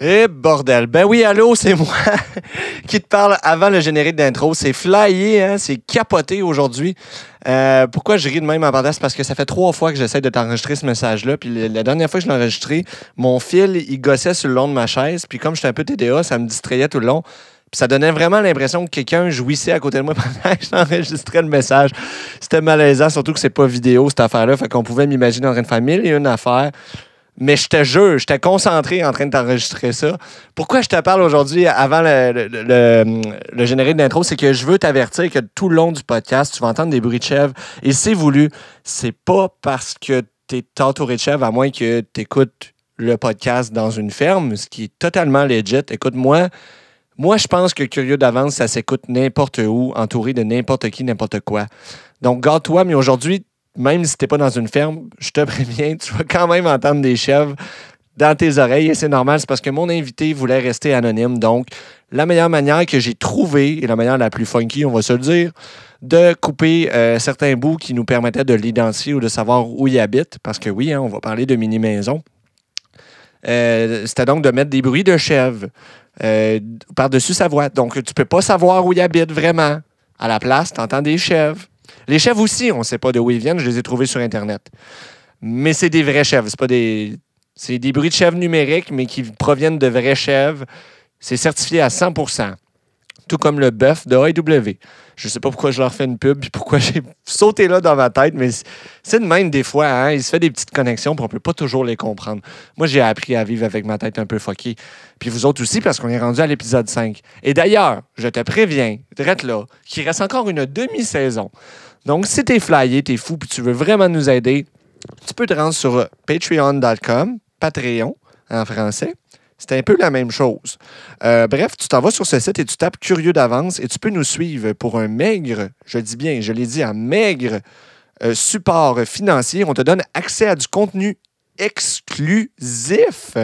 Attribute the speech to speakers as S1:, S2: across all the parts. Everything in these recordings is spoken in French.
S1: Eh bordel. Ben oui, allô, c'est moi qui te parle avant le générique d'intro. C'est flyé, hein? c'est capoté aujourd'hui. Euh, pourquoi je ris de même en partant? C'est parce que ça fait trois fois que j'essaie de t'enregistrer ce message-là. Puis le- la dernière fois que je l'ai enregistré, mon fil, il gossait sur le long de ma chaise. Puis comme j'étais un peu TDA, ça me distrayait tout le long. Puis ça donnait vraiment l'impression que quelqu'un jouissait à côté de moi pendant que j'enregistrais le message. C'était malaisant, surtout que c'est pas vidéo, cette affaire-là. Fait qu'on pouvait m'imaginer en train de faire mille et une affaires. Mais je te jure, j'étais concentré en train de t'enregistrer ça. Pourquoi je te parle aujourd'hui avant le, le, le- le générique d'intro, c'est que je veux t'avertir que tout le long du podcast, tu vas entendre des bruits de chèvres. Et c'est voulu, c'est pas parce que tu es entouré de chèvres, à moins que tu écoutes le podcast dans une ferme, ce qui est totalement legit. Écoute-moi, moi, je pense que Curieux d'avance, ça s'écoute n'importe où, entouré de n'importe qui, n'importe quoi. Donc, garde-toi, mais aujourd'hui, même si t'es pas dans une ferme, je te préviens, tu vas quand même entendre des chèvres dans tes oreilles. Et c'est normal, c'est parce que mon invité voulait rester anonyme. Donc, la meilleure manière que j'ai trouvée, et la manière la plus funky, on va se le dire, de couper euh, certains bouts qui nous permettaient de l'identifier ou de savoir où il habite, parce que oui, hein, on va parler de mini-maison, euh, c'était donc de mettre des bruits de chèvres euh, par-dessus sa voix. Donc, tu peux pas savoir où il habite vraiment. À la place, tu entends des chèvres. Les chèvres aussi, on ne sait pas de où ils viennent. Je les ai trouvés sur Internet. Mais c'est des vrais chèvres. C'est pas des. C'est des bruits de chèvres numériques, mais qui proviennent de vrais chèvres. C'est certifié à 100 tout comme le bœuf de AEW. Je sais pas pourquoi je leur fais une pub puis pourquoi j'ai sauté là dans ma tête, mais c- c'est de même des fois. Hein? Il se fait des petites connexions puis on peut pas toujours les comprendre. Moi, j'ai appris à vivre avec ma tête un peu foquée. Puis vous autres aussi, parce qu'on est rendu à l'épisode 5. Et d'ailleurs, je te préviens, drette là, qu'il reste encore une demi-saison. Donc, si t'es flyé, t'es fou, puis tu veux vraiment nous aider, tu peux te rendre sur patreon.com, Patreon en français. C'est un peu la même chose. Euh, bref, tu t'en vas sur ce site et tu tapes Curieux d'avance et tu peux nous suivre pour un maigre, je dis bien, je l'ai dit, un maigre euh, support financier. On te donne accès à du contenu exclusif.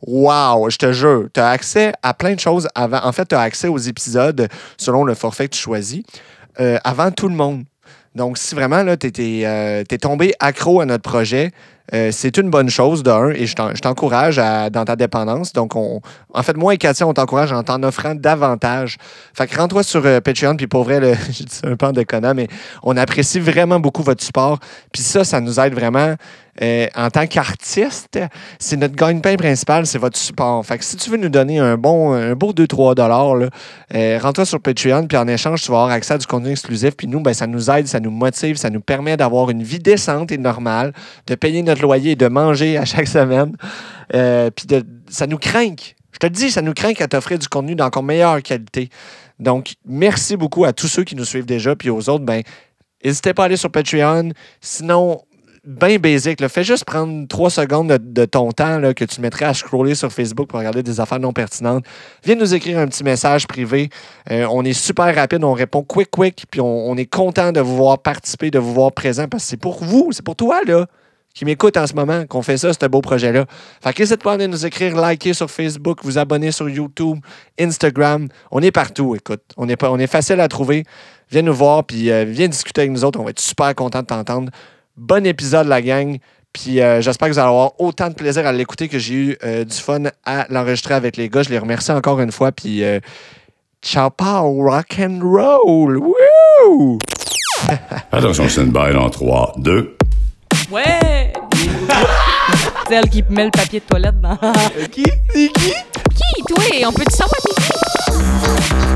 S1: Wow, je te jure, tu as accès à plein de choses avant. En fait, tu as accès aux épisodes selon le forfait que tu choisis euh, avant tout le monde. Donc, si vraiment tu es, euh, tombé accro à notre projet, euh, c'est une bonne chose, de un, et je t'en- je t'encourage à- dans ta dépendance. Donc, on, en fait, moi et Katia, on t'encourage en t'en offrant davantage. Fait que rentre-toi sur euh, Patreon, puis pour vrai, le- je dis ça un peu en déconnant, mais on apprécie vraiment beaucoup votre support. Puis ça, ça nous aide vraiment euh, en tant qu'artiste. C'est notre gagne-pain principal, c'est votre support. Fait que si tu veux nous donner un bon, un beau 2-3 dollars, là, euh, rends-toi sur Patreon, puis en échange, tu vas avoir accès à du contenu exclusif. Puis nous, ben, ça nous aide, ça nous motive, ça nous permet d'avoir une vie décente et normale, de payer notre loyer et de manger à chaque semaine. Euh, puis de- ça nous craint. Je te le dis, ça nous craint à t'offrir du contenu d'encore meilleure qualité. Donc, merci beaucoup à tous ceux qui nous suivent déjà, puis aux autres, ben, n'hésitez pas à aller sur Patreon. Sinon, bien basic, là, fais juste prendre trois secondes de, de ton temps là, que tu mettrais à scroller sur Facebook pour regarder des affaires non pertinentes. Viens nous écrire un petit message privé. Euh, on est super rapide, on répond quick, quick, puis on, on est content de vous voir participer, de vous voir présent, parce que c'est pour vous, c'est pour toi, là qui m'écoute en ce moment, qu'on fait ça, ce beau projet-là. Fait que n'hésitez pas à venir nous écrire, liker sur Facebook, vous abonner sur YouTube, Instagram. On est partout, écoute. On est, pas- on est facile à trouver. Viens nous voir, puis euh, viens discuter avec nous autres. On va être super content de t'entendre. Bon épisode, la gang. Puis euh, j'espère que vous allez avoir autant de plaisir à l'écouter que j'ai eu euh, du fun à l'enregistrer avec les gars. Je les remercie encore une fois. Puis euh, ciao, pao, rock and roll. Woo!
S2: Attention, stand-by dans 3, 2.
S3: Ouais! C'est elle qui met le papier de toilette dans.
S1: Euh, Qui? Qui?
S3: Qui, toi? On peut-tu savoir t'es qui?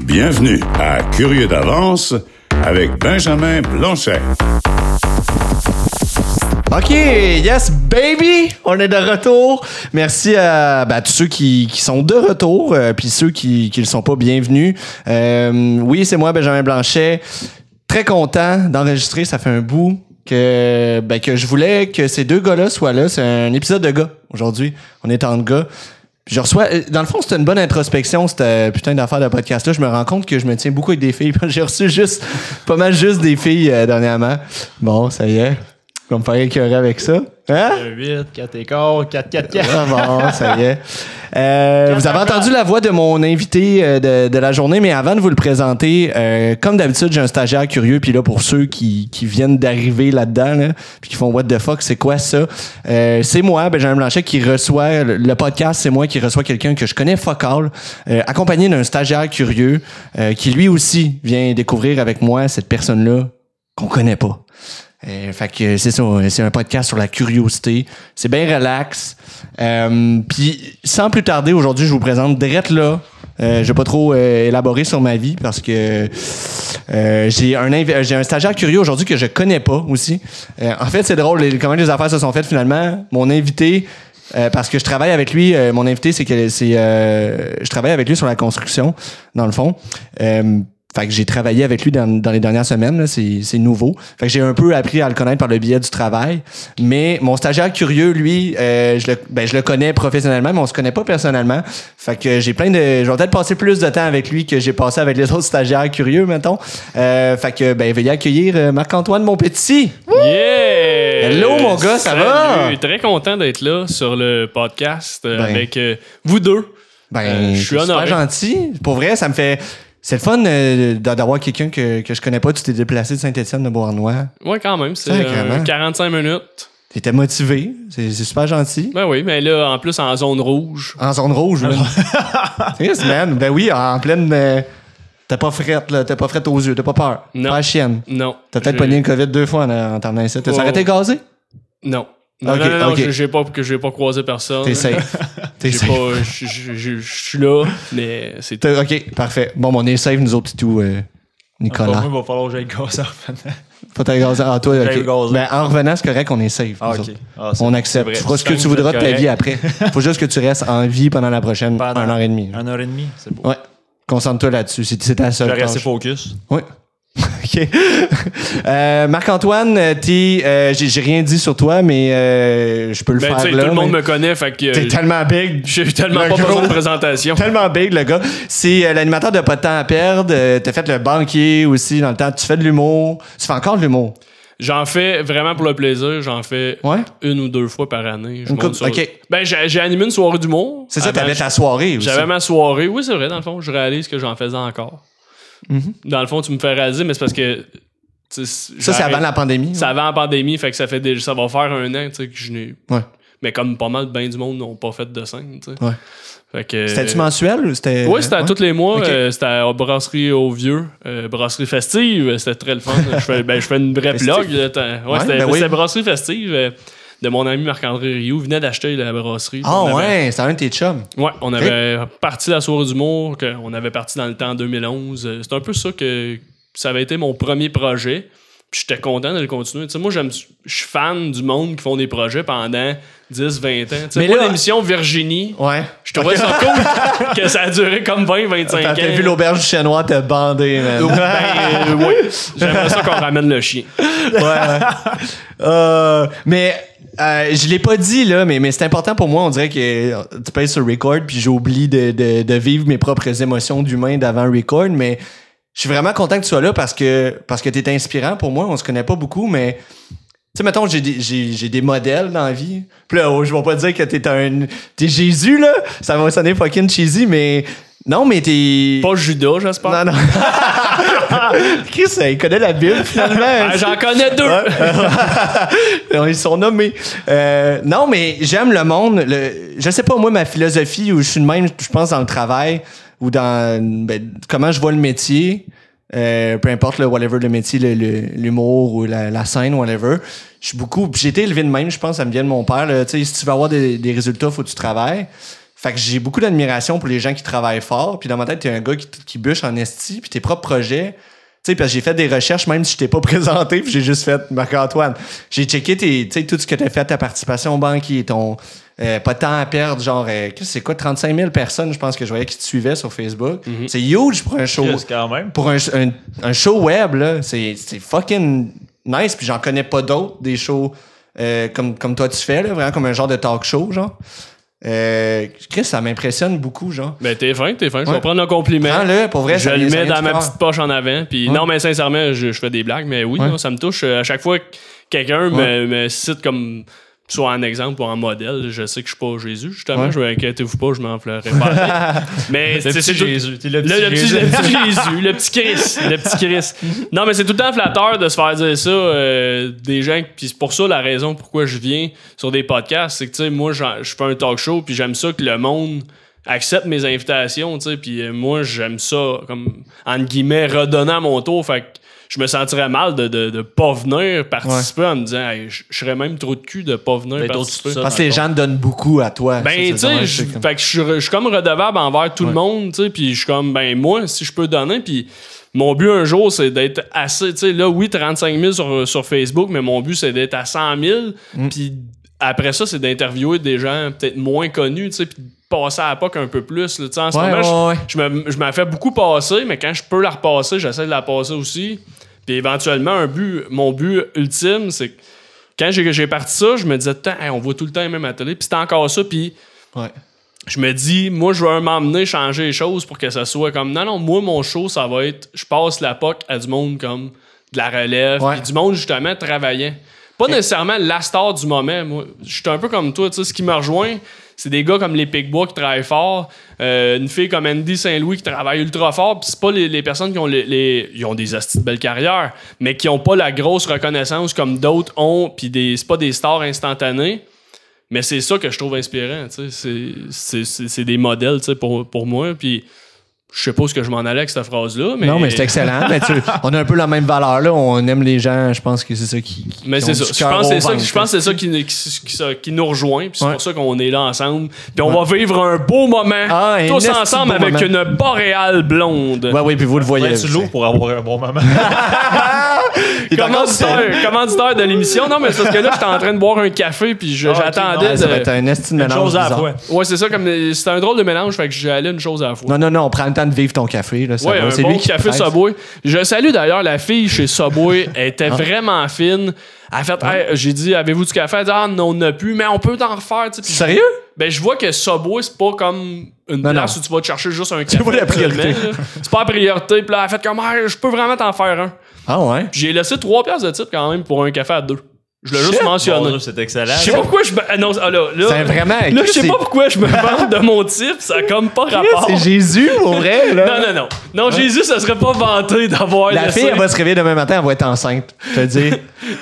S2: Bienvenue à Curieux d'avance avec Benjamin Blanchet.
S4: OK, yes, baby! On est de retour. Merci à ben, à tous ceux qui, qui sont de retour, euh, puis ceux qui ne le sont pas, bienvenue. Euh, oui, c'est moi, Benjamin Blanchet. Très content d'enregistrer, ça fait un bout que, ben, que je voulais que ces deux gars-là soient là. C'est un épisode de gars aujourd'hui. On est en gars. Je reçois. euh, Dans le fond, c'était une bonne introspection, cette euh, putain d'affaire de podcast-là. Je me rends compte que je me tiens beaucoup avec des filles. J'ai reçu juste, pas mal juste des filles euh, dernièrement. Bon, ça y est. On va me faire écœurer avec ça. Hein?
S5: 1, 8, 4 écarts, 4, 4, 4.
S4: Ah bon, ça y est.
S1: Euh, vous avez entendu la voix de mon invité euh, de, de la journée, mais avant de vous le présenter, euh, comme d'habitude, j'ai un stagiaire curieux. Puis là, pour ceux qui, qui viennent d'arriver là-dedans, là, puis qui font What the fuck, c'est quoi ça? Euh, c'est moi, Benjamin Blanchet, qui reçoit le, le podcast. C'est moi qui reçois quelqu'un que je connais focal, euh, accompagné d'un stagiaire curieux euh, qui lui aussi vient découvrir avec moi cette personne-là qu'on connaît pas. Euh, fait que c'est ça, c'est un podcast sur la curiosité. C'est bien relax. Euh, Puis sans plus tarder, aujourd'hui, je vous présente Drette là. Euh, je vais pas trop euh, élaborer sur ma vie parce que euh, j'ai un invi- euh, j'ai un stagiaire curieux aujourd'hui que je connais pas aussi. Euh, en fait, c'est drôle les- comment les affaires se sont faites finalement. Mon invité euh, parce que je travaille avec lui. euh, mon invité, c'est que c'est euh, je travaille avec lui sur la construction, dans le fond. Euh, fait que j'ai travaillé avec lui dans, dans les dernières semaines, là, c'est c'est nouveau. Fait que j'ai un peu appris à le connaître par le biais du travail. Mais mon stagiaire curieux, lui, euh, je, le, ben, je le connais professionnellement, mais on se connaît pas personnellement. Fait que j'ai plein de. Je vais peut-être passer plus de temps avec lui que j'ai passé avec les autres stagiaires curieux, mettons. Euh, fait que ben veuillez accueillir euh, Marc-Antoine Monpetit.
S5: Yeah!
S1: Hello, mon gars, ça
S5: Salut.
S1: va?
S5: Très content d'être là sur le podcast euh,
S1: Ben.
S5: avec euh, vous deux.
S1: Ben,
S5: Euh, je suis
S1: t'es super
S5: honoré.
S1: gentil. Pour vrai, ça me fait. C'est le fun euh, d'a- d'avoir quelqu'un que, que je connais pas. Tu t'es déplacé de Saint-Étienne de Beauharnois.
S5: Ouais, quand même, c'est
S1: Sacrément.
S5: euh, 45 minutes.
S1: T'étais motivé. C'est c'est super gentil.
S5: Ben oui, mais là, en plus, en zone rouge.
S1: En zone rouge, là. Yes, man. Ben oui, en pleine. euh, T'es pas frette, là. T'es pas frette aux yeux. T'es pas peur.
S5: Non.
S1: Pas à chienne.
S5: Non.
S1: T'as peut-être
S5: Je-
S1: pogné le COVID deux fois en, en t'en ici. T'as
S5: Oh.
S1: arrêté gazé?
S5: Non. Non,
S1: Ok,
S5: non, non, non,
S1: ok.
S5: j'ai- j'ai pas, que j'ai pas croisé
S6: Oh.
S5: personne.
S1: T'es safe. T'es
S5: J'ai
S1: safe.
S5: pas- Je je- je- je suis là, mais c'est
S1: T'as- OK, parfait. Bon, ben, on est safe, nous autres, et tout, euh, Nicolas.
S6: Moi, il va falloir que j'aille gosser maintenant.
S1: Faut t'aller gazer. Ah, toi,
S6: J'aille
S1: OK.
S6: gazer.
S1: Ben, en revenant, c'est correct, on est safe.
S6: Ah,
S1: nous
S6: ok.
S1: autres.
S6: Ah, c'est-
S1: on
S6: c'est
S1: accepte.
S6: vrai.
S1: Tu feras ce que
S6: Tant
S1: tu
S6: que vous
S1: voudras de
S6: êtes
S1: ta
S6: correct.
S1: vie après. Faut juste que tu restes en vie pendant la prochaine
S6: Pendant-
S1: 1 heure et demie.
S6: Une heure et demie, c'est beau.
S1: Ouais. Concentre-toi là-dessus. C'est c'est ta
S6: Je
S1: seule
S6: vais rester
S1: tâche.
S6: focus.
S1: Oui. OK. Euh, Marc-Antoine, euh, t'es, euh, j'ai j'ai rien dit sur toi, mais euh, je peux le
S5: Ben, tu
S1: faire
S5: sais,
S1: là.
S5: tout le monde
S1: mais
S5: me connaît, fait que
S1: T'es
S5: euh,
S1: tellement big.
S5: j'ai tellement
S1: le
S5: pas
S1: gros.
S5: besoin de présentation.
S1: Tellement big, le gars. C'est euh, l'animateur de Pas de temps à perdre. euh, T'as fait le banquier aussi dans le temps. Tu fais de l'humour. Tu fais encore de l'humour.
S5: J'en fais vraiment pour le plaisir, j'en fais
S1: Ouais?
S5: une ou deux fois par année. Je
S1: Une
S5: monte
S1: couple-
S5: sur-
S1: ok.
S5: Ben, j'ai j'ai animé une soirée d'humour.
S1: C'est ça,
S5: Avant,
S1: t'avais ta soirée aussi.
S5: Ah, ben, J'avais ma soirée. Oui, c'est vrai, dans le fond, je réalise que j'en faisais encore. Dans le fond, tu me fais réaliser, mais c'est parce que. tu sais,
S1: Mm-hmm. Ça, c'est
S5: j'arrête-
S1: avant la pandémie.
S5: C'est avant la pandémie, fait que ça fait déjà, ça va faire un an tu sais, que je n'ai.
S1: Ouais.
S5: Mais comme pas mal de bain du monde n'ont pas fait de scène. tu sais.
S1: Ouais.
S5: Fait que.
S1: C'était-tu mensuel ou c'était.
S5: Oui, c'était à
S1: Eh ben, ouais?
S5: tous les mois.
S1: Ok.
S5: euh, c'était à Brasserie au Vieux, euh, Brasserie festive. euh, C'était très le fun. je, fais, ben, je fais une vraie
S1: Festive.
S5: blog. là, t'as- Ouais,
S1: Ouais,
S5: c'était
S1: ben oui.
S5: c'était Brasserie festive euh, de mon ami Marc-André Rioux. Il venait d'acheter la brasserie.
S1: Ah,
S5: On avait-
S1: ouais, c'était un de tes chums.
S5: Ouais, on avait parti la soirée d'humour, qu'on avait parti dans le temps 2011. Euh, C'est un peu ça que ça avait été mon premier projet. Puis j'étais content de le continuer. Tu sais, moi, j'aime, je suis fan du monde qui font des projets pendant 10, 20 ans. Tu sais,
S1: Mais
S5: moi,
S1: là-
S5: l'émission Virginie,
S1: Ouais.
S5: je trouvais ça cool que ça a duré comme 20, 25 ans.
S1: T'as vu l'auberge du Chinois te bander, man.
S5: Ben, euh, oui. J'aimerais ça qu'on ramène le chien.
S1: ouais, ouais. Euh, mais euh, je l'ai pas dit là, mais, mais c'est important pour moi. On dirait que euh, tu payes sur record, puis j'oublie de, de, de vivre mes propres émotions d'humain d'avant record. Mais je suis vraiment content que tu sois là parce que parce que t'es inspirant pour moi. On se connaît pas beaucoup, mais tu sais, mettons, j'ai des, j'ai, j'ai des modèles dans la vie. Puis là, oh, je vais pas dire que t'es un. T'es Jésus, là. Ça va sonner fucking cheesy, mais. Non, mais t'es.
S5: Pas Judas, j'espère.
S1: non, non. Chris, il connaît la Bible, finalement.
S5: Ah, J'en connais deux.
S1: Ils sont nommés. Euh, non, mais j'aime le monde. Le, je sais pas, moi, ma philosophie, où je suis de même, je pense, dans le travail, ou dans ben, comment je vois le métier, euh, peu importe, le whatever, le métier, le- le- l'humour ou la, la scène, whatever. Je suis beaucoup... puis J'ai été élevé de même, je pense, ça me vient de mon père. là. Tu sais, si tu veux avoir des, des résultats, faut que tu travailles. Fait que j'ai beaucoup d'admiration pour les gens qui travaillent fort. Puis dans ma tête, t'es un gars qui, qui bûche en esti, puis tes propres projets... Tu sais, parce que j'ai fait des recherches, même si je t'ai pas présenté, puis j'ai juste fait Marc-Antoine. J'ai checké tes, tu sais, tout ce que t'as fait, ta participation au banquier, ton euh, pas de temps à perdre, genre, euh, qu'est-ce que c'est quoi, 35 000 personnes, je pense que je voyais qui te suivaient sur Facebook.
S5: Mhm.
S1: C'est huge pour un show.
S6: Chris, quand même.
S1: Pour un, un- un show web, là, c'est c'est fucking nice, puis j'en connais pas d'autres, des shows euh, comme, comme toi tu fais, là, vraiment comme un genre de talk show, genre. Euh, Chris, ça m'impressionne beaucoup, genre.
S5: Ben, t'es fin, t'es fin. Je
S1: Ouais.
S5: vais prendre un compliment.
S1: Prends-le, pour vrai,
S5: je
S1: ça
S5: le
S1: vient- ça
S5: mets
S1: vient
S5: dans
S1: du
S5: ma
S1: cœur.
S5: petite poche en avant. Puis non, mais sincèrement, je, je fais des blagues, mais oui,
S1: Ouais.
S5: non, ça me touche. Euh, À chaque fois que quelqu'un me, me cite comme soit en exemple ou en modèle. Je sais que je suis pas Jésus, justement. Je vais inquiétez-vous pas, je m'en fleurerai pas. mais
S6: Le
S5: c'est
S6: petit
S5: c'est tout-
S6: Jésus. t'es Le
S5: le, le petit,
S6: Jésus.
S5: le petit Jésus, le petit Christ, le petit Christ. Non, mais c'est tout le temps flatteur de se faire dire ça euh, des gens. Puis c'est pour ça la raison pourquoi je viens sur des podcasts, c'est que tu sais, moi, j'en- je fais un talk show, puis j'aime ça que le monde accepte mes invitations, tu sais. Puis euh, moi, j'aime ça comme entre guillemets redonner à mon tour. Fait que je me sentirais mal de de, de pas venir participer en me disant, Hey, je je serais même trop de cul de pas venir
S6: Ben, d'autres,
S5: participer.
S6: tout ça.
S1: Parce que les gens te donnent beaucoup à toi. Ça, c'est
S5: Ben, tu
S1: vraiment
S5: sais, je-
S1: chic, hein.
S5: fait que je suis re- je suis comme redevable envers tout le monde, tu sais, puis je suis comme, ben, moi, si je peux donner, puis mon but un jour, c'est d'être assez, tu sais, là, oui, 35 000 sur, sur Facebook, mais mon but, c'est d'être à 100 000,
S1: Mm.
S5: puis après ça, c'est d'interviewer des gens peut-être moins connus, tu sais, puis de passer à la POC un peu plus, là, tu sais, en ce
S1: Ouais,
S5: moment, je-
S1: ouais, ouais.
S5: je me, je m'en fais beaucoup passer, mais quand je peux la repasser, j'essaie de la passer aussi. Puis éventuellement, un but, mon but ultime, c'est que quand j'ai, j'ai parti ça, je me disais, Tant, hey, on voit tout le temps les mêmes ateliers. Puis c'était encore ça. Puis
S1: Ouais.
S5: je me dis, moi, je veux m'emmener changer les choses pour que ça soit comme, non, non, moi, mon show, ça va être, je passe la POC à du monde comme de la relève,
S1: Ouais.
S5: puis du monde, justement, travaillant. Pas nécessairement la star du moment. Moi, je suis un peu comme toi, tu sais, ce qui me rejoint, c'est des gars comme les Picbois qui travaillent fort, euh, une fille comme Andy Saint-Louis qui travaille ultra fort, puis c'est pas les, les personnes qui ont les, les- ils ont des astis de belle carrière, mais qui ont pas la grosse reconnaissance comme d'autres ont, puis des- c'est pas des stars instantanées. Mais c'est ça que je trouve inspirant, tu sais. C'est- C'est c'est- c'est des modèles, tu sais, pour, pour moi. Puis je sais pas où ce que je m'en allais avec cette phrase-là, mais...
S1: Non, mais c'est excellent. mais tu- on a un peu la même valeur, là. On aime les gens. Je pense que c'est ça qui. qui-
S5: Mais
S1: qui
S5: c'est
S1: ont
S5: ça.
S1: du
S5: Je
S1: cœur
S5: pense
S1: au
S5: que c'est ça,
S1: ventre.
S5: qui- je pense que c'est ça qui, qui- qui- qui- qui nous rejoint. puis c'est
S1: Ouais.
S5: pour ça qu'on est là ensemble. Puis on va vivre un beau moment,
S1: Ah, un
S5: tous
S1: esti de
S5: ensemble,
S1: beau
S5: avec
S1: moment.
S5: une boréale blonde.
S1: Ouais, oui, puis vous le voyez.
S6: Ouais, tu l'ouvres pour avoir un bon moment.
S1: Il est encore seul.
S5: Commanditeur, commanditeur de l'émission. Non, mais c'est parce que là, j'étais en train de boire un café, puis je-
S6: Ah, ok,
S5: j'attendais...
S6: non,
S1: Ça va être
S5: de...
S1: un estime
S6: Une
S1: mélange.
S6: chose à la
S1: bizarre.
S6: fois.
S5: Ouais, c'est ça. comme C'était un drôle de mélange, fait que j'allais une chose à la fois.
S1: Non, non, non, on prend le temps de vivre ton café. Là, ça
S5: Ouais,
S1: va.
S5: un
S1: c'est
S5: bon
S1: lui qui te
S5: café
S1: presse.
S5: Subway. Je salue d'ailleurs la fille chez Subway. Elle
S1: Ah.
S5: était vraiment fine. Elle a fait, Hey, j'ai dit, avez-vous du café? Elle dit, ah, non, on n'a plus, mais on peut t'en refaire. tu sais. Puis je-
S1: Sérieux?
S5: Ben, je vois que Subway, c'est pas comme une
S1: Non,
S5: place
S1: non.
S5: où tu vas te chercher juste un café.
S1: pas la priorité.
S5: seulement, là. C'est pas la priorité. Puis là, elle a fait comme, Hey, je peux vraiment t'en faire un.
S1: Ah ouais.
S5: Puis j'ai laissé trois pièces de type quand même pour un café à deux. Je l'ai juste mentionné.
S6: Bon, C'est excellent.
S5: Je sais pas pourquoi je me. ah, non, ah, là, là,
S1: C'est vraiment.
S5: là, je sais
S1: c'est-
S5: pas pourquoi je me vante de mon type. Ça a comme pas rapport.
S1: C'est Jésus, pour vrai, là.
S5: Non, non, non. Non, Jésus, ça serait pas vanté d'avoir
S1: La
S5: laissé-
S1: fille, elle va se réveiller demain matin, elle va être enceinte. Je te le dis.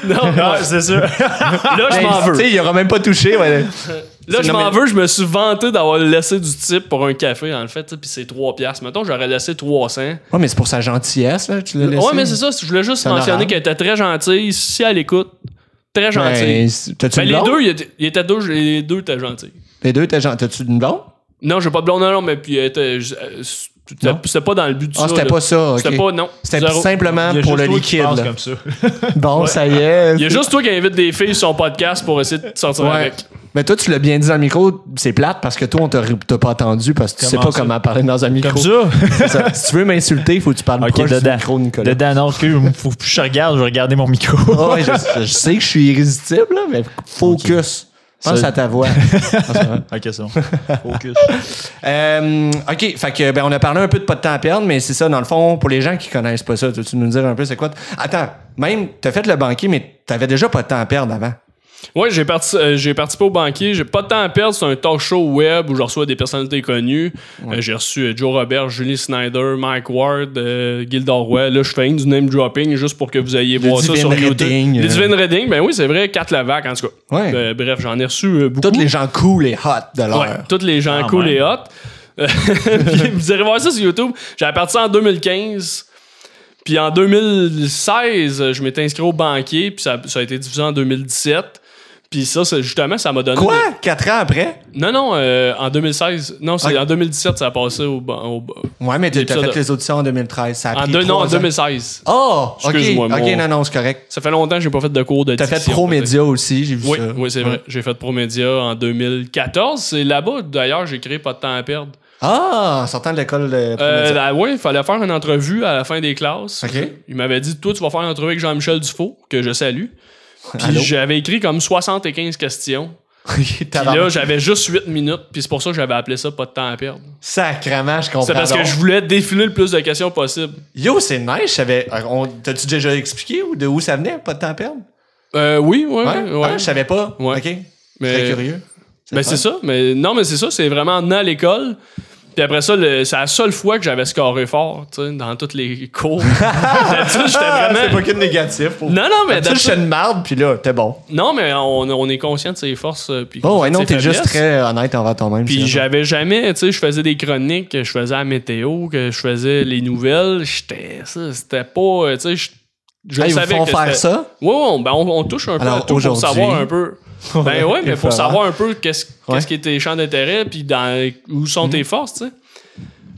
S5: Non, non,
S6: Ah, c'est sûr.
S5: là, je m'en
S1: Tu
S5: veux.
S1: sais, il aura même pas touché. ouais.
S5: Là, je
S1: non,
S5: m'en
S1: mais-
S5: veux. Je me suis vanté d'avoir laissé du type pour un café, en fait, tu sais, puis c'est 3 piastres. Mettons, j'aurais laissé 300.
S1: Ouais, mais c'est pour sa gentillesse, là. Tu l'as laissé.
S5: Ouais, mais c'est ça. Je voulais juste
S1: C'est
S5: mentionner
S1: honorable.
S5: qu'elle était très gentille. Si elle écoute, très
S1: Ben,
S5: gentille.
S1: c'est- T'as-tu
S5: Ben,
S1: une
S5: les
S1: blonde?
S5: deux, il était- il était deux, les deux étaient gentils.
S1: Les deux, t'as- t'as-tu une blonde?
S5: Non, j'ai pas de blonde, non, non, mais puis elle était. je- euh, c'était-
S1: Non.
S5: C'était pas dans le but du
S1: Ah, c'était pas ça. ok.
S5: C'était pas, non.
S1: C'était
S5: Zéro.
S1: simplement
S6: Il y a
S1: pour
S6: juste
S1: le
S6: toi qui
S1: liquide.
S6: penses
S1: là.
S6: comme ça.
S1: Bon, ça y est.
S5: Il y a juste toi qui invite des filles sur son podcast pour essayer de sortir
S1: Ouais.
S5: avec.
S1: Mais toi, tu l'as bien dit dans le micro, c'est plate parce que toi, on t'a t'a pas attendu parce que tu sais
S6: Comment
S1: pas
S6: ça?
S1: comment parler dans un micro.
S6: Comme ça.
S1: C'est ça. Si tu veux m'insulter, il faut que tu parles
S6: Ok,
S1: proche du
S6: dedans.
S1: micro, Nicolas.
S6: Dedans, non, que faut que je regarde, je vais regarder mon micro.
S1: Ah ouais, je, je sais que je suis irrésistible, là, mais focus. Pense
S6: Ça-
S1: à ta voix.
S6: ok, c'est bon. Focus.
S1: Euh, OK, fait que, ben, on a parlé un peu de pas de temps à perdre, mais c'est ça, dans le fond, pour les gens qui connaissent pas ça, tu nous dire un peu c'est quoi? t- Attends, même, t'as fait le banquier, mais t'avais déjà pas de temps à perdre avant.
S5: Oui, j'ai parti- euh, j'ai participé au banquier. J'ai pas de temps à perdre. C'est un talk show web où je reçois des personnalités connues. Euh, j'ai reçu euh, Joe Robert, Julie Snyder, Mike Ward, euh, Gilda Roy. Là, je fais une du name dropping juste pour que vous ayez voir ça
S1: Divine
S5: sur YouTube.
S1: Reading,
S5: Les
S1: euh.
S5: Divine Reading, ben oui, c'est vrai. Kat Lavac, en tout cas.
S1: Ouais.
S5: Euh, bref, j'en ai reçu euh, beaucoup.
S1: Tous les gens cool et hot de l'heure.
S5: Ouais, tous les gens
S6: Ah,
S5: cool
S6: ouais.
S5: et hot. Euh, Puis vous irez voir ça sur YouTube. J'avais parti ça en 2015. Puis en 2016, euh, je m'étais inscrit au banquier. Puis ça, ça a été diffusé en 2017. Puis ça, c'est- justement, ça m'a donné.
S1: Quoi? Quatre ans après?
S5: Non, non, euh, en 2016. Non, c'est
S1: Ok.
S5: en 2017, ça a passé au. ban- au ban-
S1: Ouais, mais t'as t'as
S5: L'épisode-
S1: fait les auditions en 2013. Ça a
S5: en
S1: pris
S5: deux- non,
S1: trois
S5: en
S1: ans.
S5: 2016.
S1: Oh, ok.
S5: Excuse-moi,
S1: ok,
S5: mon-
S1: non, non, c'est correct.
S5: Ça fait longtemps que j'ai pas fait de cours de
S1: T'as fait
S5: diction,
S1: Pro
S5: peut-être.
S1: Média aussi, j'ai vu
S5: Oui,
S1: ça.
S5: oui c'est vrai. J'ai fait ProMédia en 2014. C'est là-bas, d'ailleurs, j'ai créé Pas de temps à perdre.
S1: Ah, en sortant de l'école de Pro
S5: Euh,
S1: Média.
S5: là, oui, il fallait faire une entrevue à la fin des classes.
S1: OK.
S5: Il m'avait dit Toi, tu vas faire une entrevue avec Jean-Michel Dufault, que je salue. Puis
S1: Allô?
S5: j'avais écrit comme 75 questions. Puis là, j'avais juste 8 minutes. Puis c'est pour ça que j'avais appelé ça Pas de temps à perdre.
S1: Sacrement, je comprends.
S5: C'est parce que
S1: donc.
S5: je voulais défiler le plus de questions possible.
S1: Yo, c'est nice. j'avais- euh, on- T'as-tu déjà expliqué ou de où ça venait? Pas de temps à perdre?
S5: Euh, oui, oui,
S1: Ouais?
S5: oui.
S1: Ah, je savais pas.
S5: Ouais.
S1: OK.
S5: Mais,
S1: Très curieux.
S5: Ben, c'est ça. Mais, non, mais c'est ça. C'est vraiment dans l'école. Puis après ça, le- c'est la seule fois que j'avais scoré fort, tu sais, dans toutes les cours. D'habitude, j'étais
S1: Ah, C'est
S5: vraiment.
S1: pas qu'une négatif. Pour...
S5: Non, non, mais
S1: Tu sais,
S5: d'habitude-
S1: j'étais une marde, puis là, t'es bon.
S5: Non, mais on, on est conscient de ses forces. euh, Puis
S1: Oh, ouais, non,
S5: de ses
S1: t'es juste
S5: faiblesses.
S1: très honnête envers toi-même.
S5: Puis
S1: c'est vrai.
S5: j'avais jamais, tu sais, je faisais des chroniques, que je faisais la météo, que je faisais les nouvelles. J'étais, ça, c'était pas, euh, tu sais, je, je
S1: Hey, ils vous
S5: savais
S1: font
S5: que
S1: faire
S5: c'était-
S1: ça?
S5: Ouais, ouais, on, ben, on, on touche un peu
S1: Alors,
S5: à tout pour
S1: aujourd'hui-
S5: savoir un peu. Ben ouais, mais
S1: Il faut
S5: pour savoir un peu qu'est-ce
S1: Ouais. Hmm.
S5: qu'est-ce qui est tes champs d'intérêt, puis dans où sont tes forces, tu sais.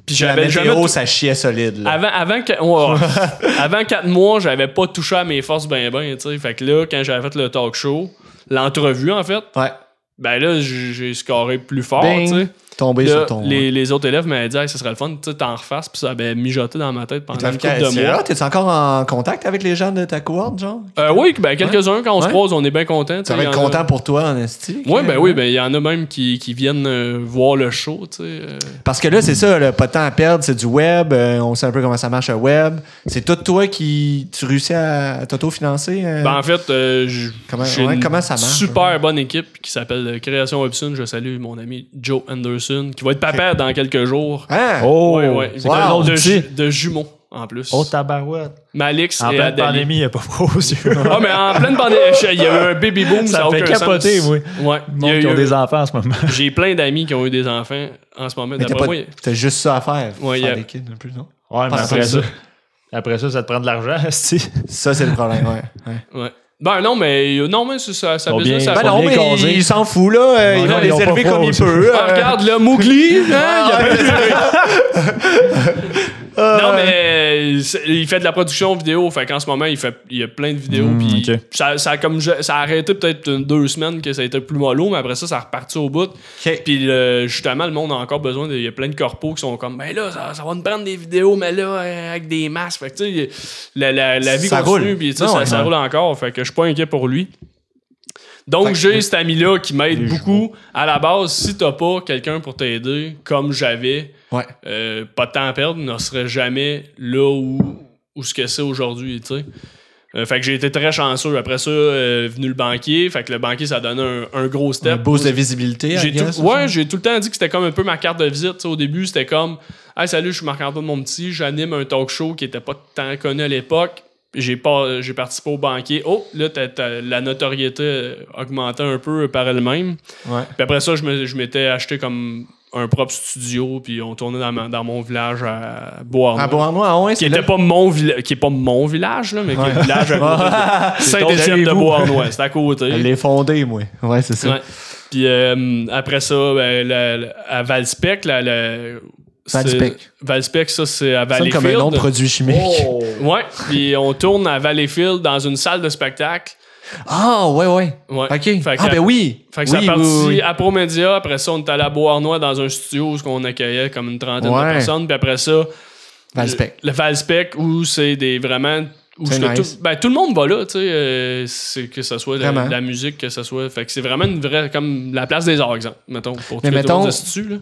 S5: Puis
S1: La
S5: j'avais jamais.
S1: météo,
S5: tou-
S1: ça chiait solide. là.
S5: Avant, avant, que- ouais, ouais. avant quatre mois, j'avais pas touché à mes forces ben ben, tu sais. Fait que là, quand j'avais fait le talk show, l'entrevue en fait,
S1: Ouais.
S5: ben là, j'ai j'ai scoré plus fort, Ah, tu
S1: Bing.
S5: sais.
S1: Tombé
S5: Là,
S1: sur ton.
S5: les, les autres élèves m'avaient dit, Hey, ce serait le fun, tu sais, t'en refasses, puis ça avait mijoté dans ma tête pendant une couple de mois.
S1: T'es encore en contact avec les gens de ta cohorte, genre?
S5: Euh, oui, ben, quelques-uns, quand on se
S1: Ouais.
S5: croise, on est bien contents.
S1: Ça va être content pour toi, en esti.
S5: Oui, ben oui, ben il y en a même qui, qui viennent euh, voir le show, tu sais. euh.
S1: Parce que là, c'est ça, le pas de temps à perdre, c'est du web. euh, on sait un peu comment ça marche le web. C'est tout toi qui. Tu réussis à t'auto-financer? euh?
S5: Ben, en fait, euh, j-
S1: Comment-
S5: j'ai
S1: ouais,
S5: une
S1: comment ça marche,
S5: super bonne équipe qui s'appelle euh, Création Hobson. Je salue mon ami Joe Anderson, qui va être papa dans quelques jours.
S1: Hein?
S6: Oh!
S5: Ouais, ouais.
S6: C'est un autre
S5: De, ju-
S6: outil.
S5: de jumeaux, en plus.
S6: Oh, tabarouette.
S5: Malix
S6: En
S5: et
S6: pleine
S5: Adélie.
S6: pandémie, il n'y a pas gros yeux.
S5: Ah, mais en pleine pandémie, il y a eu un baby boom,
S6: Ça
S5: ça a
S6: me fait
S5: aucun
S6: capoter,
S5: sens.
S6: oui.
S5: Ouais.
S6: Le
S5: Il y a
S6: monde qui
S5: eu-
S6: ont des enfants en ce moment.
S5: J'ai plein d'amis qui ont eu des enfants en ce moment.
S1: Mais t'as
S5: D'après
S1: pas-
S5: Ben, moi, il-
S1: t'as juste ça à faire.
S5: Ouais,
S1: faire
S5: y a-
S1: des kids, un peu, non?
S6: Ouais, mais
S1: Ah,
S6: après
S5: c'est
S6: ça. Après ça, ça te prend de l'argent, si.
S1: Ça, c'est le problème, ouais. ouais.
S5: ouais. Ben non, mais non, mais c'est ça, ça
S6: Ils sont
S5: business,
S6: bien-
S5: ça
S6: Ben non, mais
S1: ils
S6: ils- ils
S1: s'en foutent, là. euh,
S5: Ben
S6: ils
S1: ils
S6: vont
S1: vont
S6: les
S1: les
S6: élever
S1: élever comme ils peuvent. euh.
S5: Ah, regarde, là, Mowgli, hein, il a pas- Non, mais c'est- il fait de la production vidéo. Fait qu'en ce moment, il, fait, il y a plein de vidéos.
S1: Hmm,
S5: puis
S6: ok.
S5: ça, ça a comme, je- ça a arrêté peut-être une- deux semaines que ça a été plus mollo, mais après ça, ça a reparti au bout. Puis euh, justement, le monde a encore besoin. de- Il y a plein de corpos qui sont comme, ben là, ça, ça va nous prendre des vidéos, mais là, euh, avec des masques. Fait que tu sais, la, la- la vie
S1: Ça
S5: continue.
S1: roule.
S5: Puis tu sais,
S1: Non,
S5: ça,
S1: ouais.
S5: ça roule encore. Fait que je suis pas inquiet pour lui. Donc, j'ai cet ami-là qui m'aide beaucoup. À la base, si t'as pas quelqu'un pour t'aider, comme j'avais,
S1: Ouais.
S5: euh, pas de temps à perdre, ne serait jamais là où, où ce que c'est aujourd'hui, tu sais. Euh, fait que j'ai été très chanceux. Après ça, euh, venu le banquier. Fait que le banquier, ça donne un, un gros step.
S1: Un boost de visibilité, I
S5: J'ai tout-
S1: guess, ça.
S5: ouais, j'ai tout le temps dit que c'était comme un peu ma carte de visite. tu sais. Au début, c'était comme Hey, salut, je suis Marc-Antoine Mon Petit, j'anime un talk show qui était pas tant connu à l'époque. J'ai pas j'ai participé au banquier. Oh, là, t'as- t'as- la notoriété euh, augmentait un peu par elle-même.
S1: Ouais.
S5: Puis après ça, je me- je m'étais acheté comme un propre studio, puis on tournait dans, ma- dans mon village à Bois.
S1: À Beauharnois, ah ouais,
S5: qui
S1: c'est
S5: était
S1: là.
S5: pas mon village, qui est pas mon village là, mais qui est le village à côté de Ah. Saint-Étienne de
S1: chez vous.
S5: Bois-Noir, c'est à côté.
S1: Elle est fondée, moi. Ouais, c'est ça.
S5: Ouais. Puis euh, après ça, ben, la- la- à Valspec, la, la-
S1: Valspec.
S5: c'est- Valspec, ça, c'est
S1: Ça
S5: à
S1: sonne
S5: Valleyfield.
S1: comme un nom de produit chimique.
S5: Oh. Ouais, puis on tourne à Valleyfield dans une salle de spectacle.
S1: Ah, ouais, ouais.
S5: Ouais.
S1: OK.
S5: Fait que-
S1: ah, ben oui.
S5: Fait que
S1: oui,
S5: ça a parti
S1: oui, oui.
S5: à Promédia. Après ça, on est allé à Beauharnois dans un studio où on accueillait comme une trentaine de
S1: Ouais.
S5: personnes. Puis après ça,
S1: Valspec.
S5: le, le Valspec où c'est des vraiment. Où
S1: C'est
S5: ce que
S1: nice.
S5: tout, ben, tout le monde va là, tu sais, euh, c'est que ce soit la,
S1: Vraiment.
S5: la musique, que ce soit. Fait que c'est vraiment une vraie. Comme la place des arts, exemple, mettons. Pour
S1: Mais
S5: tout le
S1: mettons-
S5: monde de ce dessus, là.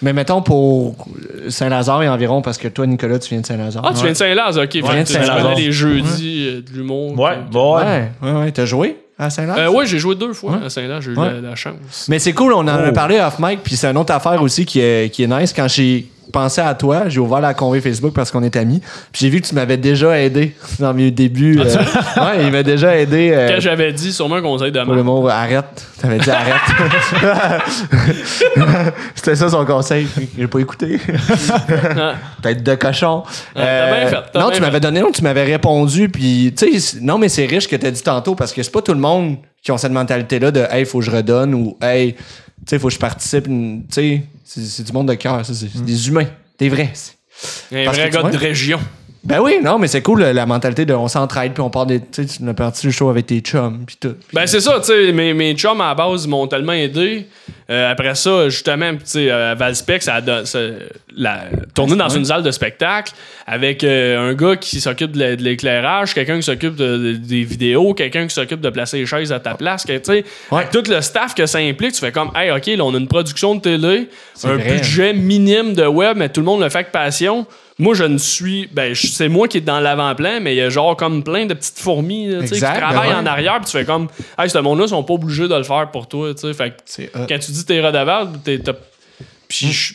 S1: Mais mettons pour Saint-Lazare et environ, parce que toi, Nicolas, tu viens de Saint-Lazare.
S5: Ah, tu viens de Saint-Laz, ok. Fait
S1: viens de
S5: que tu
S1: Saint-Laz.
S5: connais les jeudis euh, de l'humour.
S6: Ouais,
S5: puis-
S6: bon, ouais.
S1: Ouais, ouais, ouais. T'as joué à Saint-Lazare?
S5: Euh, ouais, j'ai joué deux fois
S1: Ouais.
S5: à Saint-Laz, j'ai eu
S1: Ouais.
S5: la, la chance.
S1: Mais c'est cool, on en a
S6: Oh.
S1: parlé off mic, puis c'est une autre affaire aussi qui est, qui est nice. Quand j'ai pensé à toi, j'ai ouvert la convée Facebook parce qu'on est amis, puis j'ai vu que tu m'avais déjà aidé dans mes débuts. euh, ouais, il m'a déjà aidé. euh,
S5: Quand j'avais dit, sûrement qu'on s'aide
S1: pour le
S5: demain.
S1: mot arrête, t'avais dit arrête. C'était ça son conseil. J'ai pas écouté. Tête de cochon. Euh,
S5: t'as bien fait, t'as
S1: non,
S5: bien
S1: tu m'avais
S5: fait.
S1: donné, non, tu m'avais répondu. Puis, tu sais, c'est- non, mais c'est riche que t'as dit tantôt parce que c'est pas tout le monde qui ont cette mentalité-là de hey, faut que je redonne ou hey, tu sais, faut que je participe. Tu sais, c'est c'est du monde de cœur, ça. C'est c'est des humains, des vrais.
S5: Un
S1: parce
S5: vrai
S1: que tu
S5: gars de
S1: vois-
S5: région.
S1: Ben oui, non, mais c'est cool la- la mentalité de on s'entraide puis on part des. Tu sais, tu as parti le show avec tes chums puis tout.
S5: Ben c'est ça, tu sais, mes, mes chums à la base ils m'ont tellement aidé. Euh, après ça, justement, tu sais, euh, à Valspec, ça a don- ça- la, tourné dans une salle de spectacle avec euh, un gars qui s'occupe de la- de l'éclairage, quelqu'un qui s'occupe de- de- des vidéos, quelqu'un qui s'occupe de placer les chaises à ta place. que, tu sais,
S1: Ouais.
S5: Tout le staff que ça implique, tu fais comme, hey, OK, là, on a une production de télé, un
S1: vrai.
S5: budget minime de web, mais tout le monde le fait avec passion. Moi, je ne suis. Ben, je- c'est moi qui est dans l'avant-plan, mais il y a genre comme plein de petites fourmis là, tu sais, qui
S1: Exact, ben
S5: travaillent
S1: ouais.
S5: en arrière, puis tu fais comme. Hey, ce monde-là, ils sont pas obligés de le faire pour toi. tu sais. Fait que
S1: C'est hot.
S5: quand tu dis t'es redevable, t'es. t'as-
S1: Mm.
S5: Puis je-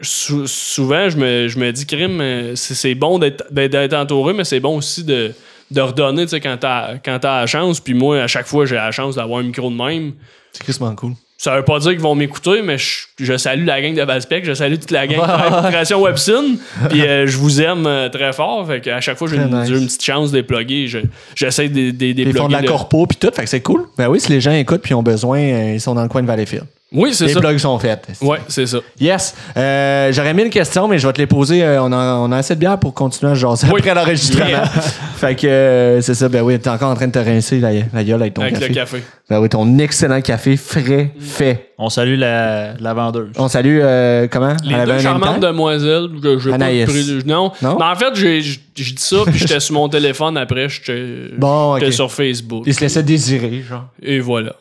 S5: sou- souvent, je me, je me dis, crime, euh, c'est c'est bon d'être- d'être d'être entouré, mais c'est bon aussi de, de redonner tu sais, quand t'as quand t'as la chance. Puis moi, à chaque fois, j'ai la chance d'avoir un micro de même.
S1: C'est crissement cool.
S5: Ça veut pas dire qu'ils vont m'écouter, mais je, je salue la gang de Valspec, je salue toute la gang de Création Webson, puis euh, je vous aime euh, très fort. Fait à chaque fois, j'ai
S1: Très
S5: une,
S1: nice.
S5: j'ai une petite chance de les plugger. Je- J'essaie de de- de les
S1: Puis ils font de la
S5: plugger. le-
S1: corpo puis tout, fait que c'est cool. Ben oui, si les gens écoutent puis ont besoin, euh, ils sont dans le coin de Valleyfield.
S5: Oui, c'est
S1: Les
S5: ça.
S1: plugs sont faites.
S5: Ouais, c'est ça.
S1: Yes. Euh, J'aurais mille questions, mais je vais te les poser. Euh, on, a, on a assez de bière pour continuer à se jaser
S5: Oui.
S1: après l'enregistrement.
S5: Yeah.
S1: fait que euh, c'est ça. Ben oui, t'es encore en train de te rincer la, la gueule avec ton
S5: Avec
S1: café.
S5: le café.
S1: Ben oui, ton excellent café frais, fait.
S6: On salue la, la vendeuse.
S1: On salue, euh, comment?
S5: Les
S1: Elle avait un
S5: deux charmantes
S1: invitant?
S5: demoiselles que j'ai pas
S1: Anaïs.
S5: pris. Non.
S1: Non?
S5: Mais en fait, j'ai j'ai- j'ai dit ça, puis j'étais sur mon téléphone après, j'étais
S1: Bon, ok.
S5: j'étais sur Facebook.
S1: Il se laissait désirer, genre.
S5: Et voilà.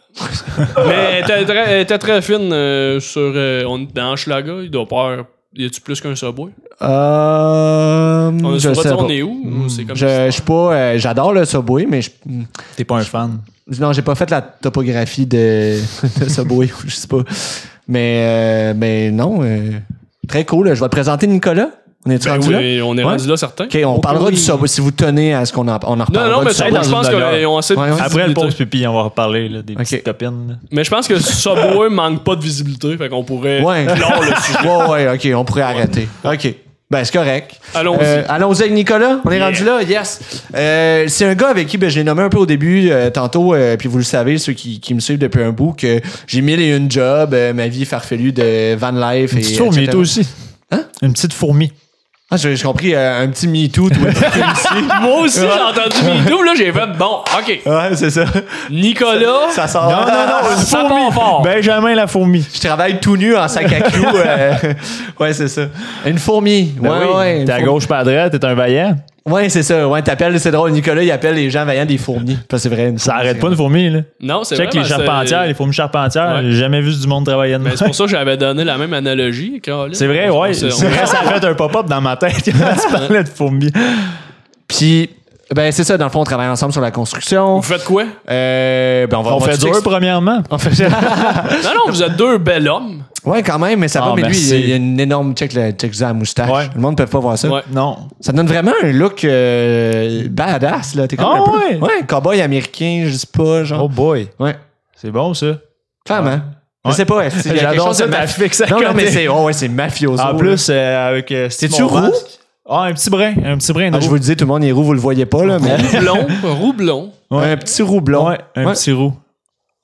S5: Mais elle était très, elle était très fine euh, sur. euh, on est dans Schlaga, il doit pas. avoir- Y a-tu plus qu'un subway?
S1: Euh,
S5: On a
S1: je
S5: sur
S1: sais pas. Hmm.
S5: on est où? ou C'est comme
S1: Je je suis pas. euh, J'adore le Subway, mais je.
S6: T'es pas un fan.
S1: Non, j'ai pas fait la topographie de, de Subway, ou je sais pas. Mais, euh, mais non, euh, très cool. Je vais te présenter Nicolas. On est-tu
S5: Ben
S1: rendu là?
S5: oui, on est
S1: Ouais.
S5: rendu là, certain.
S1: OK, on parlera du Subway. Si vous tenez à ce qu'on en, on en
S5: Non,
S1: reparlera
S5: non,
S1: du
S5: mais ça,
S1: Subway.
S5: je
S6: dans
S5: pense
S6: une
S5: qu'on
S6: demi-heure.
S5: on essaie de
S1: Ouais, ouais.
S5: visibilité.
S6: Après le pause pipi, on va reparler là, des petites copines. là.
S5: Mais je pense que Subway manque pas de visibilité, fait qu'on pourrait.
S1: Ouais.
S5: clore le-
S1: ouais, ouais, OK, on pourrait arrêter. OK. Ben, c'est correct.
S5: Allons-y.
S1: Euh, allons-y avec Nicolas. On est
S5: Yeah.
S1: rendu là, yes. Euh, c'est un gars avec qui ben, je l'ai nommé un peu au début, euh, tantôt, euh, puis vous le savez, ceux qui, qui me suivent depuis un bout, que j'ai mille et une jobs, euh, ma vie est farfelue de van life.
S6: Une
S1: et,
S6: petite fourmi,
S1: etc.
S6: toi aussi. Hein? Une petite fourmi.
S1: Ah, j'ai j'ai compris, euh, un petit Me Too, toi,
S5: Moi aussi, j'ai entendu MeToo, là, j'ai fait bon, OK.
S1: Ouais, c'est ça.
S5: Nicolas,
S1: Ça sort.
S6: Non, non, non, une
S5: ça part fort.
S6: Benjamin la fourmi.
S1: Je travaille tout nu en sac à clous. euh, ouais, c'est ça. Une fourmi. Ouais,
S6: Ben oui,
S1: ouais. une
S6: T'es à
S1: fourmi.
S6: gauche, pas à droite, t'es un vaillant.
S1: Ouais, c'est ça. Ouais, t'appelles, c'est drôle. Nicolas, il appelle les gens vaillants des fourmis. Parce que c'est vrai. une
S6: Ça
S1: fourmi,
S6: arrête
S1: c'est
S6: pas une fourmi, là.
S5: Non, c'est
S6: Check
S5: vrai,
S6: les
S5: ben, c'est-
S6: charpentières, les fourmis charpentières.
S5: Ouais.
S6: J'ai jamais vu du monde travailler de
S5: Mais
S6: même.
S5: c'est pour ça que j'avais donné la même analogie. Colin.
S6: C'est vrai, ouais.
S5: On s'est-
S6: C'est
S5: on-
S6: vrai, ça a fait un pop-up dans ma tête quand tu parlais de fourmis.
S1: Puis, ben, c'est ça. Dans le fond, on travaille ensemble sur la construction.
S5: Vous faites quoi?
S1: Euh, ben, on va
S6: On
S1: va
S6: fait
S1: tout
S6: dur,
S1: expli-
S6: premièrement.
S1: On fait-
S5: Non, non, vous êtes deux bel hommes.
S1: ouais, quand même, mais ça
S6: Ah,
S1: va. Mais
S6: merci.
S1: lui, il y a une énorme check, le, check ça à la moustache.
S6: Ouais.
S1: Le monde ne peut pas voir ça.
S5: Ouais.
S6: Non.
S1: Ça donne vraiment un look euh, badass, là. T'es comme
S6: Ah,
S1: un peu-
S6: ouais?
S1: Ouais, cowboy américain, je sais pas, genre.
S6: Oh boy.
S1: Ouais.
S6: C'est bon, ça.
S1: Femme, hein? Je
S6: Ouais.
S1: sais pas. est-ce qu'il y a quelque
S6: J'adore
S1: chose
S6: ça,
S1: de
S6: ma
S1: maf-
S6: fille que ça
S1: Non, non,
S6: connaît.
S1: mais c'est oh, ouais, c'est mafioso.
S6: En
S1: là.
S6: plus, euh, avec. euh, Steve
S1: C'est-tu
S6: Monvasque.
S1: roux?
S6: Ah, un petit brin. Un petit brin.
S1: Ah, je vous le dis, tout le monde est roux, vous le voyez pas, là, mais
S5: Roublon, roublon.
S6: Ouais.
S1: un petit roux blond.
S6: Ouais, un
S1: Ouais.
S6: petit roux.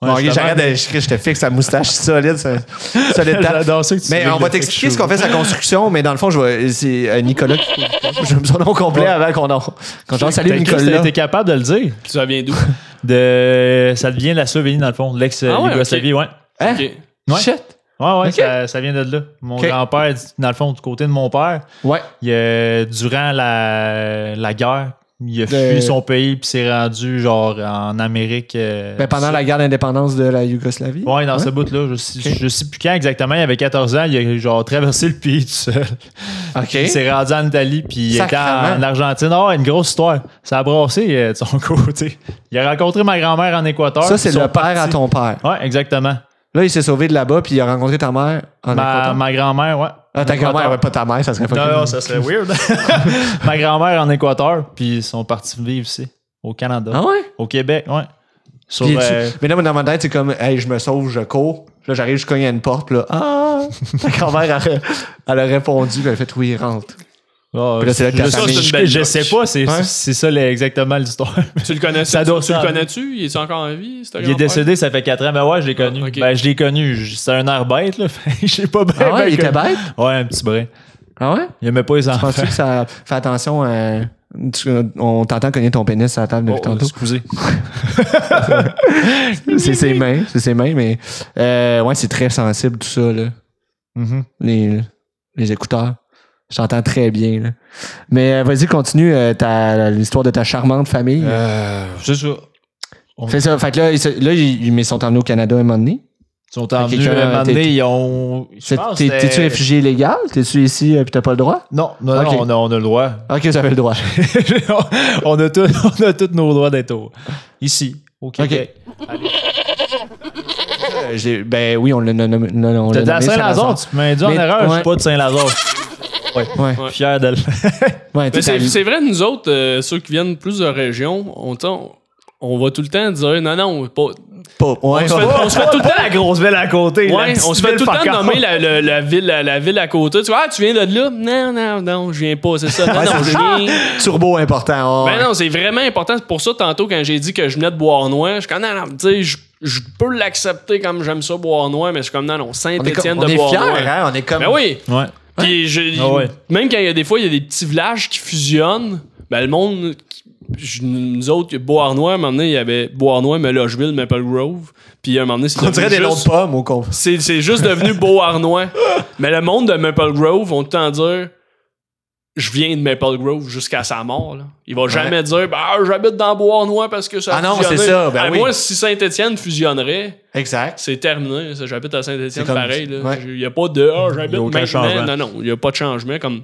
S6: Ouais,
S1: Bon, ok,
S6: justement.
S1: j'arrête de- je, je te fixe la moustache solide, ça- solide tape.
S6: J'adore ça que tu
S1: Mais on va t'expliquer ce qu'on fait sa construction, mais dans le fond, je vais- c'est euh, Nicolas qui. Je me son nom complet
S6: Ouais.
S1: avant qu'on en. Quand j'en salue
S6: Nicolas.
S1: Nicolas.
S6: T'es capable de le dire.
S5: Ça vient d'où?
S6: De... Ça devient la Slovénie, dans le fond.
S5: Ah ouais,
S6: L'ex-Yougoslavie, ouais.
S1: Hein?
S5: Ok.
S6: Ouais.
S1: Shit.
S6: Ouais, ouais,
S1: Ok.
S6: ça, ça vient de là. Mon
S1: Ok.
S6: grand-père, dans le fond, du côté de mon père,
S1: Ouais.
S6: il, euh, durant la, la guerre, il a
S1: De-
S6: fui son pays puis s'est rendu genre en Amérique. euh,
S1: Ben, pendant la guerre d'indépendance de la Yougoslavie.
S6: Ouais, dans ce bout-là, je sais, je sais plus quand exactement, il avait 14 ans, il a genre traversé le pays tout seul. Il
S1: OK.
S6: s'est rendu en Italie, puis il était
S1: Sacrement.
S6: en, en Argentine. Oh, une grosse histoire. Ça a brassé euh, de son côté. Il a rencontré ma grand-mère en Équateur.
S1: Ça, c'est
S6: puis ils
S1: le
S6: sont
S1: père à
S6: partis.
S1: ton père.
S6: Ouais, exactement.
S1: Là, il s'est sauvé de là-bas, puis il a rencontré ta mère en
S6: Ma,
S1: Équateur.
S6: ma grand-mère, ouais.
S1: Ah, ta grand-mère, ouais, pas ta mère, ça serait pas
S6: Non, non, ça serait weird. Ma grand-mère en Équateur, puis ils sont partis vivre ici, au Canada.
S1: Ah ouais?
S6: Au Québec, ouais. Sur,
S1: Puis tu-
S6: euh,
S1: Mais là, moi, dans ma tête, c'est comme, hey, je me sauve, je cours. Puis Là, j'arrive, je cogne à une porte, puis là, ah! Ta grand-mère, elle, elle a répondu, puis elle a fait, oui, rentre.
S6: ah,
S1: Puis là, c'est là que la
S6: je-
S1: famille-
S6: je-
S5: C'est une belle
S6: Je sais
S5: notch.
S6: pas, c'est
S1: Ouais.
S6: c'est ça les- exactement l'histoire.
S5: Tu le connais?
S6: Ça doit-
S5: tu, tu le
S6: ça-
S5: connais-tu? Il est encore en vie? ce
S6: Il est
S5: grand-père?
S6: décédé, ça fait 4 ans. Ben ouais, je l'ai connu.
S5: Ah, ok.
S6: Ben, je l'ai connu. Je- C'est un air bête, là. Je sais pas bien.
S1: Ah ouais, il était bête?
S6: Ouais, un petit brin.
S1: Ah ouais?
S6: Il aimait pas les enfants.
S1: Penses-tu que ça. Fais attention, euh, tu- on t'entend cogner ton pénis à la table depuis
S6: Oh,
S1: tantôt.
S6: excusez.
S1: C'est ses mains, c'est ses mains, mais. euh, ouais, c'est très sensible, tout ça, là. Mm-hmm.
S6: Mhm.
S1: Les, les écouteurs. Je t'entends très bien, là. Mais euh, vas-y, continue euh, ta- l'histoire de ta charmante famille.
S6: Euh, c'est ça.
S1: Fait ça. Fait que là, ils, se- là, ils, mais ils sont emmenés au Canada un moment donné.
S6: Ils sont en venus
S1: quelqu'un,
S6: un moment
S1: t'es-
S6: donné, ils ont. je
S1: C'est-
S6: pense
S1: t'es-
S6: que
S1: T'es-tu
S6: c'était-
S1: réfugié illégal? T'es-tu ici et t'as pas le droit?
S6: Non, non,
S1: Ok.
S6: non, on a, on a le droit.
S1: Ah, Ok, j'avais le droit.
S6: on, a tout- on a tous nos droits d'être au- ici, au Québec.
S1: Euh, j'ai- ben oui, on l'a nommé. Non, non, on
S6: T'as
S1: l'a
S6: dit à
S1: nommé
S6: Saint-Lazare, tu m'as dit en
S1: Mais-
S6: erreur, je
S1: ouais.
S6: suis pas de Saint-Lazare.
S1: Ouais.
S5: Ouais.
S6: Fier d'elle.
S1: Ouais,
S5: Mais
S1: t'es
S5: Ben, c'est
S1: allé-
S5: c'est vrai, nous autres, euh, ceux qui viennent plus de régions, on, t'en- on va tout le temps dire non, non, pas-
S1: pas. Ouais,
S5: on se fait, on se fait tout le temps.
S6: la grosse ville à côté.
S5: Ouais, on se fait tout le temps nommer la, la- la ville, la, la ville à côté. Tu vois, ah, tu viens de là? Non, non, non, je viens pas, c'est ça. Non,
S1: Ouais,
S5: non,
S1: c'est
S5: je viens.
S1: Turbo important. ouais.
S5: Ben non, c'est vraiment important. C'est pour ça, tantôt, quand j'ai dit que je venais de Bois-Noir, je suis comme, non, non, tu sais, je- je peux l'accepter comme j'aime ça, Bois-Noir, mais je suis comme, non, non,
S1: on est,
S5: Saint-Étienne
S1: comme, on
S5: de
S1: est
S5: Bois-Noir.
S1: fiers, hein? On est comme.
S5: Ben oui.
S6: Ouais.
S5: Puis je-
S6: Ah ouais.
S5: Même quand il y a des fois, il y a des petits villages qui fusionnent, ben le monde. qui- je- nous autres, Beauharnois, à un moment donné, il y avait Beauharnois, Melogeville, Maple Grove. Puis à un moment donné, c'est
S1: On
S5: devenu
S1: dirait des
S5: juste-
S1: noms de pommes au con.
S5: C'est c'est juste devenu Beauharnois. Mais le monde de Maple Grove vont tout le temps dire Je viens de Maple Grove jusqu'à sa mort. Là. Il va jamais dire bah, J'habite dans Beauharnois parce que ça a
S1: Ah non,
S5: fusionné.
S1: c'est ça, ben
S5: Ah,
S1: oui.
S5: Moi, si Saint-Étienne fusionnerait,
S1: Exact.
S5: c'est terminé. ça, J'habite à Saint-Étienne,
S1: C'est comme-
S5: pareil. Il
S1: ouais.
S5: n'y a pas de Ah, j'habite
S6: Y a aucun
S5: maintenant.
S6: changement.
S5: Non, non, il n'y a pas de changement. Comme,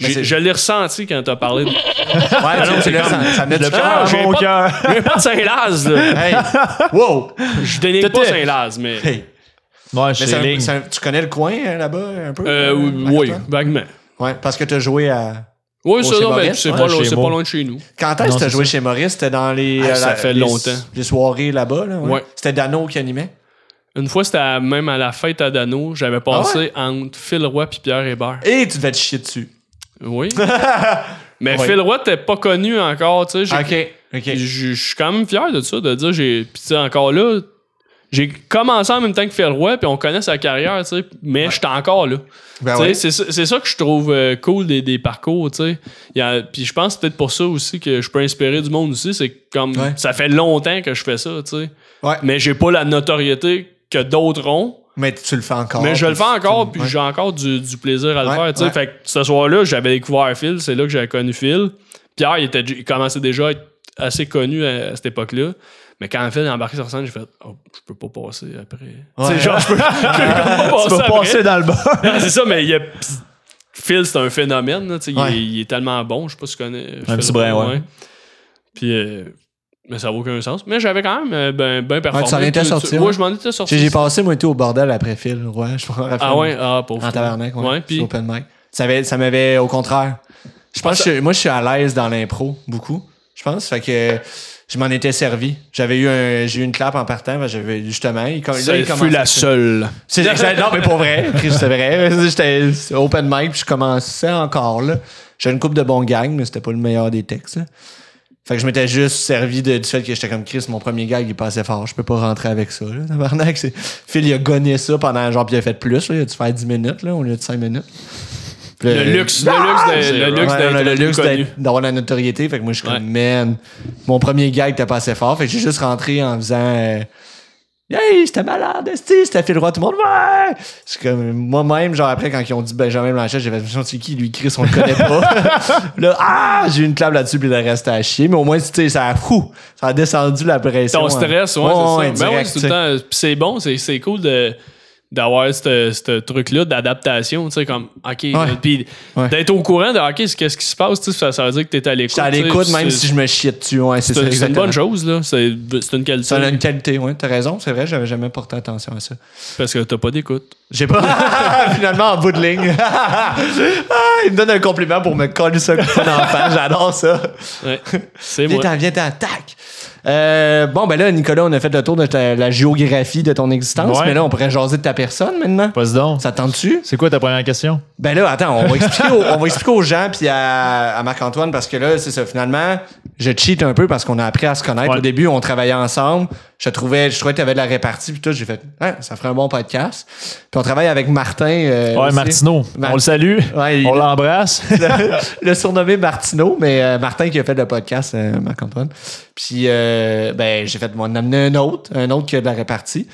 S1: Mais
S5: j'ai-
S1: c'est-
S5: je l'ai ressenti quand tu as parlé de.
S1: Ouais, tu-
S5: Ah, ben c'est
S1: là,
S5: comme-
S1: ça, ça venait du
S5: Ah,
S1: cœur.
S5: j'ai
S6: mon
S5: pas-
S6: cœur.
S5: j'ai pas de Saint-Laz. là.
S1: Hey. Wow!
S5: Je dénigre pas
S6: T'étais-
S5: Saint-Laz, mais.
S1: Hey.
S6: Ouais,
S1: Mais
S6: chez
S1: c'est un-
S6: Ligne.
S1: c'est un- tu connais le coin hein, là-bas un peu?
S5: Euh, oui,
S1: à
S5: oui,
S1: Cap-Town?
S5: vaguement.
S1: Ouais, parce que tu as joué à.
S5: Oui,
S1: chez
S5: ça, non, mais
S1: Maurice,
S5: c'est
S1: ouais,
S5: pas, loin-
S6: chez
S5: c'est
S6: moi.
S5: pas loin de chez nous.
S1: Quand est-ce
S6: Non,
S1: que tu as
S6: c'est
S1: joué chez Maurice? C'était dans les.
S5: Ah,
S1: euh,
S5: ça
S1: la-
S5: fait
S1: les-
S5: longtemps.
S1: Les soirées là-bas, là.
S5: Ouais.
S1: C'était Dano qui animait.
S5: Une fois, c'était à- même à la fête à Dano, j'avais passé entre Phil Roy et Pierre Hébert.
S1: Ah Et tu devais te chier dessus.
S5: Oui. mais Phil Roy, t'es pas connu encore, tu sais. j'ai-
S1: OK.
S5: Puis Je je suis quand même fier de ça, de dire j'ai. Puis tu sais, encore là, j'ai commencé en même temps que Ferroy, puis on connaît sa carrière, tu sais, mais j'étais encore là.
S1: Ben
S5: Tu sais,
S1: ouais.
S5: C'est ça- c'est ça que je trouve euh, cool des, des parcours, tu sais. Il y a- Puis je pense peut-être pour ça aussi que je peux inspirer du monde aussi, c'est que comme
S1: Ouais.
S5: ça fait longtemps que je fais ça, tu sais.
S1: Ouais.
S5: Mais j'ai pas la notoriété que d'autres ont.
S1: Mais tu le fais encore.
S5: Mais je le
S1: puis
S5: fais encore,
S1: tu-
S5: puis
S1: ouais.
S5: j'ai encore du, du plaisir à le
S1: Ouais,
S5: faire. tu sais.
S1: ouais.
S5: Fait que ce soir-là, j'avais découvert Phil, c'est là que j'avais connu Phil. Pierre, il, était, il commençait déjà à être assez connu à, à cette époque-là. Mais quand Phil est embarqué sur scène, j'ai fait oh, je peux pas passer après. Tu sais, genre, je peux, je peux pas passer
S6: Tu vas
S5: après.
S6: passer dans le bar.
S5: Non, c'est ça, mais il y a- Phil, c'est un phénomène. là, tu sais, il,
S1: Ouais.
S5: est, il est tellement bon, je sais pas si tu connais.
S6: Un
S5: Phil,
S6: petit brin, ouais.
S5: Puis, euh, mais ça n'a aucun sens. Mais j'avais quand même euh, ben, ben performé.
S1: en étais
S5: Tu- tu-
S1: sorti,
S5: ouais,
S1: ouais.
S5: je m'en étais sorti.
S1: J'ai j'ai passé, moi, tout au bordel après Phil. Ouais, je me rappelle.
S5: Ah ouais, ah, pauvre.
S1: En
S5: toi.
S1: tabarnak, ouais.
S5: Ouais,
S1: sur
S5: puis Ah,
S1: open mic. Ça avait- ça m'avait, au contraire. Je pense que je- moi, je suis à l'aise dans l'impro, beaucoup. Je pense. Fait que je m'en étais servi. J'avais eu un, j'ai eu une clap en partant. parce que J'avais, justement, il, com- là, il
S5: ça fut
S1: commençait-
S5: la seule.
S1: C'est exact. Non, mais pour vrai. Chris, C'est vrai. J'étais open mic, puis je commençais encore, là. J'ai une coupe de bon gang, mais c'était pas le meilleur des textes, là. Fait que je m'étais juste servi de- du fait que j'étais comme Chris, mon premier gag, il passait fort. Je peux pas rentrer avec ça, là. Tabarnak, c'est- Phil, il a gonné ça pendant, genre, puis il a fait plus, là. Il a dû faire 10 minutes, là, au lieu de 5 minutes. Puis,
S5: Le
S1: euh,
S5: luxe, le luxe, de- le luxe
S1: Ouais,
S5: d'être
S1: on a le
S5: plus
S1: luxe
S5: connu.
S1: d'être- d'avoir la notoriété. Fait que moi, je suis comme,
S5: Ouais.
S1: man, mon premier gag était pas assez fort. Fait que j'ai juste rentré en faisant, euh, hey, j'étais malade, esti, c'était fait le droit tout le monde, ouais! C'est comme, moi-même, genre, après, quand ils ont dit Benjamin Blanchet, j'ai fait, c'est qui, lui, Chris, on le connaît pas. là, ah, j'ai eu une clap là-dessus, puis le reste à chier. Mais au moins, tu sais, ça a, fou, ça a descendu la pression.
S5: Ton
S1: hein.
S5: stress, ouais, c'est ça. Ben ouais,
S1: direct,
S5: c'est tout
S1: tu sais.
S5: le temps. Puis c'est bon, c'est, c'est cool de, d'avoir ce ce truc-là d'adaptation, tu sais, comme, OK, puis
S1: Ouais.
S5: d'être au courant de, OK, c'est- qu'est-ce qui se passe, tu sais, ça, ça veut dire que t'es à l'écoute.
S1: J'étais à
S5: tu sais,
S1: l'écoute,
S5: puis
S1: même
S5: c'est-
S1: si je me chie dessus, ouais, c'est ça.
S5: C'est, c'est une
S1: exactement.
S5: bonne chose, là. C'est, c'est une qualité.
S1: Ça a une qualité, ouais, t'as raison, c'est vrai, j'avais jamais porté attention à ça.
S5: Parce que t'as pas d'écoute.
S1: J'ai pas. Finalement, en bout de ligne. Ah, il me donne un compliment pour me coller ça comme un enfant. J'adore ça.
S5: Ouais. C'est moi.
S1: Viens-t'en, viens-t'en, tac. Euh, bon, ben là, Nicolas, on a fait le tour de ta- la géographie de ton existence,
S6: Ouais.
S1: mais là, on pourrait jaser de ta personne maintenant.
S6: Pas donc.
S1: Ça tente-tu?
S6: C'est quoi ta première question?
S1: Ben là, attends, on va expliquer, aux- on va expliquer aux gens puis à, à Marc-Antoine parce que là, c'est ça. Finalement, je cheat un peu parce qu'on a appris à se connaître.
S6: Ouais.
S1: Au début, on travaillait ensemble. Je trouvais, je trouvais que tu avais de la répartie puis tout. J'ai fait, Hein, ça ferait un bon podcast. Puis on travaille avec Martin. euh,
S6: Ouais,
S1: aussi.
S6: Martineau.
S1: Mar-
S6: on le salue.
S1: Ouais, il-
S6: on l'embrasse.
S1: le surnommé Martineau, mais euh, Martin qui a fait le podcast, euh, Marc-Antoine. Puis, euh, ben, j'ai fait, on en a amené un autre, un autre qui a de la répartie.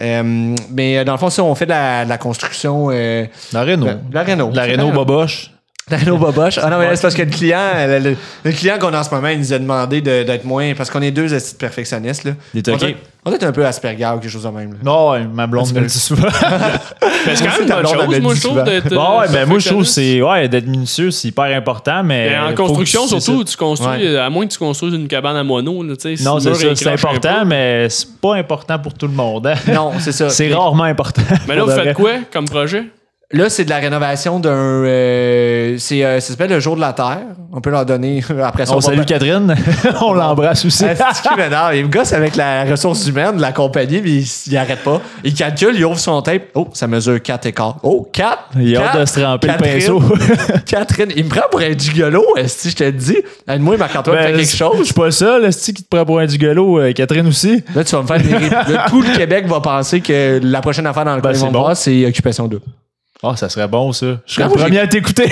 S1: Euh, mais euh, dans le fond, si on fait de la, de la construction. euh,
S6: la Renault.
S1: La- la Renault.
S6: La Renault Boboche.
S1: Dano Boboche. Ah non, mais là, c'est parce que le client, euh, le, le- le client qu'on a en ce moment, il nous a demandé de- d'être moins. Parce qu'on est deux esti de perfectionnistes. Là.
S6: Il est
S1: on
S6: OK.
S1: est- On est un peu Asperger ou quelque chose de même. là.
S6: Non, ouais, ma
S5: Ah,
S6: blonde me le dit souvent.
S5: Mais c'est quand même une bonne
S4: blonde
S5: chose,
S4: avait
S5: moi,
S4: dit
S5: je trouve,
S4: souvent.
S5: d'être.
S6: Bon, ouais,
S5: euh,
S6: ben moi, je trouve que
S5: perfectionniste.
S6: c'est. Ouais, d'être minutieux, c'est hyper important, mais.
S5: Mais Ben, en
S6: faut
S5: construction,
S6: que tu-
S5: surtout, tu construis, à moins que tu construises une cabane à moineaux. Là, tu sais,
S6: Non,
S5: si le
S6: c'est
S5: mur
S6: ça,
S5: est
S6: c'est
S5: croche un
S6: important,
S5: peu.
S6: mais c'est pas important pour tout le monde. hein.
S1: Non, c'est ça.
S6: C'est
S1: Mais-
S6: rarement important.
S5: Mais là,
S6: pour
S5: vous
S6: de vrai.
S5: faites quoi comme projet?
S1: Là, c'est de la rénovation d'un. euh, c'est euh, ça s'appelle le jour de la Terre. On peut leur donner après ça.
S6: On salue Catherine. On l'embrasse aussi.
S1: Asti que m'énerve. Il me gosse avec la ressource humaine de la compagnie, mais il, il arrête pas. Il calcule, il ouvre son tape. Oh, ça mesure 4 écarts. Oh, 4!
S6: Il a hâte de se ramper le pinceau.
S1: Catherine, il me prend pour un gigolo, si je te le dis. Aide-moi, Marc-Antoine, fais
S6: Ben,
S1: quelque
S6: Je
S1: chose.
S6: suis pas seul, le qui te prend pour un gigolo, euh, Catherine aussi.
S1: Là, tu vas me faire des ré- Là, Tout le Québec va penser que la prochaine affaire dans le coin,
S6: Ben,
S1: ils
S6: c'est
S1: vont me
S6: bon.
S1: voir, c'est Occupation 2.
S6: Ah, ça serait bon, ça. Je serais
S1: Non,
S6: le
S1: j'ai-
S6: premier à t'écouter.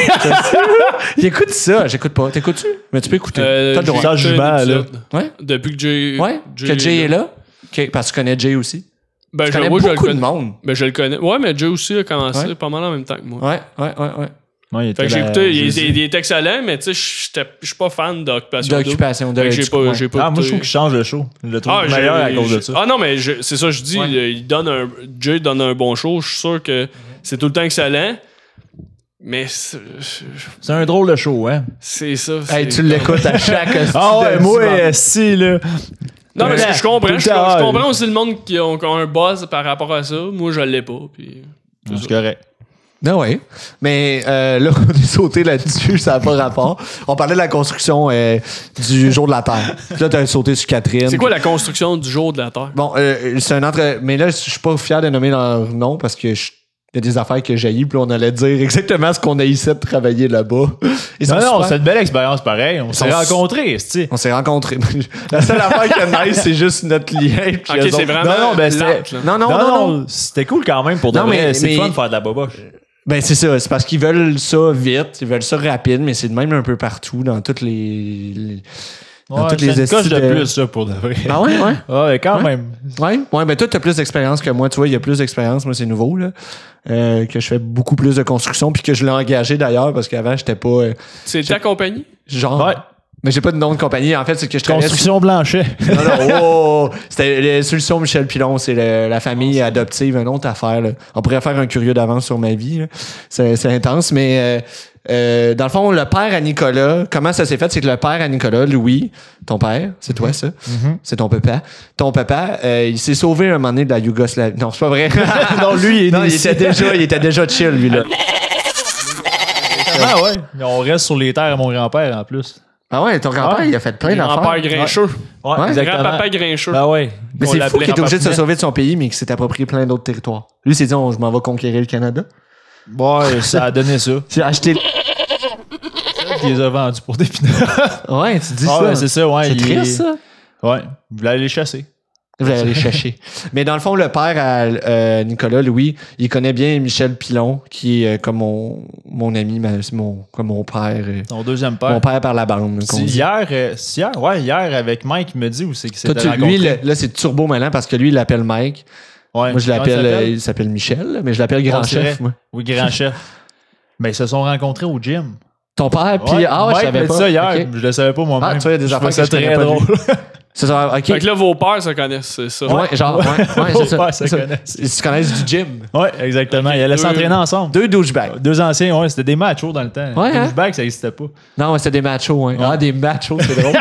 S1: J'écoute ça, j'écoute pas. T'écoutes-tu? Mais tu peux écouter.
S5: Euh,
S1: T'as le droit.
S5: j'ai
S6: Sans
S5: écouté un
S6: jugement, là.
S5: épisode.
S1: Ouais?
S5: Depuis que Jay.
S1: Ouais? Que Jay est là? Ok, Parce que tu connais Jay aussi.
S5: Ben,
S1: Tu
S5: je,
S1: connais
S5: moi, je le
S1: beaucoup de
S5: connais.
S1: monde.
S5: Ben, je le connais. Ouais, mais Jay aussi a commencé
S1: Ouais.
S5: pas mal en même temps que moi.
S1: Ouais, ouais, ouais, ouais.
S6: Ouais, il
S5: Fait
S6: était
S5: que j'ai
S6: là-
S5: écouté, il,
S6: j'ai-
S5: il- il est excellent, mais tu sais, j'étais- je suis pas fan d'Occupation Double.
S1: D'occupation
S5: Fait
S1: de
S5: que j'ai pas, j'ai pas
S6: Ah, moi,
S5: écouté.
S6: je trouve qu'il change le show. Je le trouve
S1: Ah,
S5: j'ai-
S6: meilleur à cause de
S5: j'ai-
S6: ça.
S5: Ah non, mais je- c'est ça que je dis. euh, il- Il donne un, Jay donne un bon show. Je suis sûr que c'est tout le temps excellent. Mais c'est
S6: C'est un drôle de show, hein.
S5: c'est ça. c'est-
S1: Hey, tu l'écoutes à chaque
S6: Ah ouais,
S1: hostie de
S6: moi,
S1: dimanche.
S6: euh, si, là.
S5: Non, mais
S6: Tout le
S5: je
S6: temps. Tout
S5: comprends.
S6: le
S5: Je,
S6: temps,
S5: je
S6: ah,
S5: comprends aussi le monde qui ont, qui ont un buzz par rapport à ça. Moi, je l'ai pas. Puis... euh.
S6: Non, C'est correct.
S1: Ben oui. Mais euh, là, on est sauté là-dessus, ça n'a pas rapport. On parlait de la construction euh, du jour de la Terre. Puis là, t'as sauté sur Catherine.
S5: C'est quoi la construction du jour de la Terre?
S1: Bon, euh, c'est un entre... Mais là, je suis pas fier de nommer leur nom parce que je- il y a des affaires que j'ai puis on allait dire exactement ce qu'on a essayé de travailler là-bas. Ils sont
S6: Non, non,
S1: super-
S6: c'est une belle expérience pareil. On s'est
S1: sont-
S6: rencontrés, tu
S1: on s'est rencontrés. la seule affaire qui est nice, c'est juste notre lien. puis
S5: Ok,
S1: eux
S5: c'est
S1: autres.
S5: vraiment.
S6: Non, non, ben,
S5: plate,
S6: c'était-
S1: Non,
S5: là.
S1: non, non, non.
S6: c'était cool quand même pour de
S1: Non,
S6: vrai.
S1: mais-
S6: C'est le
S1: mais-
S6: fun de faire de la boboche.
S1: Ben c'est ça, c'est parce qu'ils veulent ça vite, ils veulent ça rapide, mais c'est de même un peu partout dans toutes les, les- dans
S6: Ouais,
S1: toutes
S6: c'est
S1: les
S6: une coche
S1: estis
S6: de
S1: de-
S6: plus, ça, pour de vrai.
S1: Ah ouais, ouais.
S6: Ouais, quand même.
S1: Ouais, ouais, ben toi, t'as plus d'expérience que moi, tu vois, il y a plus d'expérience, moi c'est nouveau, là. Euh, que je fais beaucoup plus de construction, puis que je l'ai engagé d'ailleurs, parce qu'avant, j'étais pas euh,
S5: C'est ta compagnie?
S1: genre.
S6: Ouais.
S1: Mais j'ai pas de nom de compagnie, en fait, c'est que je travaillais sur-
S6: Construction Blanchet.
S1: Non, non, oh, oh, oh. C'était les solutions Michel Pilon, Ah, c'est le- la famille adoptive, une autre affaire. là. On pourrait faire un curieux d'avance sur ma vie. là. C'est c'est intense, mais euh, euh, dans le fond, le père à Nicolas, comment ça s'est fait? C'est que le père à Nicolas, Louis, ton père, c'est toi ça? C'est ton papa. Ton papa, euh, il s'est sauvé un moment donné de la Yougoslavie. Non, c'est pas vrai.
S6: non, lui, il est
S1: non,
S6: né
S1: il
S6: ici.
S1: était, déjà, il était déjà chill, lui, là.
S6: Ah ouais. Mais On reste sur les terres à mon grand-père, en plus.
S1: Ah ouais, ton grand-père,
S6: Ah.
S1: il a fait plein
S5: Grand-père
S1: d'affaires.
S5: grincheux.
S6: Ouais,
S1: Ouais.
S5: Grand-papa grincheux.
S6: Ah ouais.
S1: Mais
S6: On
S1: c'est fou
S6: l'appelait
S1: qu'il est obligé de se
S6: Papa
S1: sauver de son pays, mais qu'il s'est approprié plein d'autres territoires. Lui, il s'est dit, on- je m'en vais conquérir le Canada.
S6: Pounet. Ouais, ça a donné ça.
S1: Tu as acheté le-
S6: Il les a vendus pour des pinards.
S1: Ouais, tu dis
S6: Ah
S1: ça.
S6: ouais, c'est ça, ouais.
S1: C'est
S6: il-
S1: triste, ça.
S6: Ouais. Il voulait aller les chasser.
S1: Vous allez aller chercher. Mais dans le fond, le père à euh, Nicolas, Louis, il connaît bien Michel Pilon, qui est euh, comme mon, mon ami, ma- c'est mon, comme mon père. euh,
S6: Ton deuxième père.
S1: Mon père par la bande.
S6: Si-
S1: qu'on dit.
S6: hier, euh, si hier, ouais, hier avec Mike, il me dit où c'est qu'il
S1: Toi,
S6: s'était
S1: tu-
S6: rencontré.
S1: lui, le- là, c'est turbo malin parce que lui, il l'appelle Mike.
S6: Ouais.
S1: Moi, je
S6: Comment il
S1: l'appelle, euh,
S6: s'appelle?
S1: il s'appelle Michel, mais je l'appelle grand
S6: On dirait.
S1: chef. moi.
S6: Oui, grand chef. Mais ils se sont rencontrés au gym.
S1: Ton père, puis.
S6: Ouais,
S1: ah, ouais,
S6: Mike
S1: je savais
S6: m'a dit
S1: pas.
S6: ça hier.
S1: Ok.
S6: Je le savais pas moi-même.
S1: Ah, tu vois, il y a des
S6: Je
S1: affaires
S6: trouvais ça
S1: que je connais
S6: très
S1: pas de lui.
S6: drôle.
S1: C'est ça, ok.
S5: Fait que là, vos pères se connaissent, c'est ça.
S1: ouais, genre, ouais, ouais,
S6: Mon
S1: c'est ça.
S6: père,
S1: c'est
S6: ça
S1: ça.
S6: connaît.
S1: Ils se connaissent du gym.
S6: ouais, exactement. Ils allaient
S5: deux-
S6: s'entraîner ensemble.
S1: Deux douchebags.
S6: Deux anciens, ouais, c'était des matchs oh, dans le temps.
S1: Ouais, hein?
S6: Les douchebags, ça n'existait pas.
S1: Non, c'était des machos, hein. Ah, des machos, c'est drôle.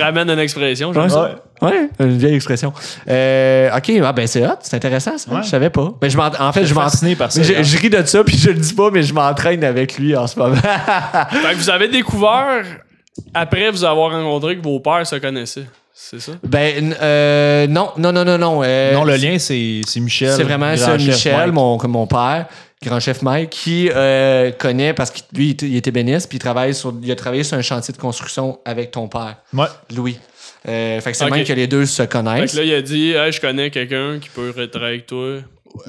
S5: Ramène une expression. j'aime
S1: Ouais,
S5: ça.
S1: ça. Ouais, une vieille expression. Euh, ok, ah ben c'est hot, c'est intéressant ça. Je savais pas. Mais je m'en- en fait, je m'en-
S6: fasciné par ça,
S1: mais Je,
S6: hein.
S1: je ris de ça puis je le dis pas, mais je m'entraîne avec lui en ce moment.
S5: Fait que vous avez découvert, après vous avoir rencontré, que vos pères se connaissaient. C'est ça?
S1: ben euh, non, non, non, non, non. euh,
S6: non, le lien, c'est c'est Michel.
S1: C'est vraiment
S6: grand
S1: ça,
S6: chef
S1: Michel,
S6: Mike.
S1: mon, comme mon père, grand chef Mike, qui euh, connaît parce que lui, il était- il était béniste puis il travaille sur, il a travaillé sur un chantier de construction avec ton père,
S6: Ouais.
S1: Louis. Euh, fait que c'est
S5: Ok.
S1: même que les deux se
S5: Fait
S1: connaissent.
S5: que là, il a dit, hey, je connais quelqu'un qui peut retraire avec toi.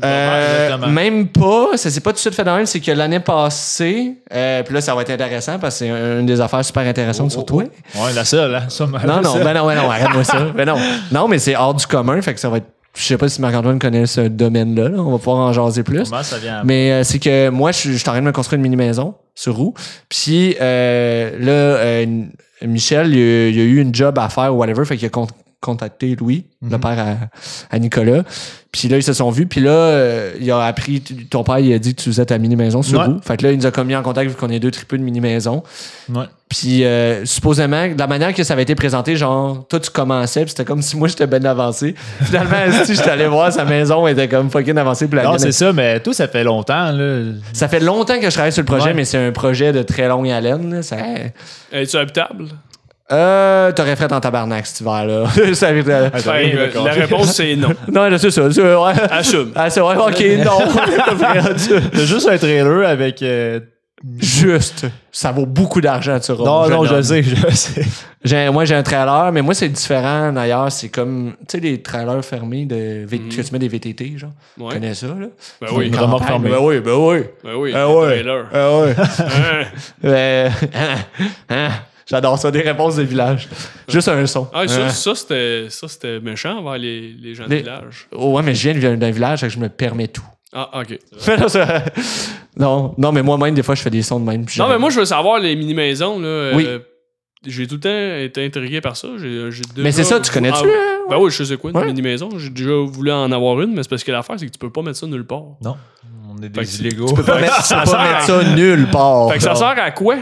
S1: Euh,
S6: Exactement.
S1: même pas, ça s'est pas tout de suite fait de même, c'est que l'année passée, euh, puis là ça va être intéressant parce que c'est une des affaires super intéressantes sur toi.
S6: Ouais, la seule, hein. ça, ma-
S1: Non,
S6: la
S1: non,
S6: seule.
S1: ben non, ben non, arrête-moi ça. Ben non. non, mais c'est hors du commun, fait que ça va être Je sais pas si Marc-Antoine connaît ce domaine-là. là. On va pouvoir en jaser plus.
S6: Comment ça vient
S1: Mais euh, c'est que moi, je suis je suis en train de me construire une mini-maison sur roue. Puis euh, là, euh, n- Michel, il a, il a eu une job à faire ou whatever. Fait qu'il a con- contacté Louis,
S6: Mhm.
S1: le père à, à Nicolas. Puis là, ils se sont vus. Puis là, euh, il a appris, t- ton père, il a dit que tu faisais ta mini-maison sur
S6: Ouais.
S1: roue. Fait que là, il nous a commis en contact vu qu'on est deux tripeux de mini-maison.
S6: Ouais.
S1: Puis euh, supposément, de la manière que ça avait été présenté, genre, toi, tu commençais, puis c'était comme si moi, j'étais ben avancé. Finalement, si j'étais allé voir sa maison, elle était comme fucking avancée. puis la
S6: Non,
S1: mienne
S6: c'est ça, mais tout, ça fait longtemps. Là.
S5: Ben,
S1: ça fait longtemps que je travaille sur le projet,
S6: Ouais.
S1: mais c'est un projet de très longue haleine. là. Ça...
S5: Es-tu habitable?
S1: Euh, t'aurais fait en tabarnak cet hiver, là. Ça arrive,
S6: Ah,
S1: euh,
S5: Ben, euh, la réponse, c'est non.
S1: Non, là, c'est ça. c'est- ouais.
S5: Assume.
S1: Ah, c'est vrai, ok, non.
S6: T'as juste un trailer avec. euh,
S1: Juste, ça vaut beaucoup d'argent, tu
S6: Non, non, je sais, je sais.
S1: J'ai- moi, j'ai un trailer, mais moi, c'est différent d'ailleurs. C'est comme, tu sais, les trailers fermés de
S6: Mm.
S1: V- que tu mets des VTT, genre. Tu
S5: Ouais.
S1: connais ça, là?
S5: Ben oui,
S6: Une remorque
S1: Campagne.
S6: fermée.
S1: Ben oui, ben oui.
S5: ben oui.
S1: Ah ouais.
S5: trailer.
S1: Ah ouais.
S5: Hein.
S1: Euh, hein, hein. J'adore ça, des réponses des villages. Juste un son.
S5: Ah, ça,
S1: Hein.
S5: ça, c'était, ça, c'était méchant envers les, les gens
S1: Les-
S5: du village.
S1: Oh, ouais, mais je viens d'un village, fait que je me permets tout.
S5: Ah, OK.
S1: non, non, mais moi-même, des fois, je fais des sons de même. puis
S5: Non,
S1: j'ai-
S5: mais moi, je veux savoir les mini-maisons. Là, euh,
S1: Oui.
S5: j'ai tout le temps été intrigué par ça. J'ai, j'ai déjà-
S1: Mais c'est ça, tu connais-tu?
S5: Ah,
S1: hein?
S5: Ben oui, je sais quoi, une
S1: Ouais.
S5: mini-maison. J'ai déjà voulu en avoir une, mais c'est parce que l'affaire, c'est que tu peux pas mettre ça nulle part.
S6: On est
S5: Fait que
S6: des
S5: tu-
S6: illégaux.
S1: Tu peux
S5: ça
S1: pas
S5: sert à-
S1: mettre ça nulle part.
S5: Fait que ça
S1: Non.
S5: sert à quoi?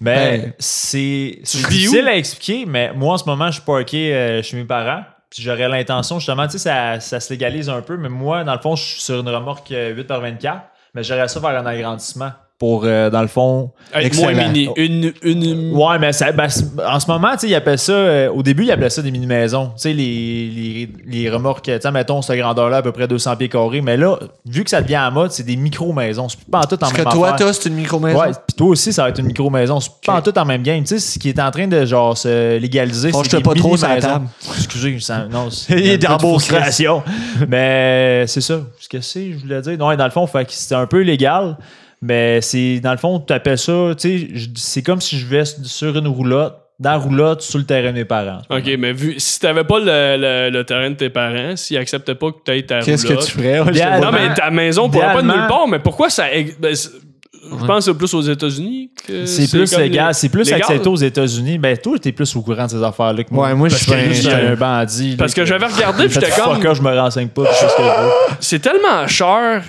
S6: Mais
S1: Ben,
S6: c'est c'est
S5: vis
S6: difficile
S5: où?
S6: à expliquer, mais moi en ce moment, je suis parké euh, chez mes parents. Puis j'aurais l'intention, justement, tu sais, ça, ça se légalise un peu, mais moi, dans le fond, je suis sur une remorque euh, 8x24, mais j'aurais ça vers un agrandissement pour, euh, dans le fond.
S5: Être moins
S6: Excellent.
S1: Oh.
S5: mini. Une, une...
S6: Ouais, mais ça, ben, c'est- en ce moment, tu sais, ils appellent ça, euh, au début, ils appelaient ça des mini-maisons. Tu sais, les, les, les remorques, tu sais, mettons, cette grandeur-là, à peu près 200 pieds carrés, mais là, vu que ça devient en mode, c'est des micro-maisons. C'est pas en tout en
S1: Parce
S6: même
S1: que toi,
S6: affaire.
S1: toi, c'est une micro-maison.
S6: Ouais, puis toi aussi, ça va être une micro-maison. C'est pas en tout en même game. Tu sais, ce qui est en train de genre se légaliser,
S1: Fâche-toi
S6: c'est des
S1: pas trop sur la
S6: mini-maisons.
S1: table.
S6: Excusez, je sens- non, c'est
S1: Il est
S6: un peu de
S1: en beau
S6: frustration. Mais c'est ça. Ce que c'est, je voulais dire. Non, dans le fond, fait que c'est un peu illégal. Mais c'est dans le fond, tu appelles ça, tu sais, je- c'est comme si je vais sur une roulotte, dans la roulotte, sur le terrain de mes parents.
S5: OK, mais vu, si t'avais pas le, le- le terrain de tes parents, s'ils acceptaient pas que t'aies ta
S1: Qu'est-ce que
S5: roulotte-
S1: tu ferais? Ouais, je
S6: Bien,
S1: sais
S5: ben, Non,
S1: pas.
S5: mais ta maison pourrait pas de
S6: Idéalement-
S5: nulle part, mais pourquoi ça. ex- ben, c'est- je pense que c'est plus aux États-Unis que.
S6: C'est plus
S5: comme
S6: légal,
S5: les-
S6: c'est plus
S5: légal.
S6: accepté aux États-Unis. Ben, toi, t'es plus au courant de ces affaires-là que moi.
S1: Ouais, moi, je
S6: Parce
S1: suis
S6: que
S1: un-
S6: je suis un bandit. là,
S5: Parce que
S6: que-
S5: j'avais regardé, puis
S6: Faites
S5: j'étais comme.
S6: fuck off, je me renseigne pas, puis je sais ce que je veux.
S5: C'est tellement cher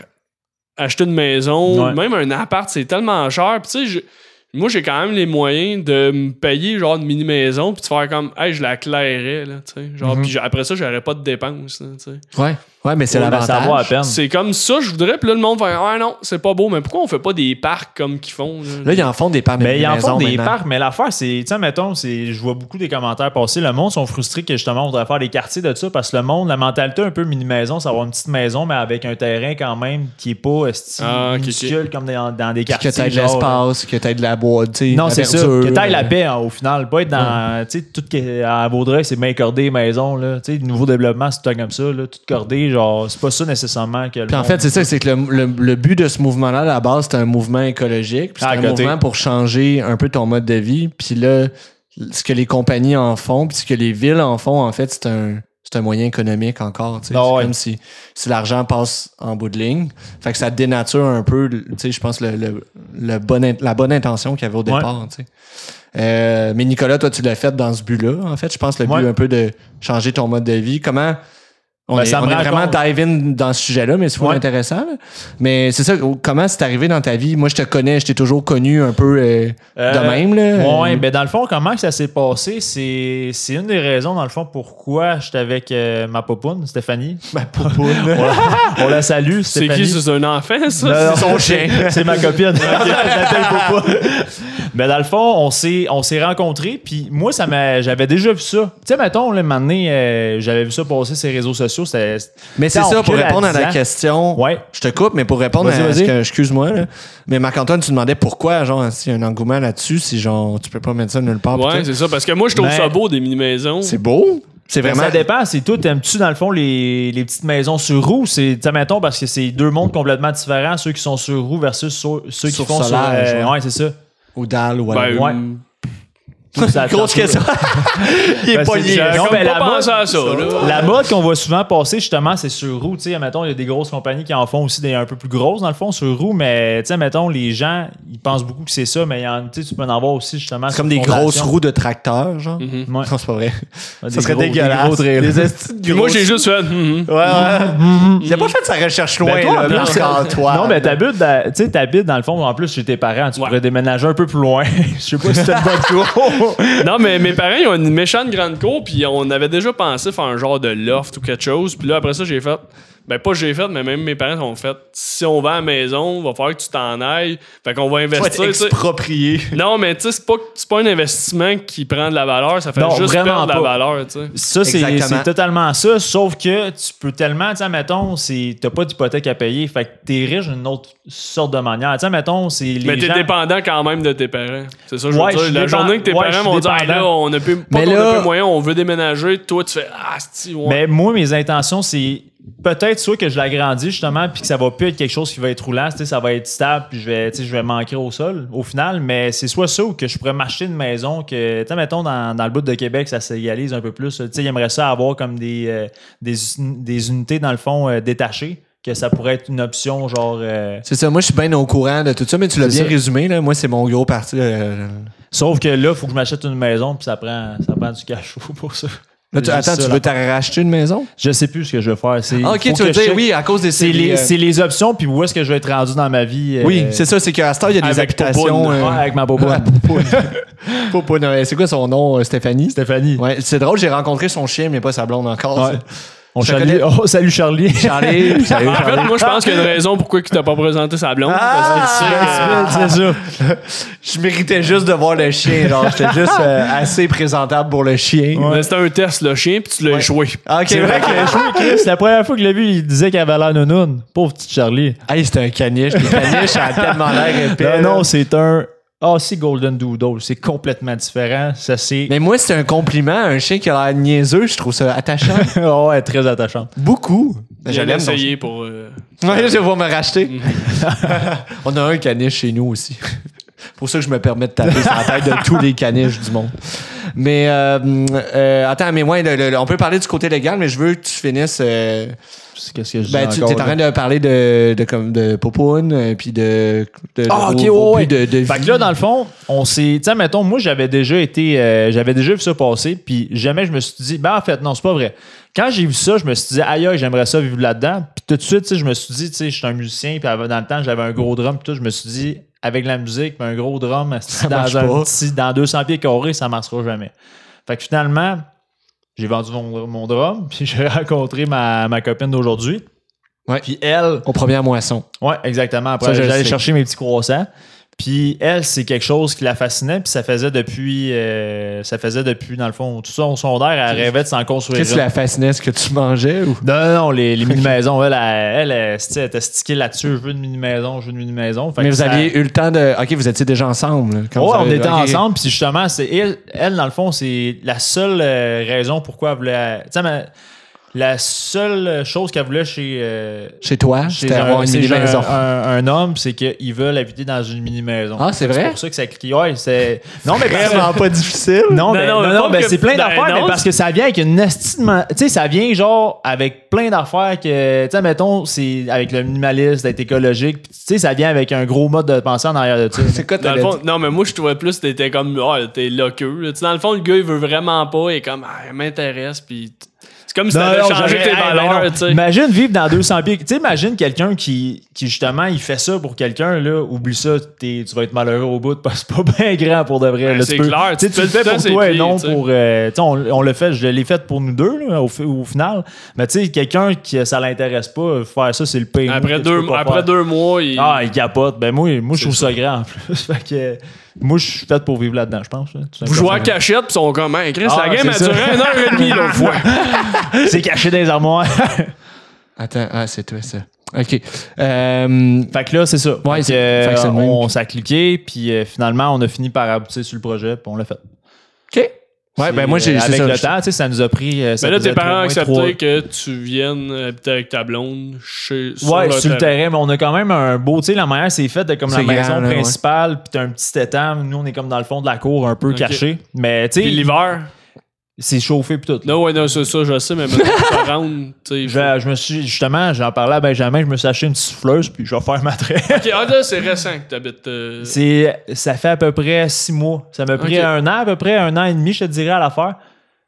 S5: acheter une maison,
S6: Ouais.
S5: même un appart, c'est tellement cher. Puis tu sais, je- moi, j'ai quand même les moyens de me payer genre une mini-maison, puis de faire comme, hey, je la clairais, là, tu sais. Genre,
S6: Mhm.
S5: puis j'- après ça, j'aurais pas de dépenses, là, tu sais.
S1: Ouais, ouais, mais c'est
S6: Ouais, ben, ça vaut à
S1: l'avantage.
S6: peine.
S5: C'est comme ça, je voudrais. Puis là, le monde va dire, ah non, c'est pas beau. Mais pourquoi on fait pas des parcs comme qu'ils font?
S1: Là, ils en font des parcs
S6: Mais ils en
S1: mini-maisons
S6: font des
S1: maintenant.
S6: parcs, mais l'affaire, c'est, tu sais, mettons, c'est, je vois beaucoup des commentaires passer. Le monde sont frustrés que justement, on voudrait faire des quartiers de ça parce que le monde, la mentalité un peu mini-maison, c'est avoir une petite maison, mais avec un terrain quand même qui est pas euh, style
S5: Ah, ok, ok.
S6: minuscule comme dans, dans des
S1: Puis Que
S6: quartiers.
S1: t'aies de
S6: genre, euh,
S1: l'espace, que t'aies de la boîte, tu sais.
S6: Non,
S1: la
S6: c'est ça.
S1: verdure,
S6: Que t'ailles la
S1: euh,
S6: paix, hein, au final. Pas être dans. Tu sais, tout que- à Vaudreuil, c'est bien cordé, maison, là. Tu sais, du nouveau développement, c'est tout le temps comme ça, là. Tout cordé, genre, c'est pas ça nécessairement que. le
S1: Puis en
S6: monde-
S1: fait, c'est ça, c'est que le, le- le but de ce mouvement-là, à la base, c'est un mouvement écologique. puis
S6: Ah,
S1: C'est
S6: à
S1: un
S6: côté.
S1: mouvement pour changer un peu ton mode de vie. Puis là, ce que les compagnies en font, puis ce que les villes en font, en fait, c'est un, c'est un moyen économique encore. tu sais.
S6: Ah
S1: c'est
S6: ouais.
S1: comme si, si l'argent passe en bout de ligne. Fait que ça dénature un peu, tu sais, je pense, le, le- le bon in- la bonne intention qu'il y avait au
S6: Ouais.
S1: départ. tu sais. Euh, mais Nicolas, toi, tu l'as fait dans ce but-là, en fait. Je pense le but
S6: Ouais.
S1: un peu de changer ton mode de vie. Comment. On,
S6: Ben,
S1: est,
S6: ça me
S1: on est
S6: rend
S1: vraiment
S6: compte.
S1: dive in dans ce sujet-là, mais c'est fou
S6: Ouais.
S1: intéressant. là. Mais c'est ça, au- comment c'est arrivé dans ta vie? Moi, je te connais, je t'ai toujours connu un peu euh, de
S6: Euh,
S1: même. Là.
S6: Ouais, ben dans le fond, comment que ça s'est passé, c'est c'est une des raisons, dans le fond, pourquoi j'étais avec euh, ma popoune, Stéphanie. Ma popoune. on, la, on la salue,
S5: C'est qui?
S6: Stéphanie.
S5: C'est un enfant,
S6: Non,
S5: ça?
S6: non,
S1: son
S6: c'est-
S1: chien.
S6: C'est ma copine. Je l'appelle Popoune. Mais Ben, dans le fond, on s'est, on s'est rencontrés, puis moi, ça m'a, j'avais déjà vu ça. Tu sais, mettons, là, maintenant, euh, j'avais vu ça passer sur les réseaux sociaux. C'était,
S1: mais c'est
S6: on
S1: ça, pour
S6: recule à
S1: répondre à
S6: 10
S1: la
S6: ans.
S1: question,
S6: Ouais.
S1: je te coupe, mais pour répondre
S6: Vas-y,
S1: à
S6: vas-y.
S1: ce que- excuse-moi, là. mais Marc-Antoine, tu demandais pourquoi, genre, s'il y a un engouement là-dessus, si genre, tu peux pas mettre ça nulle part. pis
S5: Ouais,
S1: tout.
S5: c'est ça. Parce que moi, je trouve
S6: Ah, Mais-
S5: ça beau, des mini-maisons.
S1: c'est beau. C'est vraiment.
S6: Ben, Ça dépend, c'est tout. T'aimes-tu, dans le fond, les, les petites maisons sur roue? C'est, tu sais, mettons, parce que c'est deux mondes complètement différents, ceux qui sont sur roue versus sur- ceux qui
S1: Sur
S6: font
S1: solage,
S6: sur. euh,
S1: ouais.
S6: ouais, c'est ça.
S1: Ou dalle, ou
S5: Ben,
S1: whatever.
S6: Ouais.
S5: hum,
S6: Ça
S4: Grosse
S6: tente-
S4: question. Il est
S6: Ben, c'est-
S4: pogné.
S6: j'ai
S5: Non,
S6: comme
S5: mais
S6: pas
S5: la
S6: pensé
S5: à ça, là.
S6: La mode qu'on voit souvent passer, justement, c'est sur roue. Tu sais, mettons, il y a des grosses compagnies qui en font aussi des un peu plus grosses, dans le fond, sur roue. Mais, tu sais, mettons, les gens, ils pensent beaucoup que c'est ça, mais il y en- tu sais, tu peux en avoir aussi, justement.
S4: C'est comme
S6: sur
S4: des grosses
S6: fondation.
S4: roues de tracteur, genre.
S5: Mm-hmm.
S6: Ouais.
S4: Non, c'est pas vrai.
S6: Ouais,
S4: Ça
S6: des
S4: serait
S6: gros- des gros
S4: dégueulasse.
S6: trailers.
S4: Des estis de
S5: Moi,
S4: grosses-
S5: j'ai juste fait. hum, hum.
S4: Ouais, ouais. Il a pas fait sa recherche loin,
S6: Ben, toi, en
S4: là.
S6: plus,
S4: parce
S6: c'est-
S4: qu'Antoine-
S6: Non, mais t'habites, dans- tu sais, t'habites dans le fond, en plus, chez tes parents. Tu
S5: Ouais.
S6: pourrais déménager un peu plus loin. Je sais pas si t'as le bon cours.
S5: Non, mais mes parents, ils ont une méchante grande cour, puis on avait déjà pensé faire un genre de loft ou quelque chose. Puis là, après ça, j'ai fait. Ben, pas j'ai fait, mais même mes parents ont fait. Si on va à la maison, il va falloir que tu t'en ailles. Fait qu'on va
S4: Faut être
S5: investir. tu sais.
S4: exproprié.
S5: Non, mais tu sais, c'est pas, c'est pas un investissement qui prend de la valeur, ça fait
S6: Non,
S5: juste
S6: vraiment
S5: perdre de la
S6: pas.
S5: valeur, tu sais.
S6: Ça, c'est
S4: Exactement.
S6: c'est totalement ça, sauf que tu peux tellement, tu sais, mettons, c'est- t'as pas d'hypothèque à payer, fait que t'es riche d'une autre sorte de manière. Tu sais, mettons, c'est les
S5: Mais t'es
S6: gens...
S5: dépendant quand même de tes parents. C'est ça, que je veux
S6: Ouais, je
S5: dire.
S6: suis
S5: La
S6: dépend-
S5: journée que tes
S6: ouais, je
S5: parents
S6: suis
S5: vont dire, Hey, là,
S6: dépendant.
S5: on a plus, pas
S1: Mais
S5: qu'on
S1: là-
S5: a plus moyen, on veut déménager, toi, tu fais, ah, si, ouais.
S6: Mais Ben, moi, mes intentions, c'est peut-être soit que je l'agrandis justement, puis que ça va plus être quelque chose qui va être roulant, tu sais, ça va être stable, puis je vais, tu sais, je vais manquer au sol au final. Mais c'est soit ça ou que je pourrais m'acheter une maison que, tu sais, mettons, dans, dans le bout de Québec, ça s'égalise un peu plus. Tu sais, j'aimerais ça avoir comme des, euh, des, uni- des unités, dans le fond, euh, détachées, que ça pourrait être une option, genre. euh,
S1: C'est ça, moi je suis bien au courant de tout ça, mais tu l'as
S6: C'est
S1: bien
S6: ça.
S1: résumé. Là. Moi, c'est mon gros parti. euh,
S6: Sauf que là, il faut que je m'achète une maison, puis ça prend, ça prend du cash flow pour ça.
S1: Là, tu-
S6: Juste
S1: attends,
S6: ça,
S1: tu
S6: là.
S1: veux t'en racheter une maison?
S6: Je sais plus ce que je vais faire. C'est-
S1: Ah,
S6: faut
S1: ok, tu
S6: que
S1: veux
S6: je
S1: dire
S6: check.
S1: oui, à cause des
S6: C'est les,
S1: euh,
S6: c'est les options, puis où est-ce que je vais être rendu dans ma vie. euh,
S1: Oui, c'est ça, c'est qu'à Star, il y a des
S5: Avec
S1: habitations.
S5: Popoun.
S6: Ouais,
S1: euh,
S6: avec ma boboine.
S1: Popoun, euh, c'est quoi son nom, euh, Stéphanie?
S6: Stéphanie.
S1: Ouais, c'est drôle, j'ai rencontré son chien, mais pas sa blonde encore.
S6: Ouais. On
S1: Je
S6: Charlie-
S1: connais-
S6: Oh, salut Charlie. Ah,
S1: Charlie, salut,
S5: En fait,
S1: Charlie.
S5: moi, je pense qu'il y a une raison pourquoi il t'a pas présenté sa blonde. parce
S6: ah,
S5: qu'il sait que-
S6: c'est ça.
S1: Je méritais juste de voir le chien, genre, j'étais juste euh, assez présentable pour le chien.
S5: Mais C'était un test, le chien, puis tu l'as échoué.
S1: Ah, ok,
S6: C'est vrai
S1: ouais.
S6: que je- Chris, ah. c'est la première fois que je l'ai vu, il disait qu'il avait l'air nounoun. Pauvre petit Charlie. Ben
S1: Hey, c'était un caniche. Le caniche a tellement l'air épais.
S6: Non, non,
S1: là.
S6: c'est un. Ah, c'est Golden Doodle. C'est complètement différent. Ça, c'est.
S1: Mais moi, c'est un compliment. Un chien qui a l'air niaiseux, je trouve ça attachant.
S6: Oh, elle est très attachante.
S1: Beaucoup.
S5: Il
S1: Je
S5: allait
S1: l'aime, Mm. ton
S5: essayer pour. euh,
S1: Ouais, je vais me racheter. On a un caniche chez nous aussi. Pour ça que je me permets de taper sur la tête de tous les caniches du monde. Mais euh, euh, attends, mais moi, le- le- le- on peut parler du côté légal, mais je veux que tu finisses. euh,
S6: C'est- Qu'est-ce que je dis
S1: ben, tu es en
S6: encore, là?
S1: train de parler de, de, comme de Popoun, euh, puis de. de
S6: Ah,
S1: de-
S6: ok,
S1: de-
S6: ouais, ouais.
S1: de- de
S6: Fait
S1: vie.
S6: que là, dans le fond, on s'est. Tu sais, mettons, moi, j'avais déjà été. euh, j'avais déjà vu ça passer, puis jamais je me suis dit, ben, en fait, non, c'est pas vrai. Quand j'ai vu ça, je me suis dit, aïe, aïe, j'aimerais ça vivre là-dedans. Puis tout de suite, tu sais, je me suis dit, tu sais, je suis un musicien, puis avant- dans le temps, j'avais un gros drum, puis tout, je me suis dit, avec la musique, puis un gros drum, asti,
S1: marche
S6: dans, un
S1: pas.
S6: petit, dans 200 pieds carrés, ça marchera jamais. Fait que finalement, j'ai vendu mon, mon drum, puis j'ai rencontré ma, ma copine d'aujourd'hui.
S1: Ouais.
S6: Puis elle,
S1: Aux premières moissons.
S6: oui, exactement. Après,
S1: Ça, je le
S6: j'allais
S1: sais.
S6: chercher mes petits croissants. Puis elle, c'est quelque chose qui la fascinait, puis ça faisait depuis, euh, ça faisait depuis dans le fond, tout ça, son secondaire, elle rêvait de s'en construire.
S1: Qu'est-ce qui
S6: une.
S1: la fascinait? Ce que tu mangeais ou.
S6: Non, non, non, les, les mini-maisons, elle, elle, elle, elle, c'était- elle était stickée là-dessus, je veux une mini-maison, je veux une mini-maison. Fait
S1: Mais
S6: que
S1: vous
S6: ça-
S1: aviez eu le temps de. Ok, vous étiez déjà ensemble. là, quand
S6: Ouais,
S1: vous
S6: Oh, on
S1: avez-
S6: était
S1: ok.
S6: ensemble, puis justement, c'est elle, elle, dans le fond, c'est la seule euh, raison pourquoi elle voulait... Tu sais, mais la seule chose qu'elle voulait chez... euh,
S1: Chez toi,
S6: C'est
S1: c'était avoir
S6: un-
S1: une
S6: c'est genre
S1: mini-maison.
S6: Un, un homme, c'est qu'ils veulent habiter dans une mini-maison.
S1: Ah, c'est vrai?
S6: C'est pour ça que ça clique. Ouais, c'est. Non, mais parce que-
S1: pas difficile.
S6: Non, mais,
S5: non,
S6: non,
S5: mais
S6: non,
S5: pas
S6: mais
S5: que-
S6: c'est plein
S5: ben
S6: d'affaires,
S5: non,
S6: mais parce que ça vient avec une estimation. Tu sais, ça vient genre avec plein d'affaires que. Tu sais, mettons, c'est avec le minimaliste, d'être écologique. puis Tu sais, ça vient avec un gros mode de pensée en arrière de ça.
S1: C'est quoi
S5: Dans
S1: t'as
S5: le fond, non, mais moi, je trouvais plus, t'étais comme, oh, t'es loqueux. là. Tu sais, Dans le fond, le gars, il veut vraiment pas, et comme, ah, il m'intéresse, puis t- c'est comme si
S6: Non,
S5: t'avais
S6: non,
S5: changé
S6: j'aurais-
S5: tes
S6: hey, ben
S5: valeurs,
S6: non.
S5: tu sais.
S6: Imagine vivre dans 200 pieds. Tu sais, imagine quelqu'un qui, qui, justement, il fait ça pour quelqu'un, là, oublie ça, t'es- tu vas être malheureux au bout, parce que c'est pas bien grand pour de vrai.
S5: Ben,
S6: là,
S5: c'est
S6: tu peux-
S5: clair,
S6: tu sais,
S5: tu
S6: tu le
S5: fais
S6: fais
S5: tout
S6: pour
S5: ça,
S6: toi
S5: c'est
S6: et non
S5: pire, tu sais.
S6: pour. euh, tu sais, on, on le fait, je l'ai fait pour nous deux, là, au, fi- au final. Mais tu sais, quelqu'un qui ça l'intéresse pas, faire ça, c'est le pire.
S5: Après,
S6: que tu
S5: deux,
S6: peux pas
S5: après
S6: faire.
S5: deux mois, il.
S6: Ah, il capote. Ben, moi, moi je trouve ça grand, en plus. fait que, euh, moi, je suis fait pour vivre là-dedans, je pense. là, tout
S5: Vous
S6: simplement.
S5: jouez à cachette, pis sont comme, Hey, Chris,
S6: Ah,
S5: la game a
S6: c'est
S5: duré
S6: ça.
S5: un heure et demie, l'autre fois.
S6: C'est caché dans les armoires.
S1: Attends, ah, c'est toi ça. OK. Euh,
S6: Fait que là, c'est ça.
S1: Ouais,
S6: fait
S1: c'est-
S6: que, euh,
S1: fait que c'est le même.
S6: on s'est cliqué, puis euh, finalement, on a fini par aboutir sur le projet, puis on l'a fait.
S1: OK. Ouais, ben moi, j'ai-
S6: Euh,
S1: c'est
S6: Avec
S1: ça,
S6: le
S1: je-
S6: temps, tu sais, ça nous a pris. euh, ça
S5: Mais là,
S6: faisait
S5: tes parents
S6: au
S5: ont
S6: moins
S5: accepté
S6: trois-
S5: que tu viennes euh, habiter avec ta blonde chez, sur
S6: Ouais,
S5: leur
S6: sur le
S5: terrain.
S6: terrain, mais on a quand même un beau. Tu sais, la manière c'est faite de comme la
S1: C'est grand,
S6: maison
S1: là, ouais.
S6: principale, puis t'as un petit étang. Nous, on est comme dans le fond de la cour, un peu
S5: Ok.
S6: caché. Mais tu
S5: Puis
S6: sais,
S5: l'hiver.
S6: c'est chauffé, puis tout. là.
S5: Là, ouais, non, c'est ça, je sais, mais maintenant, tu te rends, tu sais.
S6: Je, je me suis, justement, j'en parlais à Benjamin, je me suis acheté une petite souffleuse, puis je vais faire ma traite.
S5: Ok, ah, là, c'est récent que t'habites. euh,
S6: C'est, ça fait à peu près six mois. Ça m'a pris
S5: Ok.
S6: un an, à peu près un an et demi, je te dirais, à la faire.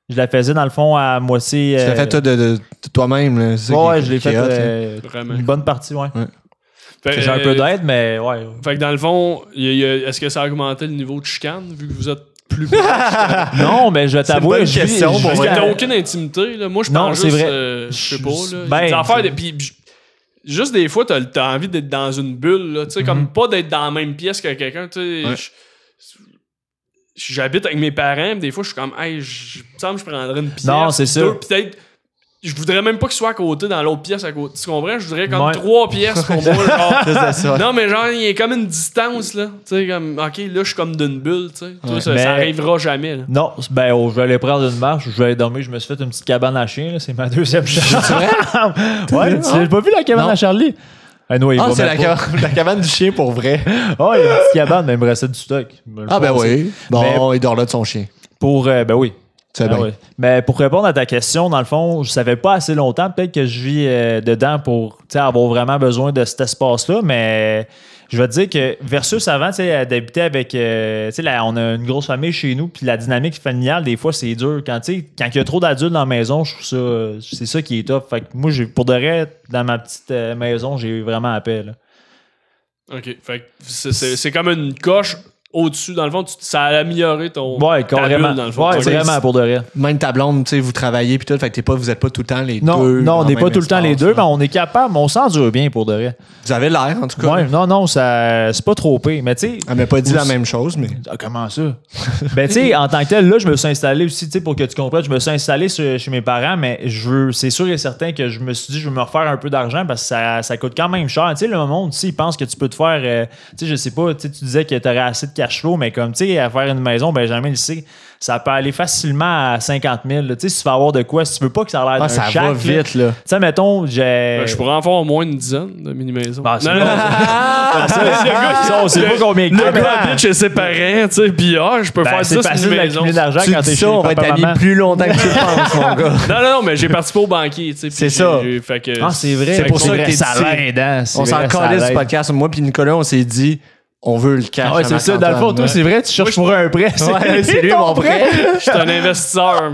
S6: Je la faisais, dans le fond, à moitié.
S1: Tu
S6: euh,
S1: l'as fait toi, de, de- de toi-même. là, c'est ça
S6: Ouais,
S1: qui-
S6: je l'ai
S1: qui
S6: fait
S1: est hot, là.
S6: euh,
S5: Vraiment.
S6: une bonne partie, ouais.
S5: Fait,
S6: J'ai un peu
S5: euh,
S6: d'aide, mais ouais.
S5: Fait que dans le fond, il y a- il y a- est-ce que ça a augmenté le niveau de chicane vu que vous êtes plus proche?
S6: Non, mais je vais t'avouer,
S1: Ah. bonne
S6: je vis-
S1: question
S6: je
S1: pour
S6: vis
S5: Parce que
S6: la-
S5: t'as aucune intimité, là. Moi, je
S6: Non,
S5: pense
S6: c'est
S5: juste.
S6: vrai.
S5: euh, je sais pas, là.
S6: Ben,
S5: des affaires de-
S6: c'est-
S5: puis- puis- juste des fois, t'as, t'as envie d'être dans une bulle, là. Tu sais, comme
S6: Mhm.
S5: pas d'être dans la même pièce que quelqu'un, tu sais.
S7: Ouais.
S5: je- J'habite avec mes parents, puis des fois, je suis comme, hey, je il me semble que je prendrais une pièce.
S6: Non, c'est ça.
S5: deux, peut-être. Je voudrais même pas qu'ils soient à côté dans l'autre pièce à côté. Tu comprends? Je voudrais comme
S6: Ouais.
S5: trois pièces pour moi. genre.
S1: C'est ça.
S5: Non, mais genre, il y a comme une distance, là. Tu sais, comme, OK, là, je suis comme d'une bulle, tu sais. Toi, ça,
S6: Mais-
S5: ça arrivera jamais, là.
S6: Non, c'est- ben, oh, je vais aller prendre une marche, je vais aller dormir, je me suis fait une petite cabane à chien, là, c'est ma deuxième chance.
S1: Ah,
S6: ouais, tu l'as pas vu la cabane
S1: Non.
S6: à Charlie? Ah, non, il
S1: Ah,
S6: va
S1: c'est la,
S6: même pas.
S1: ca- la cabane du chien pour vrai.
S6: Ah, il y a une petite cabane, mais il me restait du stock.
S1: Ah, ben oui. Bon,
S6: Mais-
S1: il dort là de son chien.
S6: Pour, euh, ben oui.
S1: Tu sais
S6: Ah
S1: bien.
S6: ouais. Mais pour répondre à ta question, dans le fond, je savais pas assez longtemps peut-être que je vis euh, dedans pour tu sais, avoir vraiment besoin de cet espace-là, mais je vais te dire que versus avant, tu sais, d'habiter avec... euh, tu sais, là, on a une grosse famille chez nous, puis la dynamique familiale, des fois, c'est dur. Quand tu sais, quand il y a trop d'adultes dans la maison, je trouve ça... euh, C'est ça qui est top. Fait que moi, j'ai- pour de vrai, dans ma petite euh, maison, j'ai vraiment appel.
S5: OK. Fait que c'est- c'est c'est comme une coche au-dessus, dans le fond. tu- ça a amélioré ton.
S6: Ouais,
S5: ta
S6: carrément.
S5: bulle, dans le fond.
S6: Ouais,
S5: Ok.
S6: vraiment, pour de vrai.
S1: Même ta blonde, tu sais, vous travaillez puis tout, fait que t'es pas, vous êtes pas tout le temps les
S6: Non,
S1: deux.
S6: non on
S1: dans
S6: n'est
S1: même
S6: pas tout le temps
S1: espace,
S6: les deux,
S1: là.
S6: mais on est capable, mais on s'endure bien pour de vrai.
S1: Vous avez l'air, en tout cas.
S6: Ouais, non, non, ça, c'est pas trop pire. Mais tu sais,
S1: Elle m'a pas dit la
S6: Aussi-
S1: même chose, mais.
S6: ah, comment ça? ben, tu sais, en tant que tel, là, je me suis installé aussi, tu sais, pour que tu comprennes, je me suis installé sur- chez mes parents, mais je veux, c'est sûr et certain que je me suis dit, je vais me refaire un peu d'argent parce que ça, ça coûte quand même cher. Tu sais, le monde, tu sais, il pense que tu peux te faire, euh, tu sais, je sais pas, tu sais, tu disais que tu aurais assez de cash flow, mais comme, tu sais, à faire une maison, Benjamin le sait, ça peut aller facilement à 50 000. là. Tu sais, si tu veux avoir de quoi, si tu veux pas que ça a l'air
S1: Ah,
S6: d'un
S1: ça
S6: shack,
S1: va
S6: là.
S1: vite, là.
S6: Tu sais, mettons, j'ai.
S5: Ben, je pourrais en faire au moins une dizaine de mini-maisons.
S6: Ah, c'est
S5: non,
S6: bon.
S5: non, non.
S6: Ça, on sait pas combien
S5: Le
S6: coûte.
S5: gars habite chez ses parents, tu sais, puis ah, je peux
S6: Ben,
S5: faire
S6: c'est
S5: ça sur
S6: facile
S5: une maison.
S6: d'accumuler de l'argent
S1: Tu
S6: quand t'es
S1: dis
S6: chez
S1: ça, on va être amis
S6: papa-maman.
S1: plus longtemps que tu le penses, mon gars.
S5: Non, non, non, mais j'ai participé au banquier, tu sais. puis
S1: C'est
S5: j'ai-
S1: ça.
S5: j'ai- fait que-
S6: Ah, c'est vrai.
S1: C'est pour
S5: Fait
S1: ça que
S5: qu'on-
S1: t'es
S6: ça
S1: ici.
S6: l'aide, hein? C'est
S1: On s'en
S6: vrai, ça
S1: calait du
S6: l'aide.
S1: podcast. Moi puis Nicolas, on s'est dit, on veut le cash.
S6: Ah ouais,
S1: à
S6: c'est ça. Dans le fond,
S1: Marc-Antoine,
S6: toi,
S1: ouais.
S6: c'est vrai, tu cherches pour un prêt.
S1: Ouais, c'est lui mon prêt.
S5: Je suis un investisseur.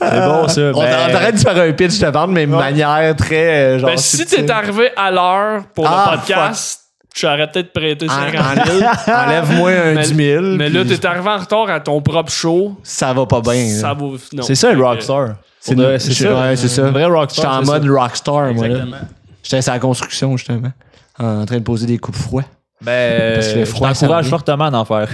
S6: C'est bon, ça.
S1: On
S6: ben,
S1: t'arrête de faire un pitch de vente, mais de manière très. euh, genre,
S5: Ben, si
S1: subtile.
S5: t'es arrivé à l'heure pour
S1: Ah,
S5: le podcast, tu aurais peut-être prêté
S1: En-
S6: hein.
S5: 50 000.
S1: en- Enlève-moi un
S5: Mais-
S1: 10 000.
S5: Mais là,
S1: puis
S5: t'es arrivé en retard à ton propre show.
S1: Ça va pas bien. là.
S5: Ça vaut. non.
S6: Ben, C'est ça,
S5: Fait
S6: le
S5: que-
S6: rockstar.
S1: C'est
S6: Pour de-
S1: une-
S6: c'est
S1: c'est-
S6: ça.
S1: ouais, c'est ça.
S6: Un vrai
S1: J'étais
S6: rockstar.
S1: en
S6: c'est
S1: mode
S6: ça.
S1: rockstar, moi. là.
S6: Exactement.
S1: J'étais sur la construction, justement. En train de poser des coups de froid.
S6: Ben,
S1: Parce que le
S6: je
S1: froid, ça
S6: t'encourage
S1: revient.
S6: fortement d'en faire.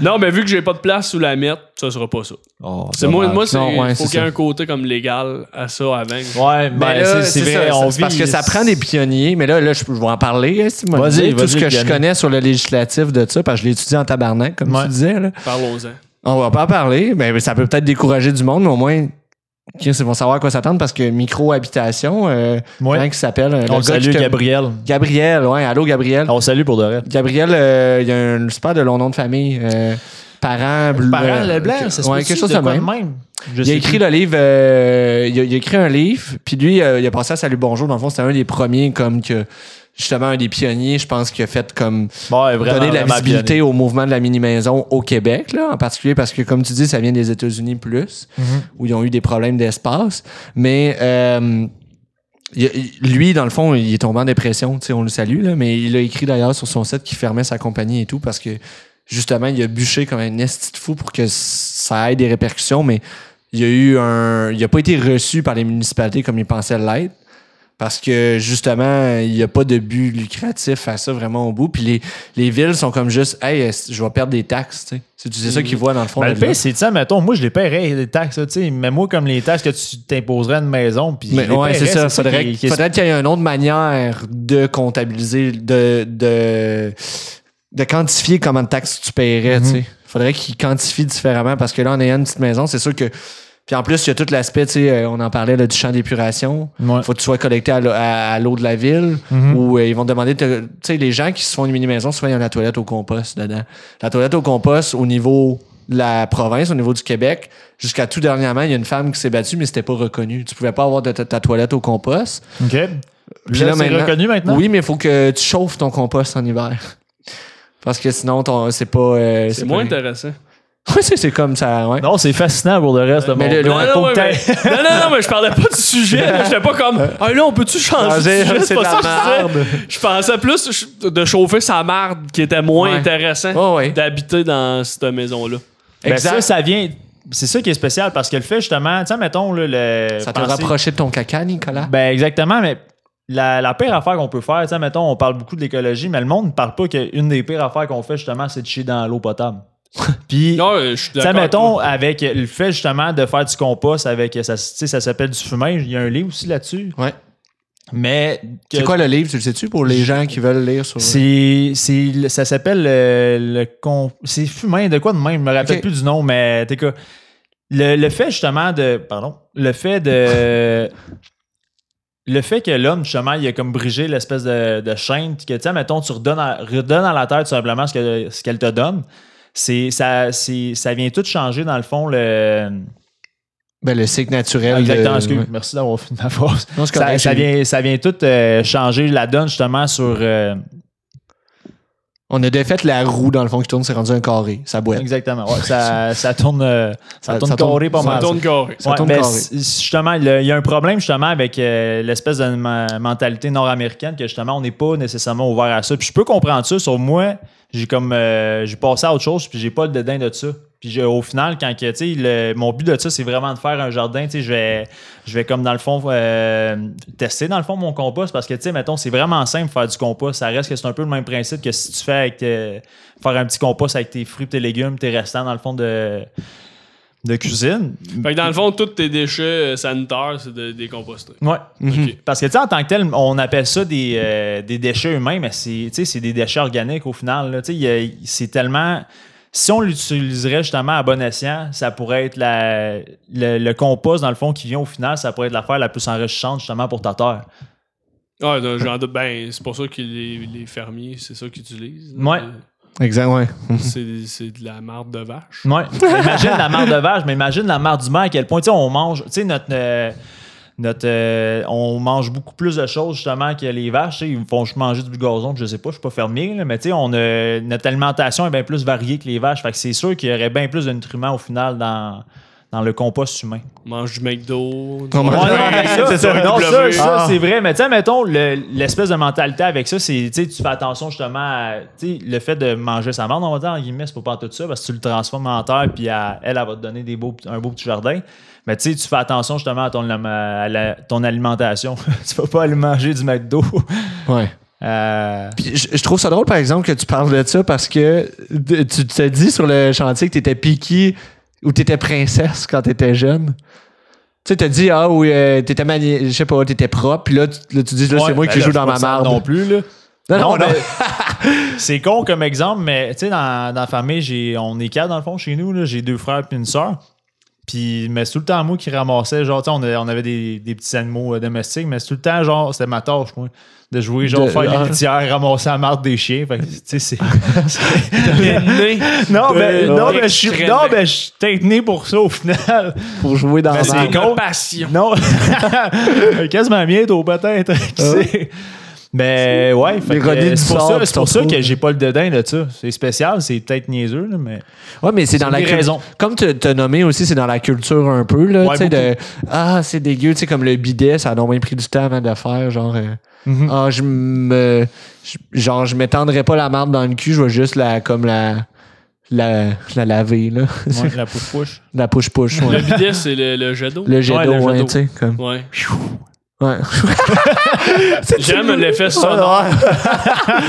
S5: Non, mais vu que j'ai pas de place sous la mettre, ça sera pas ça.
S6: Oh,
S5: C'est moi,
S6: dommage.
S5: moi c'est,
S1: Non, ouais,
S5: faut
S1: c'est
S5: qu'il y ait
S1: ça.
S5: un côté comme légal à ça avant.
S6: Ouais,
S1: Ben
S6: mais
S1: là,
S6: c'est- c'est vrai,
S1: ça,
S6: on
S1: c'est
S6: vit.
S1: Parce que ça prend des pionniers, mais là, là je, peux- je vais en parler. hein, si tu m'as
S6: Vas-y,
S1: dit. tout
S6: vas-y,
S1: ce que je
S6: Yannick.
S1: connais sur le législatif de ça, parce que je l'ai étudié en tabarnak, comme
S6: Ouais.
S1: tu disais. là.
S5: Parlons-en.
S1: On va pas en parler, mais mais ça peut peut-être décourager du monde, mais au moins, Chris, ils vont savoir à quoi s'attendre parce que micro-habitation, euh,
S6: Ouais.
S1: comment il s'appelle euh, le
S6: On
S1: gars qui
S6: salue
S1: te-
S6: Gabriel.
S1: Gabriel, ouais, allô Gabriel.
S6: On salue pour de vrai.
S1: Gabriel, euh, il y a un super de long nom de famille. euh, parent bleu. Ouais, quelque chose de même.
S6: Je
S1: Il a
S6: sais
S1: écrit
S6: plus.
S1: le livre, euh, il, a, il a écrit un livre, puis lui, euh, il a passé à Salut Bonjour. Dans le fond, c'était un des premiers, comme que, justement, un des pionniers, je pense, qui a fait comme
S6: Ouais, vraiment,
S1: donner de la
S6: vraiment
S1: visibilité
S6: pionnier.
S1: au mouvement de la mini-maison au Québec, là, en particulier parce que, comme tu dis, ça vient des États-Unis plus,
S6: Mm-hmm.
S1: où ils ont eu des problèmes d'espace. Mais euh, il- il- lui, dans le fond, il est tombé en dépression, tu sais, on le salue, là, mais il a écrit d'ailleurs sur son site qu'il fermait sa compagnie et tout parce que, justement, il a bûché comme un esti de fou pour que ça ait des répercussions, mais il a eu un. Il a pas été reçu par les municipalités comme il pensait l'être. Parce que justement, il n'y a pas de but lucratif à ça vraiment au bout. Puis les, les villes sont comme juste, hey, est- je vais perdre des taxes. tu sais. C'est tu sais ça qu'ils voient dans le fond.
S6: Ben, le
S1: là-dedans.
S6: pire, c'est ça, mettons, moi, je les paierais, les taxes, là, tu sais. Mais moi, comme les taxes que tu t'imposerais à une maison, puis.
S1: Mais
S6: je les
S1: ouais, c'est ça.
S6: paierais,
S1: Faudrait
S6: qui-
S1: qu'il
S6: qui est-
S1: faudrait qu'il y ait une autre manière de comptabiliser, de, de, de quantifier comment de taxes tu paierais, tu sais. Faudrait qu'ils quantifient différemment parce que là, en ayant une petite maison, c'est sûr que. Puis en plus, il y a tout l'aspect, tu sais, euh, on en parlait là, du champ d'épuration.
S6: Ouais.
S1: Faut que tu sois connecté à l'eau- à à l'eau de la ville où euh, ils vont te demander, de te- tu sais, les gens qui se font une mini-maison, souvent, il y a la toilette au compost dedans. La toilette au compost, au niveau de la province, au niveau du Québec, jusqu'à tout dernièrement, il y a une femme qui s'est battue, mais c'était pas reconnu. Tu pouvais pas avoir de ta, ta toilette au compost.
S6: OK.
S1: Puis
S6: Là,
S1: là,
S6: c'est
S1: maintenant-
S6: reconnu maintenant?
S1: Oui, mais il faut que tu chauffes ton compost en hiver. Parce que sinon, ton- c'est pas. euh,
S5: C'est moins
S1: pas-
S5: intéressant.
S1: Ouais, c'est c'est comme ça. Ouais.
S6: Non, c'est fascinant pour le reste.
S1: Mais
S6: le
S1: le-
S6: monde.
S1: le-
S6: Faut
S5: non,
S6: que
S5: ouais,
S6: t'ailles-
S5: mais- non, non, non, mais je parlais pas du sujet. là. J'étais pas comme, ah là, on peut-tu
S1: Changer,
S5: changer de sujet?
S1: c'est
S5: C'est pas
S1: de
S5: ça
S1: la
S5: que je disais. Je pensais plus de chauffer sa marde qui était moins
S1: Ouais.
S5: intéressant
S1: Ouais, ouais.
S5: d'habiter dans cette maison-là.
S6: Ben,
S1: Exact.
S6: ça, ça vient. C'est ça qui est spécial parce que le fait justement, tu sais, mettons, là, le.
S1: ça te
S6: penser-
S1: rapprochait de ton caca, Nicolas.
S6: Ben exactement, mais la, la pire affaire qu'on peut faire, tu sais, mettons, on parle beaucoup de l'écologie, mais le monde ne parle pas qu'une des pires affaires qu'on fait justement, c'est de chier dans l'eau potable. Puis.
S5: Non, euh, je suis
S6: Tu
S5: d'accord.
S6: sais,
S5: avec
S6: mettons,
S5: toi.
S6: avec le fait justement de faire du compost avec, ça, tu sais, ça s'appelle du fumage, il y a un livre aussi là-dessus.
S1: Ouais.
S6: Mais que-
S1: C'est quoi le livre, tu le sais-tu, pour les gens qui veulent lire sur.
S6: C'est, c'est- ça s'appelle euh, le con- c'est fumain de quoi de même, je me rappelle
S1: Ok.
S6: plus du nom, mais t'es quoi. Le, le fait justement de, pardon, le fait de, le fait que l'homme justement, il a comme brigé l'espèce de, de chaîne, puis que tu sais, mettons, tu redonnes à, redonnes à la terre tout simplement ce que- ce qu'elle te donne. C'est, ça, c'est- ça vient tout changer dans le fond le.
S1: Ben, le cycle naturel.
S6: Exactement,
S1: de-
S6: excuse.
S1: ouais.
S6: Merci d'avoir fini ma phrase.
S1: Non, c'est
S6: Ça,
S1: correct,
S6: ça
S1: c'est-
S6: vient, ça vient tout euh, changer la donne justement sur. euh,
S1: On a défait la roue, dans le fond, qui tourne, c'est rendu un carré. Ça boîte.
S6: Exactement. ouais. ça, ça tourne, euh, ça,
S1: Ça-
S6: tourne
S1: ça tourne-
S6: carré pas
S1: ça
S6: mal.
S5: Tourne carré.
S1: ça
S6: Ouais,
S1: tourne
S6: mais
S1: carré.
S6: c- Justement, le- il y a un problème justement avec euh, l'espèce de ma- mentalité nord-américaine que justement on n'est pas nécessairement ouvert à ça. Puis je peux comprendre ça. Sur moi, j'ai comme euh, j'ai passé à autre chose puis j'ai pas le dédain de ça. Puis j'ai- au final, quand que, tu sais, le- mon but de ça, c'est vraiment de faire un jardin. Tu sais, je vais, je vais comme dans le fond euh, tester dans le fond mon compost parce que tu sais, mettons, c'est vraiment simple faire du compost. Ça reste que c'est un peu le même principe que si tu fais avec tes- faire un petit compost avec tes fruits, tes légumes, tes restants dans le fond de de cuisine.
S5: Fait que dans le fond, tous tes déchets euh, sanitaires, c'est de décomposter.
S6: Ouais. Mhm.
S5: Ok.
S6: Parce que, tu sais, en tant que tel, on appelle ça des, euh, des déchets humains, mais c'est, tu sais, c'est des déchets organiques au final. là. Tu sais, il y a- c'est tellement. Si on l'utiliserait justement à bon escient, ça pourrait être la, le, le compost, dans le fond, qui vient au final, ça pourrait être l'affaire la plus enrichissante justement pour ta terre.
S5: Ouais, donc, j'en doute. Ben, c'est pour ça que les, les fermiers, c'est ça qu'ils utilisent.
S6: Ouais.
S1: Exact, ouais.
S5: C'est c'est de la marde de vache.
S6: Ouais. imagine la mare de vache, mais imagine la mare du maire à quel point, tu sais, on mange, tu sais, notre. euh, notre, euh, on mange beaucoup plus de choses justement que les vaches. tu sais, Ils font juste manger du gazon, puis je sais pas, je suis pas fermier, là, mais tu sais, on a- notre alimentation est bien plus variée que les vaches. Fait que c'est sûr qu'il y aurait bien plus de nutriments au final dans, dans le compost humain.
S1: Mm.
S5: On mange du McDo.
S1: On mange-
S6: Ouais, non, mais ça,
S1: C'est ça,
S6: non,
S1: W.
S6: ça, ça,
S1: Ah.
S6: c'est vrai. Mais tu sais, mettons, le- l'espèce de mentalité avec ça, c'est, tu sais, tu fais attention justement à, tu sais, le fait de manger sa merde, on va dire, en guillemets, c'est pas pas tout ça, parce que tu le transformes en terre, puis à- elle, elle va te donner des beaux, un beau petit jardin. Mais tu sais, tu fais attention justement à ton, euh, à la- ton alimentation. tu vas pas aller manger du McDo.
S1: Ouais.
S6: Euh,
S1: Puis je, je trouve ça drôle, par exemple, que tu parles de ça parce que de- tu te dis sur le chantier que t'étais piqué ou t'étais princesse quand t'étais jeune. Tu sais, t'as dit, ah oui, euh, t'étais mani- je sais pas, t'étais propre, puis là, tu- là, tu dis, là,
S6: ouais,
S1: c'est moi
S6: ben
S1: qui
S6: là,
S1: joue
S6: je
S1: dans
S6: suis pas
S1: ma
S6: sale
S1: marde.
S6: Non plus, là.
S1: Non, non,
S6: Non,
S1: non.
S6: C'est con comme exemple, mais tu sais, dans, dans la famille, j'ai, on est quatre dans le fond chez nous. là. J'ai deux frères puis une sœur. Puis, mais c'est tout le temps moi qui ramassais. Genre, tu sais, on, a- on avait des, des petits animaux euh, domestiques, mais c'est tout le temps, genre, c'était ma tâche, moi, de jouer, genre,
S1: De-
S6: faire
S1: ah.
S6: les litières, ramasser la marde des chiens. Fait que, tu sais, c'est. non,
S5: de-
S6: mais, non,
S5: de-
S6: mais je suis.
S5: extrême.
S6: Non, mais je suis peut-être né pour ça au final.
S1: Pour jouer dans
S6: Mais
S1: ma
S6: c'est
S1: marde.
S6: con.
S5: Une passion.
S6: Non. Quasiment bientôt, peut-être.
S1: Ah
S6: Qui sait? Mais ouais, fait
S1: Les
S6: que,
S1: rodés
S6: euh,
S1: du
S6: c'est pour,
S1: sort,
S6: ça,
S1: puis
S6: c'est
S1: t'en
S6: pour ça
S1: fous.
S6: que j'ai pas le dédain de ça. C'est spécial, c'est peut-être niaiseux, là, mais.
S1: Ouais, mais c'est dans la
S6: des
S1: culture.
S6: raisons.
S1: Comme tu as nommé aussi, c'est dans la culture un peu, là.
S6: Ouais,
S1: tu sais, de Ah, c'est dégueu, tu sais, comme le bidet, ça a donc bien pris du temps avant de faire, genre. euh,
S6: Mhm.
S1: Ah, je me. je- Genre, je m'étendrai pas la marde dans le cul, je vais juste la. Comme la. La, la laver, là.
S6: Ouais, la pouche-pouche.
S1: la push-push,
S5: Le
S1: ouais.
S5: bidet, c'est le, le jet d'eau.
S1: Le jet
S6: Ouais,
S1: d'eau,
S6: le jet
S1: ouais,
S6: d'eau.
S1: tu sais, comme.
S5: Ouais.
S1: Ouais.
S5: J'aime l'effet sonore.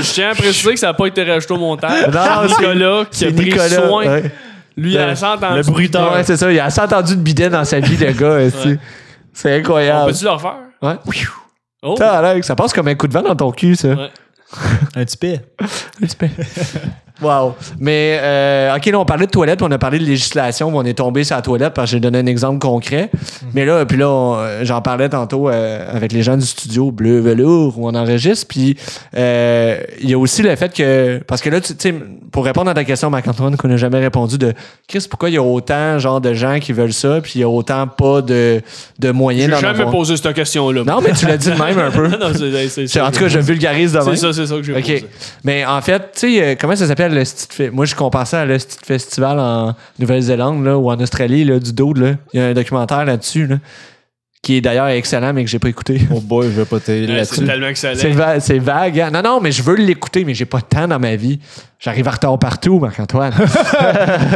S5: Je tiens à préciser que ça n'a pas été rajouté au montage.
S1: Non,
S5: C'est
S1: c'est-
S5: Nicolas qui a
S1: C'est
S5: pris
S1: Nicolas.
S5: soin.
S1: ouais.
S5: Lui, il a s'entendre.
S6: Le bruiteur.
S1: Ouais, c'est ça, il a assez entendu de bidet dans sa vie, le gars, euh, tu sais. C'est
S5: On
S1: incroyable.
S5: peut-tu le refaire?
S1: Ouais.
S5: Oh!
S1: Tabarnak, Ça passe comme un coup de vent dans ton cul, ça.
S5: Ouais.
S6: Un petit pet.
S1: Wow. Mais, euh, OK, là, on parlait de toilettes, puis on a parlé de législation, puis on est tombé sur la toilette parce que j'ai donné un exemple concret.
S6: Mhm.
S1: Mais là, puis là, on- euh, j'en parlais tantôt euh, avec les gens du studio Bleu Velours où on enregistre. Puis euh, il y a aussi le fait que. Parce que là, tu tu sais, pour répondre à ta question, Marc-Antoine, qu'on n'a jamais répondu de Chris, pourquoi il y a autant genre de gens qui veulent ça, puis il y a autant pas de, de
S5: J'ai
S1: moyens d'en
S5: jamais
S1: avoir?
S5: posé cette question-là.
S1: Non, mais tu l'as dit de même un peu.
S5: Non, c'est- c'est- c'est-
S1: En tout cas, je vulgarise de
S5: C'est
S1: même.
S5: ça, c'est ça que j'ai
S1: OK.
S5: posé.
S1: Mais en fait, tu sais, euh, comment ça s'appelle le Stit Fe- Moi, je compare ça à le Stit Festival en Nouvelle-Zélande là, ou en Australie, là, du Dode. là. Il y a un documentaire là-dessus, là, qui est d'ailleurs excellent, mais que j'ai pas écouté.
S4: Oh boy, je vais pas t'aider
S5: Ouais, C'est
S4: là-dessus.
S5: tellement excellent.
S1: C'est va- c'est vague. hein? Non, non, mais je veux l'écouter, mais j'ai pas de temps dans ma vie. J'arrive en retard partout, Marc-Antoine.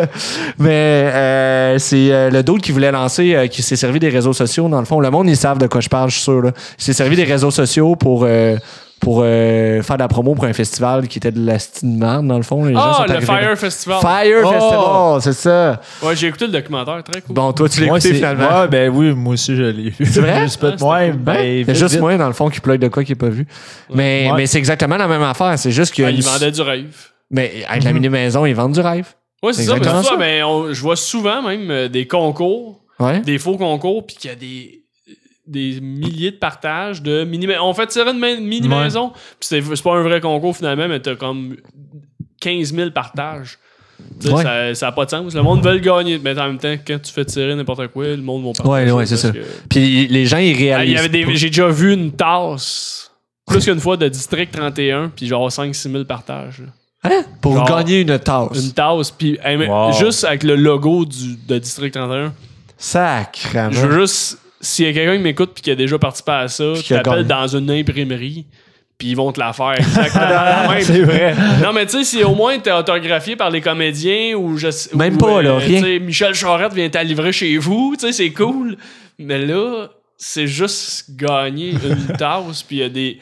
S1: mais euh, c'est euh, le d'autre qui voulait lancer, euh, qui s'est servi des réseaux sociaux. Dans le fond, le monde, ils savent de quoi je parle, je suis sûr. là. Il s'est servi des réseaux sociaux pour. euh, pour euh, faire de la promo pour un festival qui était de la style de merde, dans le fond. Les gens sont
S5: Ah, le
S1: arrivés-
S5: Fire Festival.
S1: Fire
S6: Oh!
S1: Festival, c'est ça.
S5: Ouais, j'ai écouté le documentaire, très cool.
S1: Bon, toi, tu l'as
S6: Moi,
S1: écouté
S6: c'est-
S1: finalement.
S6: Ouais, ben oui, moi aussi, je l'ai vu.
S1: C'est vrai?
S6: Juste pas de-
S5: Ah,
S6: ouais,
S5: c'était cool.
S6: ben,
S1: Il y a
S6: vite,
S1: juste
S6: vite.
S1: moi, dans le fond, qui plug de quoi qui n'est pas vu. Mais,
S6: Ouais.
S1: mais c'est exactement la même affaire. C'est juste qu'il y a
S5: Ah, il
S1: une-
S5: vendait du rêve.
S1: Mais avec la mini-maison, ils vendent du rêve.
S5: Ouais, c'est
S1: C'est
S5: ça, mais
S1: exactement
S5: c'est ça,
S1: ça.
S5: mais ben, on- je vois souvent même euh, des concours,
S1: Ouais.
S5: des faux concours, puis qu'il y a des, des milliers de partages de mini ben, On fait tirer une ma- mini-maison, puis c'est c'est pas un vrai concours finalement, mais t'as comme 15 000 partages. Tu sais,
S1: Ouais.
S5: Ça ça a pas de sens. Le monde veut le gagner, mais en même temps, quand tu fais tirer n'importe quoi, le monde va partager.
S1: Ouais, ouais, c'est
S5: parce
S1: ça.
S5: que-
S1: Puis les gens, ils
S5: Ah, il
S1: réalisent.
S5: y avait des- J'ai déjà vu une tasse, plus qu'une fois, de District 31, puis genre 5-6 000 partages. là.
S1: Hein? Pour
S5: genre-
S1: gagner une tasse.
S5: Une tasse, puis hey, mais
S6: Wow.
S5: juste avec le logo du, de District 31.
S1: Sacrément.
S5: Je veux juste, s'il y a quelqu'un qui m'écoute puis qui a déjà participé à ça,
S1: qui
S5: tu
S1: a
S5: appelles
S1: gagné.
S5: dans une imprimerie, puis ils vont te la faire exactement la
S1: Ah,
S5: même.
S6: C'est vrai.
S5: Non, mais tu sais, si au moins t'es autographié par les comédiens ou je sais-
S1: Même
S5: ou, euh,
S1: pas, là, rien.
S5: tu sais, Michel Charette vient t'en livrer chez vous, tu sais, c'est cool. Mais là, c'est juste gagner une tasse, puis il y a des.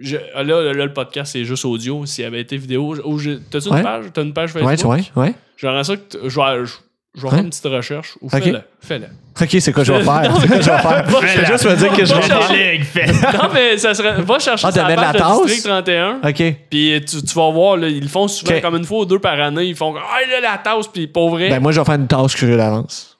S5: je- là, là, là, le podcast, c'est juste audio. S'il y avait été vidéo. ou je- T'as-tu une
S1: Ouais.
S5: page? T'as une page Facebook?
S1: Ouais, tu vois, ouais.
S5: J'aimerais ça que. t- Je vais, je- je vais faire une petite recherche. Ou
S1: Hein? Ok.
S5: fais-le. Fais-le.
S1: Ok, c'est quoi je vais faire? C'est quoi je vais faire? Je vais juste me dire que je vais faire.
S5: Non, mais ça serait. Va chercher
S1: Ah,
S5: ça
S1: donner
S5: la
S1: de la
S5: page de
S1: tasse?
S5: District 31.
S1: Ok.
S5: Puis euh, tu, tu vas voir, là, ils le font souvent
S1: Ok.
S5: comme une fois ou deux par année. Ils font Ah, là, la tasse, puis pour vrai.
S1: Ben, moi, je vais faire une tasse que j'ai d'avance.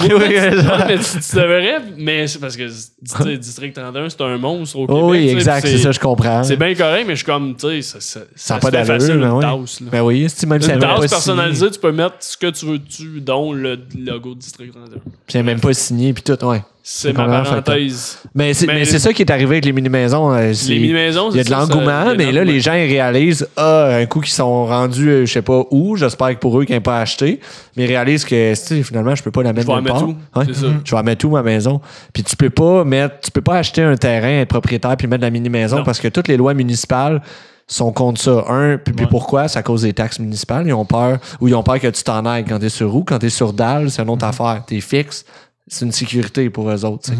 S5: Oui, oui, tu- non, mais tu, tu devrais, mais c'est parce que tu sais, District 31, c'est un monstre au Québec.
S1: Oh,
S5: tu
S1: Hein? oui,
S5: sais,
S1: exact,
S5: puis
S1: c'est ça, je comprends.
S5: C'est bien correct, mais je suis comme, tu sais, ça, ça,
S1: Ça
S5: ça,
S1: n'a
S5: se
S1: pas
S5: fait facile,
S1: d'allure,
S5: une
S1: mais oui.
S5: tasse. Là.
S1: Ben oui, si même si
S5: une
S1: elle est même
S5: tasse
S1: pas signée.
S5: personnalisée, tu peux mettre ce que tu veux dessus, dont le logo de District 31.
S1: Puis elle est même pas signée, puis tout, ouais.
S5: C'est ma
S1: vraiment facteur.
S5: parenthèse.
S1: Mais c'est
S5: Mais
S1: mais
S5: les-
S1: c'est ça qui est arrivé avec les mini-maisons. euh, c'est-
S5: Les mini-maisons,
S1: Il y a de
S5: c'est ça, ça,
S1: l'engouement,
S5: il y a
S1: mais
S5: de
S1: là, les
S5: l'engouement.
S1: gens ils réalisent, ah, un coup qu'ils sont rendus, euh, je sais pas où, j'espère que pour eux, qu'ils n'ont pas acheté, mais ils réalisent que, tu sais, finalement, je peux pas la mettre
S5: Je vais
S1: nulle
S5: en
S1: part. Mhm.
S5: mettre où? C'est ça.
S1: Je vais en mettre où, ma maison? Puis tu peux pas mettre, tu peux pas acheter un terrain, être propriétaire, puis mettre de la mini-maison,
S5: Non.
S1: parce que toutes les lois municipales sont contre ça. Un, puis, puis pourquoi? C'est à cause des taxes municipales. Ils ont peur, ou ils ont peur que tu t'en ailles quand t'es sur roue, quand t'es sur dalle, c'est une autre
S5: Mhm.
S1: affaire. T'es fixe. C'est une sécurité pour eux autres. tu sais.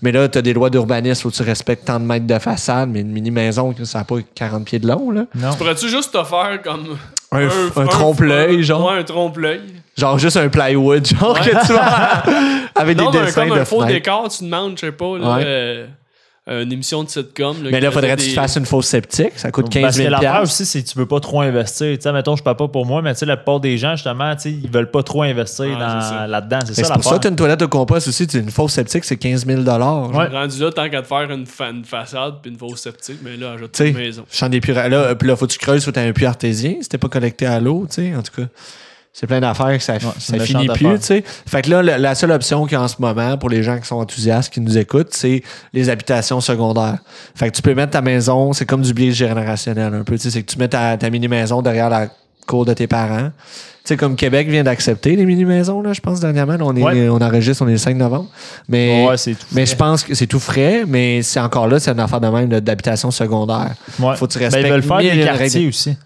S1: Mais là, tu as des lois d'urbanisme où tu respectes tant de mètres de façade, mais une mini-maison, ça n'a pas 40 pieds de long. Là.
S6: Non.
S5: Pourrais-tu juste te faire comme.
S1: Un, un trompe-l'œil, genre.
S5: Ouais, un trompe-l'œil.
S1: Genre juste un plywood, genre que tu vas avec
S5: Non,
S1: des
S5: mais un-
S1: dessins
S5: comme
S1: de
S5: un faux
S1: fenêtres.
S5: décor, tu demandes, je sais pas, là,
S1: Ouais.
S5: euh, une émission de sitcom.
S1: Mais là,
S5: qui
S1: faudrait que
S5: faisait
S1: tu te
S5: des-
S1: fasses une fausse sceptique. Ça coûte 15
S6: Parce que
S1: 000
S6: l'affaire aussi, c'est que tu veux pas trop investir. Tu sais, mettons, je parle pas pour moi, mais tu sais, la plupart des gens, justement, tu sais, ils veulent pas trop investir
S5: Ouais,
S6: dans-
S5: c'est ça.
S6: là-dedans. C'est
S1: Mais
S6: ça
S1: Ben, C'est pour ça
S6: l'affaire.
S1: que tu as une toilette au compost aussi. Tu as une fausse sceptique, c'est 15 000 genre.
S6: Ouais.
S5: Rendu là, tant qu'à te faire une, fa- une façade puis une fausse sceptique, mais là, ajoute
S1: Tu
S5: une
S1: sais,
S5: maison.
S1: j'en ai plus. Là, euh, puis là, faut que tu creuses, faut que tu un puits artésien. C'était pas connecté à l'eau, tu sais. En tout cas, c'est plein d'affaires que ça,
S6: c'est
S1: ça
S6: une
S1: finit
S6: méchante
S1: plus,
S6: affaire.
S1: tu sais. Fait que là, la, la seule option qu'il y a en ce moment pour les gens qui sont enthousiastes, qui nous écoutent, c'est les habitations secondaires. Fait que tu peux mettre ta maison, c'est comme du biais générationnel un peu, tu sais. C'est que tu mets ta, ta mini-maison derrière la cour de tes parents. Tu sais, comme Québec vient d'accepter les mini-maisons, là, je pense, dernièrement. Là, on, est,
S6: Ouais.
S1: on enregistre, on est le 5 novembre. Mais,
S6: Ouais, c'est tout
S1: mais
S6: frais.
S1: je pense que c'est tout frais, mais c'est encore là, c'est une affaire de même là, d'habitation secondaire.
S6: Ouais.
S1: Faut que tu
S6: Ben,
S1: respectes
S6: ils veulent faire
S1: mille et
S6: des
S1: une
S6: quartiers
S1: règles.
S6: aussi.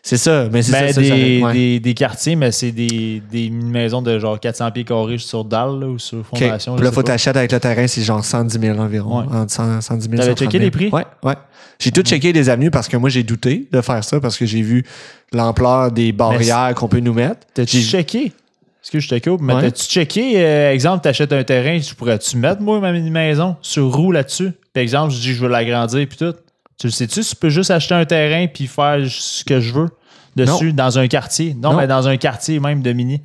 S1: C'est ça, mais c'est
S6: Ben,
S1: ça, ça, ça,
S6: des,
S1: ouais.
S6: des, des quartiers, mais c'est des, des maisons de genre 400 pieds carrés sur dalle là, ou sur
S1: OK.
S6: fondation.
S1: Puis
S6: je
S1: là,
S6: sais
S1: faut
S6: pas.
S1: t'acheter avec le terrain, c'est genre 110 000 environ.
S6: Ouais.
S1: Entre 100, 110 000,
S6: T'avais
S1: 130
S6: checké
S1: 000.
S6: les prix?
S1: Ouais, ouais. J'ai tout checké les avenues parce que moi, j'ai douté de faire ça parce que j'ai vu l'ampleur des barrières qu'on peut nous mettre.
S6: T'as-tu
S1: J'ai-
S6: checké? Est-ce que je te coupe? Mais
S1: Ouais.
S6: t'as-tu checké, euh, exemple, t'achètes un terrain, tu pourrais-tu mettre, moi, ma mini-maison sur roue là-dessus? Par exemple, je dis, je veux l'agrandir, puis tout. Tu le sais-tu, tu peux juste acheter un terrain puis faire ce que je veux dessus dans un quartier. Non,
S1: Non.
S6: mais dans un quartier même de mini.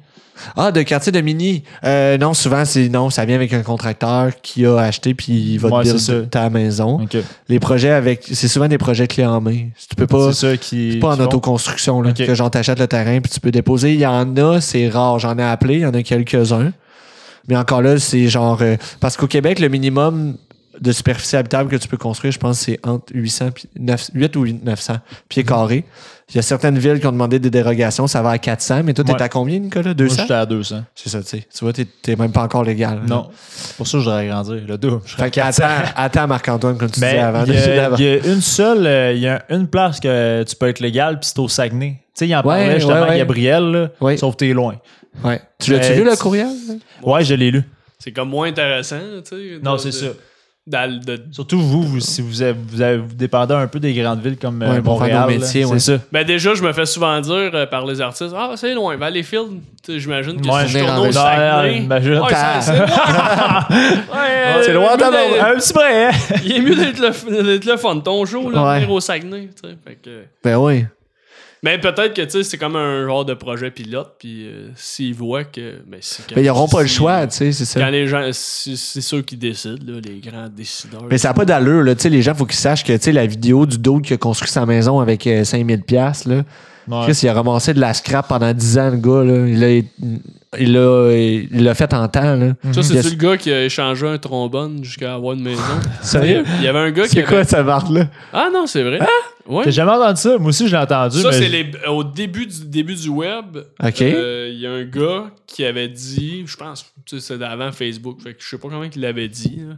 S1: Ah, de quartier de mini. Euh, non, souvent, c'est non, ça vient avec un contracteur qui a acheté puis il va
S6: Ouais,
S1: te
S6: c'est ça.
S1: build ta maison.
S6: OK.
S1: Les projets avec. C'est souvent des projets clés en main. Tu peux pas.
S6: C'est ça qui.
S1: C'est pas en
S6: qui font.
S1: autoconstruction, là,
S6: Ok.
S1: que genre t'achètes le terrain puis tu peux déposer. Il y en a, c'est rare. J'en ai appelé, il y en a quelques-uns. Mais encore là, c'est genre. euh, parce qu'au Québec, le minimum de superficie habitable que tu peux construire, je pense, c'est entre 800 puis 9 8 ou 900
S6: Mhm.
S1: pieds carrés. Il y a certaines villes qui ont demandé des dérogations, ça va à 400, mais toi, t'es
S6: Ouais.
S1: à combien, Nicolas
S6: Moi,
S1: 200
S6: j'étais à 200.
S1: C'est ça, tu sais. Tu vois, t'es- t'es même pas encore légal. là.
S6: Non. C'est pour ça que je devrais agrandir. Le double. Je serais
S1: Fait que attends, attends, Marc-Antoine, comme tu
S6: Ben,
S1: disais avant.
S6: Il y, a-
S1: d'avant.
S6: il y a une seule, euh, il y a une place que tu peux être légal, puis c'est au Saguenay. Tu sais, il en parlait justement
S1: ouais, ouais.
S6: à Gabriel, là,
S1: Oui.
S6: sauf que t'es loin.
S1: Ouais. Tu l'as-tu
S6: Euh,
S1: lu, le
S6: tu-
S1: courriel?
S6: Ouais, je l'ai lu.
S5: C'est comme moins intéressant, tu sais.
S6: Non,
S5: de-
S6: c'est
S5: de-
S6: ça.
S5: d'aller- de-
S6: Surtout vous, vous- si vous, avez- vous, avez- vous dépendez un peu des grandes villes comme euh,
S1: Ouais, pour faire nos
S6: Montréal. là,
S1: métiers,
S6: c'est
S1: ouais.
S6: ça.
S5: Ben déjà, je me fais souvent dire euh, par les artistes Ah, c'est loin, Valleyfield. Tu sais, J'imagine que
S6: Ouais,
S5: si je
S1: venir
S5: tourne
S1: en
S5: au
S1: vélo.
S5: Saguenay.
S6: Ouais, imagine.
S5: ouais, c'est- c'est loin. Ouais,
S6: C'est
S5: euh,
S6: loin
S5: mieux d'être-
S6: Un petit près, hein?
S5: Il est mieux d'être le, d'être le fun, ton show, là,
S1: Ouais.
S5: venir au Saguenay. tu sais, fait que-
S1: Ben oui.
S5: Mais peut-être que tu sais, c'est comme un genre de projet pilote, puis euh, s'ils voient que. Ben, c'est quand-
S1: Mais ils n'auront pas le
S5: si-
S1: choix, tu sais, c'est ça.
S5: Quand les gens. C'est c'est ceux qui décident, là, les grands décideurs.
S1: Mais ça n'a pas d'allure, là. Tu sais, les gens, faut qu'ils sachent que, tu sais, la vidéo du dude qui a construit sa maison avec euh, 5000 pièces là.
S6: Ouais.
S1: Chris, il a ramassé de la scrap pendant 10 ans, le gars, là. Il l'a il l'a- il l'a fait en temps, là.
S5: Ça,
S1: Il
S5: c'est-tu
S1: a-
S5: le gars qui a échangé un trombone jusqu'à avoir une maison?
S1: Sérieux?
S5: Il y avait un gars qui.
S1: C'est quoi Hein?
S5: avait-
S1: cette marque-là?
S5: Ah non, c'est vrai. Ouais.
S6: T'as jamais entendu ça? Moi aussi, je l'ai entendu.
S5: Ça,
S6: mais
S5: c'est
S6: je-
S5: les- euh, au début du, début du web.
S1: OK.
S5: euh, Il y a un gars qui avait dit, je pense, tu sais, c'est d'avant Facebook, fait que je sais pas comment il l'avait dit. là.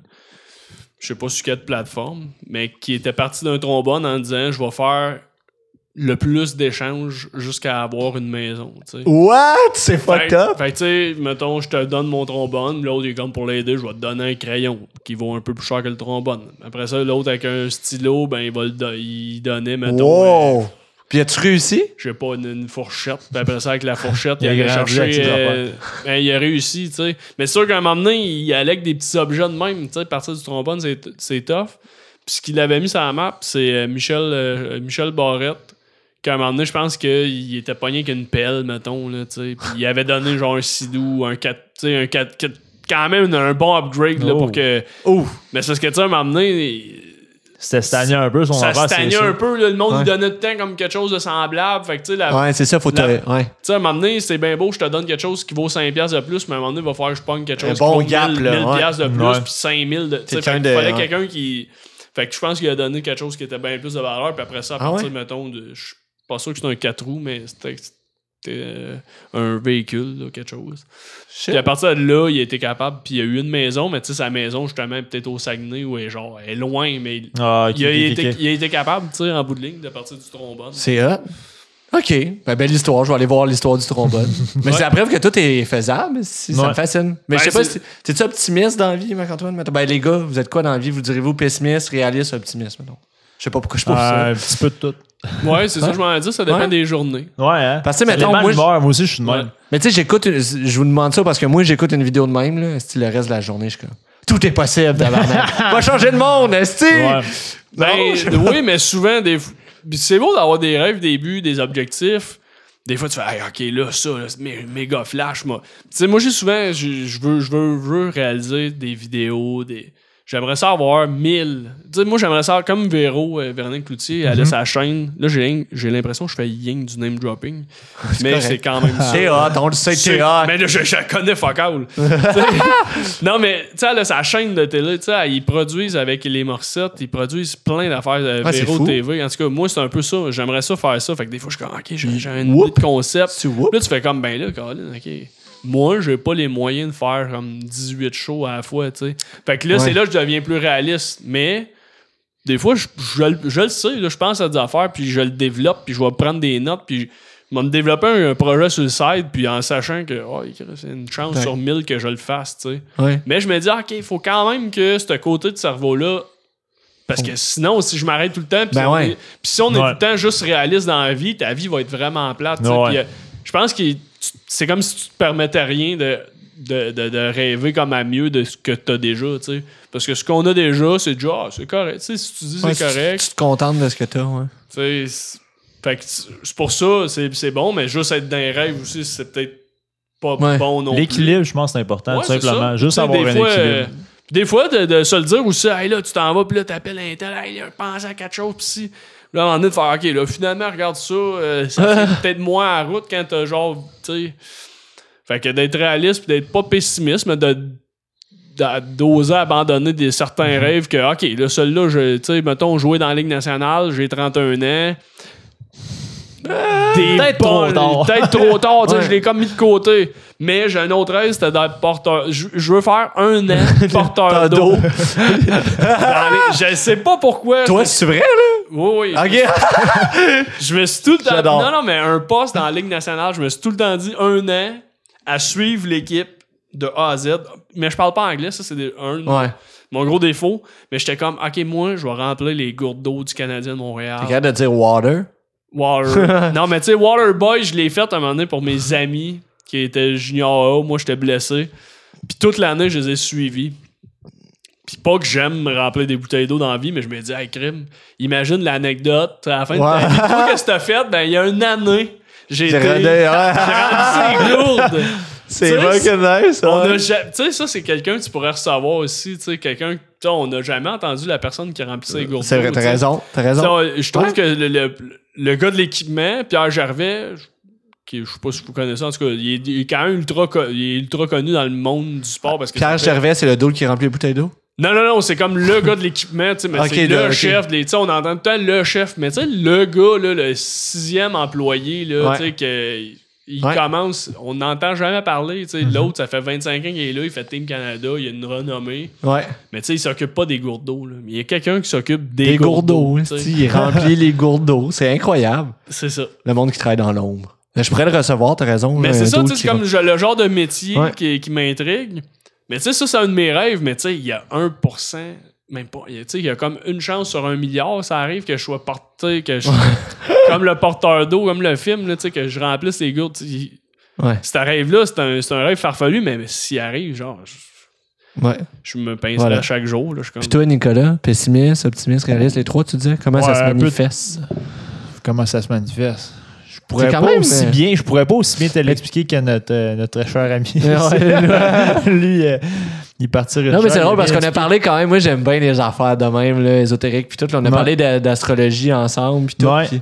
S5: Je sais pas sur quelle plateforme, mais qui était parti d'un trombone en disant je vais faire le plus d'échanges jusqu'à avoir une maison. tu sais.
S1: What? C'est
S5: Fait
S1: fucked up!
S5: fait que, tu sais, mettons, je te donne mon trombone, l'autre il est comme pour l'aider, je vais te donner un crayon qui vaut un peu plus cher que le trombone. Après ça, l'autre avec un stylo, ben il va le do- il donnait, mettons. euh,
S1: Wow! Puis as-tu réussi?
S5: je sais pas, une, une fourchette. Puis après ça, avec la fourchette, il,
S6: Il a
S5: allait
S6: grandi
S5: chercher.
S6: avec ses
S5: euh, ben, il a réussi, tu sais. Mais c'est sûr qu'à un moment donné, il allait avec des petits objets de même. Tu sais, partir du trombone, c'est c'est tough. Puis ce qu'il avait mis sur la map, c'est euh, Michel, euh, Michel Barrette. Qu'à un moment donné, je pense qu'il était pogné avec une pelle, mettons, là, tu sais. Puis il avait donné genre un sidou, un 4. Tu sais, un 4. Quand même, un bon upgrade, là,
S6: Oh.
S5: pour que.
S1: Ouf!
S5: Mais c'est ce que tu sais, à un moment donné,
S6: C'était stagné un peu, son
S5: ça
S6: affaire, c'est
S5: stagnait
S6: sûr.
S5: un peu, là, le monde
S1: Ouais.
S5: lui donnait de temps comme quelque chose de semblable. Fait que, tu sais, la,
S1: Ouais, c'est ça, faut te.
S5: La-
S1: Ouais.
S5: tu sais, à un moment donné, c'est bien beau, je te donne quelque chose qui vaut 5$ piastres de plus, mais à un moment donné, il va falloir que je pogne quelque
S1: Un
S5: chose qui
S1: bon
S5: vaut
S1: gap,
S5: 1000
S1: là,
S5: 1000
S1: ouais.
S5: piastres de plus,
S6: Ouais.
S5: puis 5000 de. Tu sais,
S1: Quelqu'un
S5: fait qu'il
S1: de-
S5: fallait
S1: ouais.
S5: quelqu'un qui. Fait que je pense qu'il a donné quelque chose qui était bien plus de valeur, puis après ça, à
S1: Ah
S5: partir,
S1: ouais?
S5: mettons, de. Je suis pas sûr que c'était un 4 roues, mais c'était. c'était, euh, un véhicule, là, quelque chose. Puis à partir de là, il a été capable, puis il a eu une maison, mais tu sais, sa maison, justement, peut-être au Saguenay, où elle est genre, elle est loin, mais il,
S6: Ah, ok,
S5: il a,
S6: ok,
S5: été,
S6: ok.
S5: il a été capable, tu sais, en bout de ligne, de partir du trombone.
S1: C'est hot. OK. Ben, belle histoire. Je vais aller voir l'histoire du trombone. Mais c'est la preuve que tout est faisable. Si, Ça
S6: Ouais.
S1: me fascine. Mais
S5: Ben,
S1: je sais pas
S5: c'est-
S1: si. T'es-tu optimiste dans la vie, Marc-Antoine? mettons? Ben, les gars, vous êtes quoi dans la vie? Vous direz-vous pessimiste, réaliste, optimiste, mettons? Je sais pas pourquoi je pense
S6: Ah,
S1: ça.
S6: Un petit peu de tout.
S5: Ouais, c'est ça, je m'en dis, ça dépend
S1: Ouais.
S5: des journées.
S6: Ouais, hein?
S1: Parce que,
S6: Ça
S1: mettons,
S6: dépend
S1: moi,
S6: de l'humeur. moi aussi, je suis de même.
S5: Ouais.
S1: Mais tu sais, j'écoute. une- Je vous demande ça parce que moi, j'écoute une vidéo de même, là. Esti, le reste de la journée, je suis comme. Tout est possible, tabarnak. Va changer le monde, Esti!
S6: Ouais.
S5: Ben, oui, mais souvent, des fois- pis c'est beau d'avoir des rêves, des buts, des objectifs. Des fois, tu fais, Hey, OK, là, ça, là, c'est mé- méga flash, moi. Tu sais, moi, j'ai souvent, j'ai- je veux, je veux, je veux réaliser des vidéos, des. J'aimerais ça avoir 1000. Tu sais, moi, j'aimerais ça, comme Véro, euh, Véronique Cloutier,
S1: Mhm.
S5: elle a sa chaîne. Là, j'ai j'ai l'impression que je fais yin du name dropping. mais
S1: correct.
S5: c'est quand même ça.
S1: T'es hot, on le sait,
S5: C'est-
S1: t'es hot.
S5: Mais là, je, je la connais fuck all. T'sais, non, mais tu sais, là, sa chaîne de télé, tu sais, ils produisent avec les morcettes, ils produisent plein d'affaires de
S1: Ah, c'est
S5: Véro
S1: fou.
S5: TV. En tout cas, moi, c'est un peu ça. J'aimerais ça faire ça. Fait que des fois, je suis comme, OK, j'ai j'ai un idée de concept.
S1: Tu whoop.
S5: Là, tu fais comme, ben là, Colin, OK. Moi, j'ai pas les moyens de faire comme 18 shows à la fois, tu sais. Fait que là,
S1: Ouais.
S5: c'est là que je deviens plus réaliste. Mais des fois, je, je le- je le sais, là, je pense à des affaires, puis je le développe, puis je vais prendre des notes, puis je je vais me développer un, un projet sur le site, puis en sachant que oh, c'est une chance
S1: Ouais.
S5: sur 1000 que je le fasse, tu sais.
S1: Ouais.
S5: Mais je me dis, OK, il faut quand même que ce côté de cerveau-là. Parce que sinon, si je m'arrête tout le temps, puis
S1: Ben
S5: on
S1: ouais.
S5: est- puis si on est
S6: Ouais.
S5: tout le temps juste réaliste dans la vie, ta vie va être vraiment plate. tu sais.
S6: Ouais.
S5: Puis, euh, je pense que tu- c'est comme si tu te permettais rien de. de, de- de rêver comme à mieux de ce que t'as déjà, tu sais. Parce que ce qu'on a déjà, c'est déjà, ah, c'est correct. Tu sais, si tu dis
S1: Ouais,
S5: c'est
S1: tu-
S5: correct,
S1: Tu te contentes de ce que t'as, ouais.
S5: tu sais, c'est- fait que c'est c'est pour ça, c'est c'est bon, mais juste être dans les rêves aussi, c'est peut-être pas
S1: Ouais.
S5: bon non plus.
S6: L'équilibre, je pense, c'est important,
S5: Ouais,
S6: tout
S5: c'est
S6: simplement.
S5: ça.
S6: Juste
S5: Tu sais,
S6: avoir un
S5: des fois, euh,
S6: équilibre.
S5: puis des fois, de, de se le dire aussi, hey, là, tu t'en vas, puis là, t'appelles un tel, hey, là, pense à quelque chose, puis si. Là, à un moment donné, de faire, OK, là, finalement, regarde ça, euh, ça fait peut-être moins à route quand t'as genre, tu sais. Fait que d'être réaliste, puis d'être pas pessimiste, mais de d'a- d'oser abandonner des
S6: Mm-hmm.
S5: certains rêves que, OK, là, celui-là, je- tu sais, mettons, jouer dans la Ligue nationale, j'ai 31 ans. Des
S6: Peut-être trop
S5: bonnes-
S6: tard.
S5: Peut-être trop tard, tu sais,
S1: Ouais.
S5: je l'ai comme mis de côté. Mais j'ai un autre rêve, c'était d'être porteur. Je je veux faire un an de porteur d'eau.
S1: d'eau.
S5: Dans les- Je sais pas pourquoi.
S1: Toi, c'est vrai, là?
S5: Oui, oui.
S1: OK.
S5: Je me suis tout le temps.
S1: J'adore.
S5: Non, non, mais un poste dans la Ligue nationale, je me suis tout le temps dit un an à suivre l'équipe de A à Z. Mais je parle pas anglais, ça, c'est des- un.
S1: ouais.
S5: Mon gros défaut. Mais j'étais comme, OK, moi, je vais remplir les gourdes d'eau du Canadien de Montréal.
S1: T'es capable de dire water?
S5: Water. non, mais tu sais, Water Boy, je l'ai fait à un moment donné pour mes amis qui étaient junior A. Moi, j'étais blessé. Puis toute l'année, je les ai suivis. Puis pas que j'aime me remplir des bouteilles d'eau dans la vie, mais je me dis, hey, crime, imagine l'anecdote. À la fin
S1: Ouais.
S5: de ta vie, toi, qu'est-ce que t'as fait? Ben, il y a une année, j'ai
S1: J'ai
S5: été.
S1: rendu-
S5: J'ai
S1: ouais.
S5: rendu ces gourdes.
S1: C'est
S5: Tu sais,
S1: nice.
S5: On a
S1: ouais.
S5: ja- Tu sais, ça, c'est quelqu'un que tu pourrais recevoir aussi. Tu sais, quelqu'un. tu sais, On n'a jamais entendu la personne qui remplit ses gourdes.
S1: Euh, C'est vrai,
S5: d'eau,
S1: t'as
S5: tu sais.
S1: raison. T'as raison.
S5: Ça, je trouve
S1: Ouais.
S5: que le, le- le gars de l'équipement, Pierre Gervais, je- qui, je sais pas si vous connaissez, en tout cas, il est, il est quand même ultra, co- il est ultra connu dans le monde du sport. Parce que
S1: Pierre
S5: ça fait-
S1: Gervais, c'est le doule qui remplit les bouteilles d'eau?
S5: Non, non, non, c'est comme le gars de l'équipement, tu sais, mais
S1: Ok,
S5: c'est le
S1: le- ok.
S5: chef. des- tu sais, on entend tout le temps le chef, mais tu sais, le gars, là, le sixième employé, là,
S1: Ouais.
S5: tu sais, que. Il
S1: Ouais. Mm-hmm.
S5: commence, on n'entend jamais parler. tu sais. L'autre, ça fait 25 ans qu'il est là, il fait Team Canada, il a une renommée.
S1: Ouais.
S5: Mais tu sais, il s'occupe pas des gourdes d'eau. là. Mais Il y a quelqu'un qui s'occupe des,
S1: Des hein,
S5: gourdes
S1: gourdes d'eau.
S5: tu sais.
S1: esti, Il remplit les gourdes d'eau. C'est incroyable.
S5: C'est ça.
S1: Le monde qui travaille dans l'ombre. Je pourrais le recevoir, t'as raison.
S5: Mais
S1: là,
S5: c'est
S1: un
S5: ça,
S1: doute
S5: tu
S1: qui
S5: sais, c'est comme je- le genre de métier
S1: Ouais.
S5: qui, qui m'intrigue. Mais tu sais, ça, c'est un de mes rêves, mais tu sais, il y a 1%, même pas. il y a- Tu sais, il y a comme une chance sur un milliard, ça arrive que je sois porté, que je. comme le porteur d'eau, comme le film, là, tu sais, que je remplisse les gourdes. tu sais, il-
S1: Ouais.
S5: C'est un rêve-là, c'est un, c'est un rêve farfelu, mais, mais s'il arrive, genre, je,
S1: Ouais.
S5: je me pince
S1: Voilà.
S5: à chaque jour. Là, je suis comme.
S1: Puis toi, Nicolas, pessimiste, optimiste, réaliste, les trois, tu disais, comment ça
S6: Ouais,
S1: se
S6: un peu de-
S1: manifeste?
S6: Comment ça se manifeste? Je
S1: C'est
S6: pourrais
S1: quand
S6: pas
S1: même,
S6: aussi
S1: euh,
S6: bien, je pourrais pas aussi bien te l'expliquer que notre, euh, notre très cher ami. Lui, euh, il partirait.
S1: Non, mais c'est drôle parce qu'on a parlé quand même. Moi, j'aime bien les affaires de même, là, ésotériques, puis tout. là, on a
S6: Ouais.
S1: parlé d'a- d'astrologie ensemble, puis tout.
S6: Ouais.
S1: puis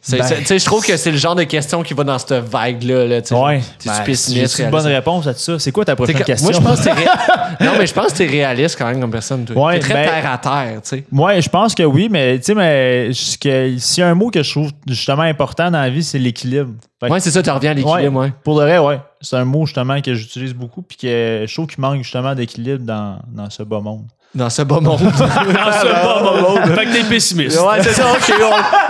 S1: c'est-
S6: Ben,
S1: c'est- tu sais, je trouve que c'est le genre de question qui va dans cette vague-là. Là, tu sais.
S6: Ouais.
S1: T'es-tu
S6: Ben,
S1: pessimiste,
S6: j'ai-tu une bonne
S1: réaliste?
S6: réponse à tout ça. C'est quoi ta
S1: T'es
S6: prochaine
S1: ca-
S6: question?
S1: Moi, je pense que t'es ré- Non, mais je pense que t'es réaliste quand même comme personne, toi.
S6: Ouais,
S1: t'es très
S6: ben-
S1: terre à terre, tu sais.
S6: Moi, je pense que oui, mais tu sais, mais ce que- s'il y a un mot que je trouve justement important dans la vie, c'est l'équilibre. Fait que
S1: Ouais, c'est ça, tu reviens à l'équilibre, ouais.
S6: Pour le vrai, ouais. C'est un mot justement que j'utilise beaucoup puis que je trouve qu'il manque justement d'équilibre dans, dans ce bas monde.
S1: Dans ce bas monde. ouais,
S5: Dans ce bon moment. Fait que t'es pessimiste.
S1: hein. c'est ça, ok.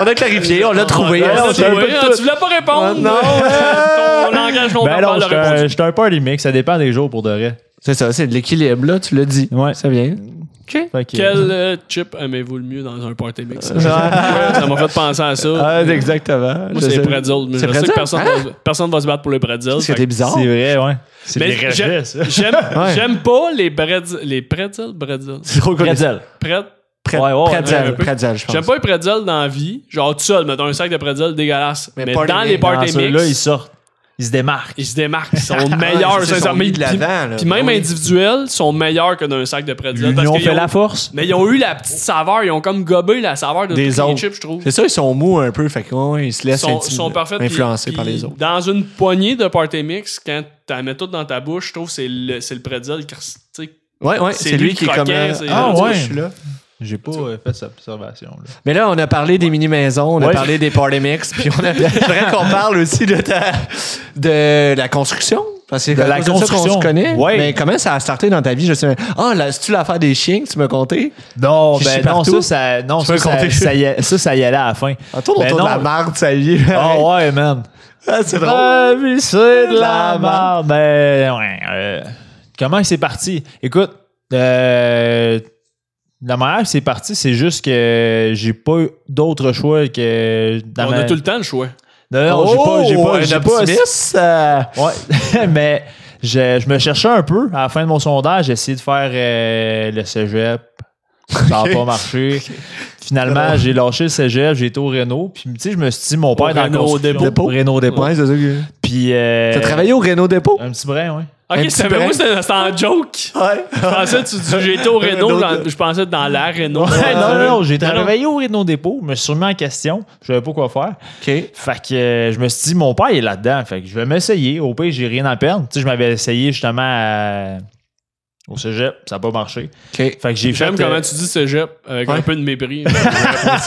S1: On, on a clarifié, on l'a trouvé.
S5: Ah,
S6: non,
S5: tu
S6: c'est un peu
S5: vois,
S6: tout.
S5: tu voulais pas répondre.
S1: Non.
S5: Ton langage non
S6: Ben non,
S5: verbal
S6: je suis
S5: aurait
S6: un- je suis un party mix, ça dépend des jours pour de vrai.
S1: C'est ça, c'est de l'équilibre, là, tu l'as dit.
S6: Ouais.
S1: Ça vient. OK.
S6: Fait que-
S5: Quel euh, chip aimez-vous le mieux dans un party mix?
S1: Euh,
S5: Je sais pas, ouais, ça m'a fait penser à ça.
S1: exactement.
S5: Moi, c'est les pretzels, mais
S1: Ah, C'est
S5: je sais
S1: pretzel?
S5: que personne, va, personne va se battre pour les pretzels.
S1: Parce que
S5: Fait
S1: t'es
S5: que-
S1: bizarre.
S6: C'est vrai, ouais. C'est
S5: Mais
S6: des
S5: j'ai-
S6: rejets, ça.
S5: J'aime
S1: Ouais.
S5: j'aime pas les pretzels. Les pretzels, pretzels.
S1: C'est trop connu.
S6: Pretzel.
S5: Pret-
S1: Pret-
S6: Ouais, ouais,
S1: pretzel,
S5: un peu.
S1: pretzel, je pense.
S5: J'aime pas les pretzels dans la vie. Genre tout seul, mettons un sac de pretzels dégueulasse.
S1: Mais
S5: Mais,
S1: party
S5: dans
S1: mix.
S5: les
S6: Dans
S5: party mix,
S6: ceux-là, ils sortent. Ils se démarquent.
S5: ils se démarquent. Ils sont
S1: Ouais,
S5: meilleurs.
S1: Ah, c'est ça, ils sont
S5: sincèrement.
S1: mis de
S5: Puis-
S1: l'avant, là.
S5: Puis même
S1: Oui.
S5: individuels, ils sont meilleurs que d'un sac de pretzels. parce
S6: L'union
S5: qu'ils
S6: fait
S5: ont-
S6: la force.
S5: Mais ils ont eu la petite saveur. Ils ont comme gobé la saveur de
S1: Des
S5: tous les
S1: autres.
S5: chips, je trouve.
S1: C'est ça, ils sont mous un peu, fait qu'ils se laissent
S5: sont,
S1: intimider-
S5: sont parfaites. puis-
S1: influencés
S5: puis
S1: par les autres.
S5: Dans une poignée de party mix, quand t'en mets tout dans ta bouche, je trouve que c'est le, c'est le pretzel qui res- tu sais,
S1: Ouais, ouais,
S5: c'est
S1: c'est lui
S5: lui
S1: qui est comme.
S5: croquant,
S1: euh,
S5: c'est-
S1: Ah,
S5: Ah,
S1: ouais.
S6: ouais.
S1: je suis là.
S6: J'ai pas euh, fait cette observation-là.
S1: Mais là, on a parlé des mini-maisons, on a
S6: Ouais.
S1: parlé des party mix, puis on a. J'aimerais qu'on parle aussi de, ta- de la construction. Parce que
S6: De la
S1: c'est ça qu'on
S6: construction.
S1: se connaît.
S6: Ouais.
S1: Mais comment ça a starté dans ta vie? Je sais. Ah, là, c'est-tu l'affaire des chiens que tu m'as conté?
S6: Non,
S1: Puis je
S6: ben
S1: suis
S6: non,
S1: partout.
S6: ça, ça, non,
S1: Tu
S6: ça,
S1: peux
S6: ça,
S1: compter.
S6: ça y, ça, ça y allait à la fin.
S1: On tourne
S6: Ben
S1: autour
S6: non.
S1: de la marde, ça y est.
S6: Ah ouais, man.
S1: Ah, c'est drôle.
S6: Ah, mais c'est de la merde. Ben, ouais, euh, comment c'est parti? Écoute, euh, la manière que c'est parti, c'est juste que j'ai pas eu d'autre choix que. dans
S5: on
S6: ma-
S5: a tout le temps le choix.
S1: oh,
S5: Oh,
S6: Non, non, j'ai pas- j'ai pas. j'ai pas,
S1: optimiste.
S6: Ouais, mais Je, je me cherchais un peu. À la fin de mon sondage, j'ai essayé de faire euh, le cégep. Ça n'a pas marché. Finalement, j'ai lâché le cégep, j'ai été au Renault. Puis, tu sais, je me suis dit, mon père est dans
S5: Renault
S6: le
S5: Dépôt.
S6: Renault Dépôt.
S4: Ouais, c'est ça que.
S6: Puis. euh,
S4: T'as travaillé au Renault Dépôt?
S6: Un petit brin, oui.
S5: Ok,
S4: petit
S5: c'est
S4: brin.
S5: moi, c'est c'est en joke.
S4: Ouais.
S5: Je pensais, que tu dis, j'étais au Renault, dans- je pensais dans la Renault.
S6: Ouais, non, non, non, j'ai
S5: Non, non.
S6: travaillé au Renault Dépôt, je me suis remis en question, je savais pas quoi faire.
S4: OK.
S6: Fait que euh, je me suis dit, mon père il est là-dedans, fait que je vais m'essayer. Au pire, j'ai rien à perdre. Tu sais, je m'avais essayé justement à- au cégep, ça n'a pas marché.
S4: OK.
S6: Fait que j'ai fait.
S5: J'aime
S6: euh,
S5: comment tu dis cégep avec un peu de mépris.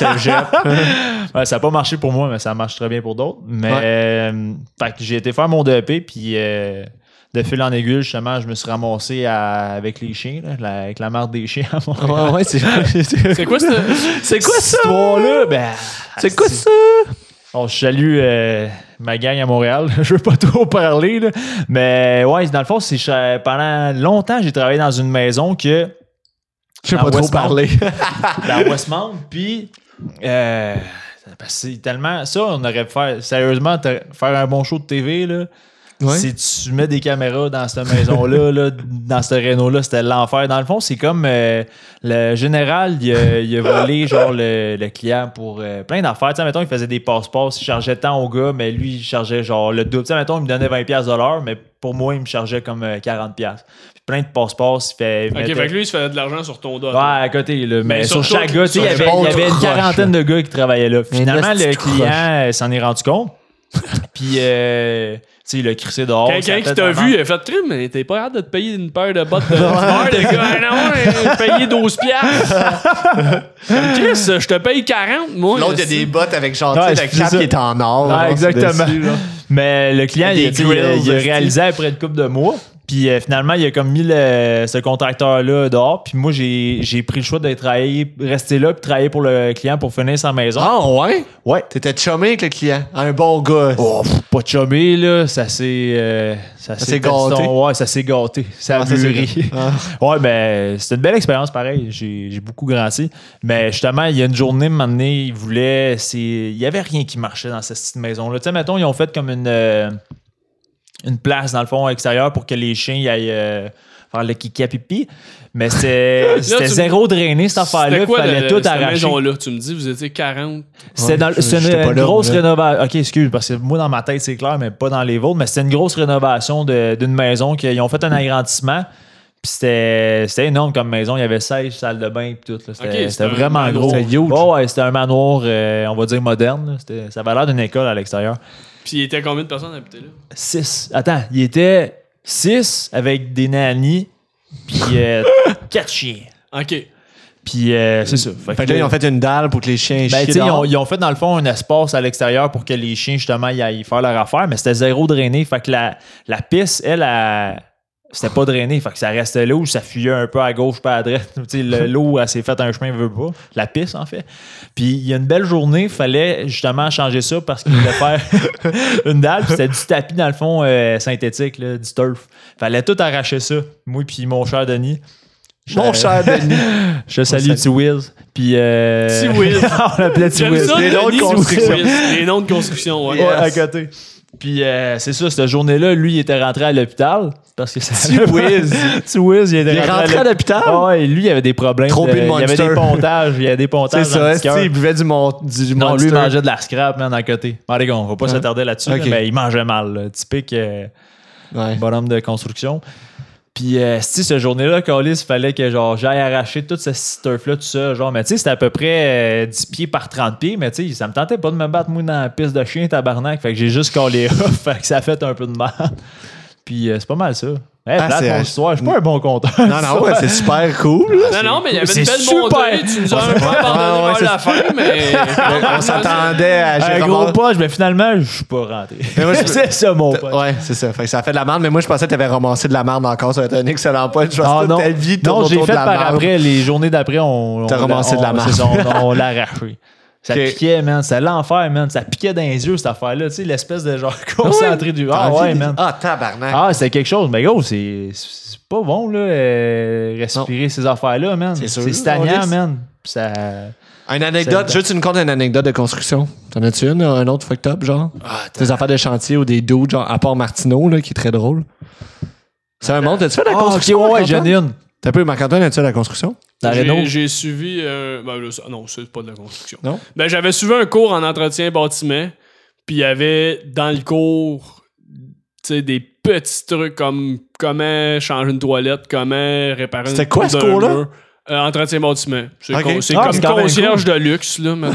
S6: ouais, ça n'a pas marché pour moi, mais ça marche très bien pour d'autres. Mais euh, fait que j'ai été faire mon DEP, puis euh, de fil en aiguille, justement, je me suis ramassé à- avec les chiens, là, la- avec la marde des chiens à Montréal.
S4: Ouais, ouais, c'est
S6: Ah,
S5: c'est quoi ce.
S4: C'est quoi ça?
S6: là ben,
S4: C'est quoi ça?
S6: Bon, je salue euh, ma gang à Montréal. je veux pas trop parler, là. mais ouais, dans le fond, c'est je- pendant longtemps, j'ai travaillé dans une maison que
S4: Je sais
S6: Ah,
S4: pas trop
S6: Westmount.
S4: parler.
S6: la Westmount, puis euh, parce que c'est tellement ça, on aurait pu faire sérieusement t'aurais- faire un bon show de TV là.
S4: Ouais.
S6: Si tu mets des caméras dans cette maison-là, là, dans ce Renault-là, c'était l'enfer. Dans le fond, c'est comme euh, le général, il a, il a volé genre le, le client pour euh, plein d'affaires. Tu sais, mettons, il faisait des passeports, il chargeait tant au gars, mais lui, il chargeait genre le double. Tu sais, mettons, il me donnait 20$ de l'heure, mais pour moi, il me chargeait comme euh, 40$. Puis plein de passeports, il fait. il
S5: Ok,
S6: mettait-
S5: fait que lui, il se faisait de l'argent sur ton dos.
S6: Ouais, à côté, là. Mais,
S5: Mais
S6: sur
S5: surtout
S6: chaque
S5: que-
S6: gars, tu sais, il y
S5: sur
S6: avait,
S5: les
S6: il y avait une
S4: bons croches,
S6: quarantaine de gars qui travaillaient là.
S4: Mais
S6: Finalement,
S4: là, c'est
S6: le
S4: croche.
S6: client euh, s'en est rendu compte. Puis, euh, tu sais, il a crissé dehors.
S5: Quelqu'un
S6: sa
S5: qui
S6: tête
S5: t'a
S6: en
S5: vu, il a fait trim, mais t'es pas hâte de te payer une paire de bottes de sport, le gars. Non, euh, payer 12 piastres. Comme Chris, je te paye 40, moi.
S1: L'autre, il y a des bottes avec genre,
S6: Ouais,
S1: tu sais,
S6: c'est
S1: le cap
S6: ça.
S1: qui est en or.
S6: Ah,
S1: genre,
S6: exactement.
S1: euh, dessus, là.
S6: Mais le client,
S1: Des
S6: il, tu sais, il a-
S1: grills,
S6: il a
S1: esti.
S6: réalisé après une couple de mois. Puis euh, finalement, il a comme mis le- ce contracteur-là dehors. Puis moi, j'ai j'ai pris le choix de travailler, rester là, puis travailler pour le client pour finir sa maison.
S1: Ah, ouais?
S6: Ouais.
S1: T'étais chumé avec le client. Un bon gars.
S6: Oh, pff, pas de chumé, là. Ça s'est. euh, ça
S1: s'est gâté.
S6: ouais, ça s'est gâté. Ça a
S1: Ah, ça s'est
S6: mûri. ouais, mais c'était une belle expérience, pareil. J'ai j'ai beaucoup grandi. Mais justement, il y a une journée, un moment donné, ils voulaient. c'est- Il y avait rien qui marchait dans cette petite maison-là. Tu sais, mettons, ils ont fait comme une. euh, une place dans le fond extérieur pour que les chiens y aillent euh, faire le kiki à pipi. Mais c'était c'était
S5: tu-
S6: zéro drainé cette affaire-là.
S5: C'était
S6: Il
S5: quoi
S6: fallait
S5: la,
S6: tout
S5: cette
S6: arracher.
S5: maison-là? Tu me dis, vous étiez 40.
S6: C'était dans-
S4: je-
S6: c'était
S4: j'étais
S6: une,
S4: pas là,
S6: grosse
S4: moi.
S6: rénovation. Ok, excuse, parce que moi, dans ma tête, c'est clair, mais pas dans les vôtres. Mais c'était une grosse rénovation de- d'une maison qu'ils ont fait un agrandissement. Puis c'était c'était énorme comme maison. Il y avait 16 salles de bain et tout. là. C'était
S5: Ok,
S6: c'était
S5: c'était un
S6: vraiment
S5: manoir.
S6: gros.
S5: C'était
S4: huge.
S6: Ouais, ouais, c'était un manoir, euh, on va dire moderne. là. C'était- Ça avait l'air d'une école à l'extérieur.
S5: Puis il était combien de personnes habitées là?
S6: 6. Attends, il était 6 avec des nannies, puis 4 chiens.
S5: Ok.
S6: Puis euh, c'est ça. Fait que
S4: Fait que là,
S6: là,
S4: ils ont fait une dalle pour que les chiens
S6: Ben,
S4: chient
S6: tu sais, ils,
S4: dehors.
S6: ont, ils ont fait dans le fond un espace à l'extérieur pour que les chiens justement y aillent faire leur affaire, mais c'était zéro drainé. Fait que la, la piste, elle, elle, c'était pas drainé. Fait que ça restait là où ça fuyait un peu à gauche, pas à droite. Tu sais, le- L'eau, elle s'est faite un chemin, veut pas. La piste, en fait. Puis il y a une belle journée, fallait justement changer ça parce qu'il voulait faire une dalle. Puis c'était du tapis, dans le fond, euh, synthétique, là, du turf. Fallait tout arracher ça. Moi, puis mon cher Denis.
S4: Mon cher Denis.
S6: Je salue T-Wills. Puis. Euh...
S5: T-Wills.
S6: on l'appelait
S5: J'aime
S6: T-Wills.
S5: ça,
S1: les noms de
S5: Denis,
S1: construction.
S5: oui, Les noms de construction, ouais.
S6: Ouais, à côté. Puis euh, c'est ça, cette journée-là, lui, il était rentré à l'hôpital parce que ça.
S4: T-Wiz.
S6: T-Wiz, il était
S4: Il est rentré à l'hôpital?
S6: Ah ouais, lui, il avait des problèmes.
S4: Trop
S6: de-
S4: bu de
S6: il y avait
S4: Monster.
S6: des pontages. Il y avait des
S4: C'est
S6: pontages. dans
S4: ça,
S6: le petit cœur.
S4: esti, il buvait du, mon, du
S6: non,
S4: Monster.
S6: lui, il mangeait de la scrap, man, à côté. Bon, les gars, on va pas s'attarder là-dessus,
S4: Ok.
S6: là, mais il mangeait mal. là. Typique. euh,
S4: Ouais.
S6: bonhomme de construction. Puis, euh, si cette journée-là, Calis, il fallait que genre j'aille arracher tout ce turf-là, tout ça. Genre, mais tu sais, c'était à peu près euh, 10 pieds par 30 pieds, mais tu sais, ça me tentait pas de me battre, moi, dans la piste de chien, tabarnak. Fait que j'ai juste collé off, fait que ça a fait un peu de mal. Puis, euh, c'est pas mal ça. Hey,
S4: Ah,
S6: plate,
S4: c'est-
S6: mon histoire. Je suis pas un bon compteur.
S4: Non, non, ouais, c'est super cool.
S5: Non, non, mais il y avait
S6: C'est
S5: une belle
S6: super.
S5: montée. Tu nous as un peu abandonné
S4: ouais,
S5: vers
S4: c'est
S5: la fin, mais.
S4: On s'attendait à
S6: Un
S4: Jérôme-
S6: gros poche, mais finalement, je suis pas rentré.
S4: Mais moi, je-
S6: c'est ça, mon poche.
S4: Ouais, c'est ça. Fait que ça fait de la merde, mais moi je pensais que t'avais ramassé de la merde encore. Ça va être un excellent point. Je pense
S6: Ah,
S4: que
S6: non,
S4: ta vie tourne
S6: non j'ai
S4: autour
S6: fait
S4: de la
S6: par
S4: merde.
S6: après, les journées d'après, on, on
S4: T'as
S6: l'a-
S4: ramassé de la
S6: on-
S4: marde.
S6: c'est ça, on, on l'a arraché. Ça
S4: Ok.
S6: piquait, man. C'était l'enfer, man. Ça piquait dans les yeux, cette affaire-là. Tu sais, l'espèce de genre concentré du.
S4: T'as
S6: Ah
S4: envie
S6: ouais,
S4: de-
S6: man.
S4: Ah, tabarnak.
S6: Ah, c'était quelque chose. Mais gros, c'est c'est pas bon, là, euh, respirer ces affaires-là, man.
S4: C'est sûr,
S6: C'est
S4: on
S6: stagnant,
S4: laisse.
S6: man. Ça.
S4: Une anecdote,
S6: C'est-
S4: juste une compte une anecdote de construction. T'en as-tu une, un
S5: Ah,
S4: autre fucked up, genre? des affaires de chantier ou des dudes, genre, à part Martineau, là, qui est très drôle.
S1: C'est un monde. T'as-tu fait de la
S6: Ah, ok,
S1: construction?
S6: ouais, ouais, j'en
S1: Marc-Antoine?
S6: ai une.
S1: T'as peu, Marc-Antoine, as-tu fait de la construction?
S6: La
S5: J'ai-
S6: Renault.
S5: J'ai suivi un. ben là, ça- non, c'est pas de la construction.
S1: Non?
S5: Ben, j'avais suivi un cours en entretien bâtiment, puis il y avait dans le cours tu sais, des petits trucs comme comment changer une toilette, comment réparer une
S1: C'était quoi, ce
S5: d'un
S1: cours-là?
S5: mur. Euh, entretien bâtiment. C'est
S1: Ok.
S5: con- c'est
S6: Ah, c'est
S5: comme
S6: quand même
S5: concierge de luxe, là. mettons.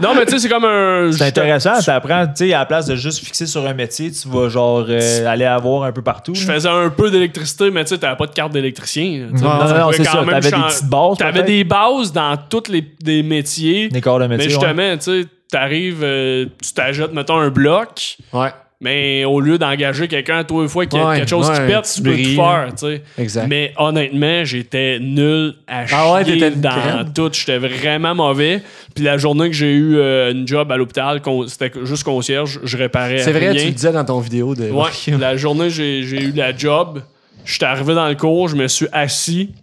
S5: non, mais tu sais, c'est comme un.
S6: C'est intéressant, t'apprends, tu sais, à la place de juste fixer sur un métier, tu vas genre euh, aller avoir un peu partout.
S5: Je faisais un peu d'électricité, mais tu sais, t'avais pas de carte d'électricien. là, tu sais.
S6: Non,
S5: Donc,
S6: non, non,
S5: tu
S6: c'est
S5: pouvais quand
S6: ça.
S5: même
S6: T'avais des
S5: chan-
S6: petites bases.
S5: T'avais
S6: peut-être.
S5: des bases dans tous les des métiers.
S6: Des corps de métier.
S5: Mais
S6: ouais.
S5: justement, tu sais, t'arrives, euh, tu t'ajoutes, mettons, un bloc,
S1: Ouais.
S5: mais au lieu d'engager quelqu'un, toi, une fois qu'il y a
S1: Ouais,
S5: quelque chose
S1: ouais,
S5: qui pète,
S1: tu
S5: tu peux
S1: brilles.
S5: tout faire, tu sais.
S1: Exact.
S5: Mais honnêtement, j'étais nul à chier
S1: Ah ouais, t'étais une
S5: dans
S1: crème.
S5: tout. J'étais vraiment mauvais. Puis la journée que j'ai eu euh, une job à l'hôpital, con- c'était juste concierge, je réparais
S1: C'est vrai,
S5: rien.
S1: tu le disais dans ton vidéo de.
S5: Ouais, la journée, j'ai j'ai eu la job. J'étais arrivé dans le cours, je me suis assis.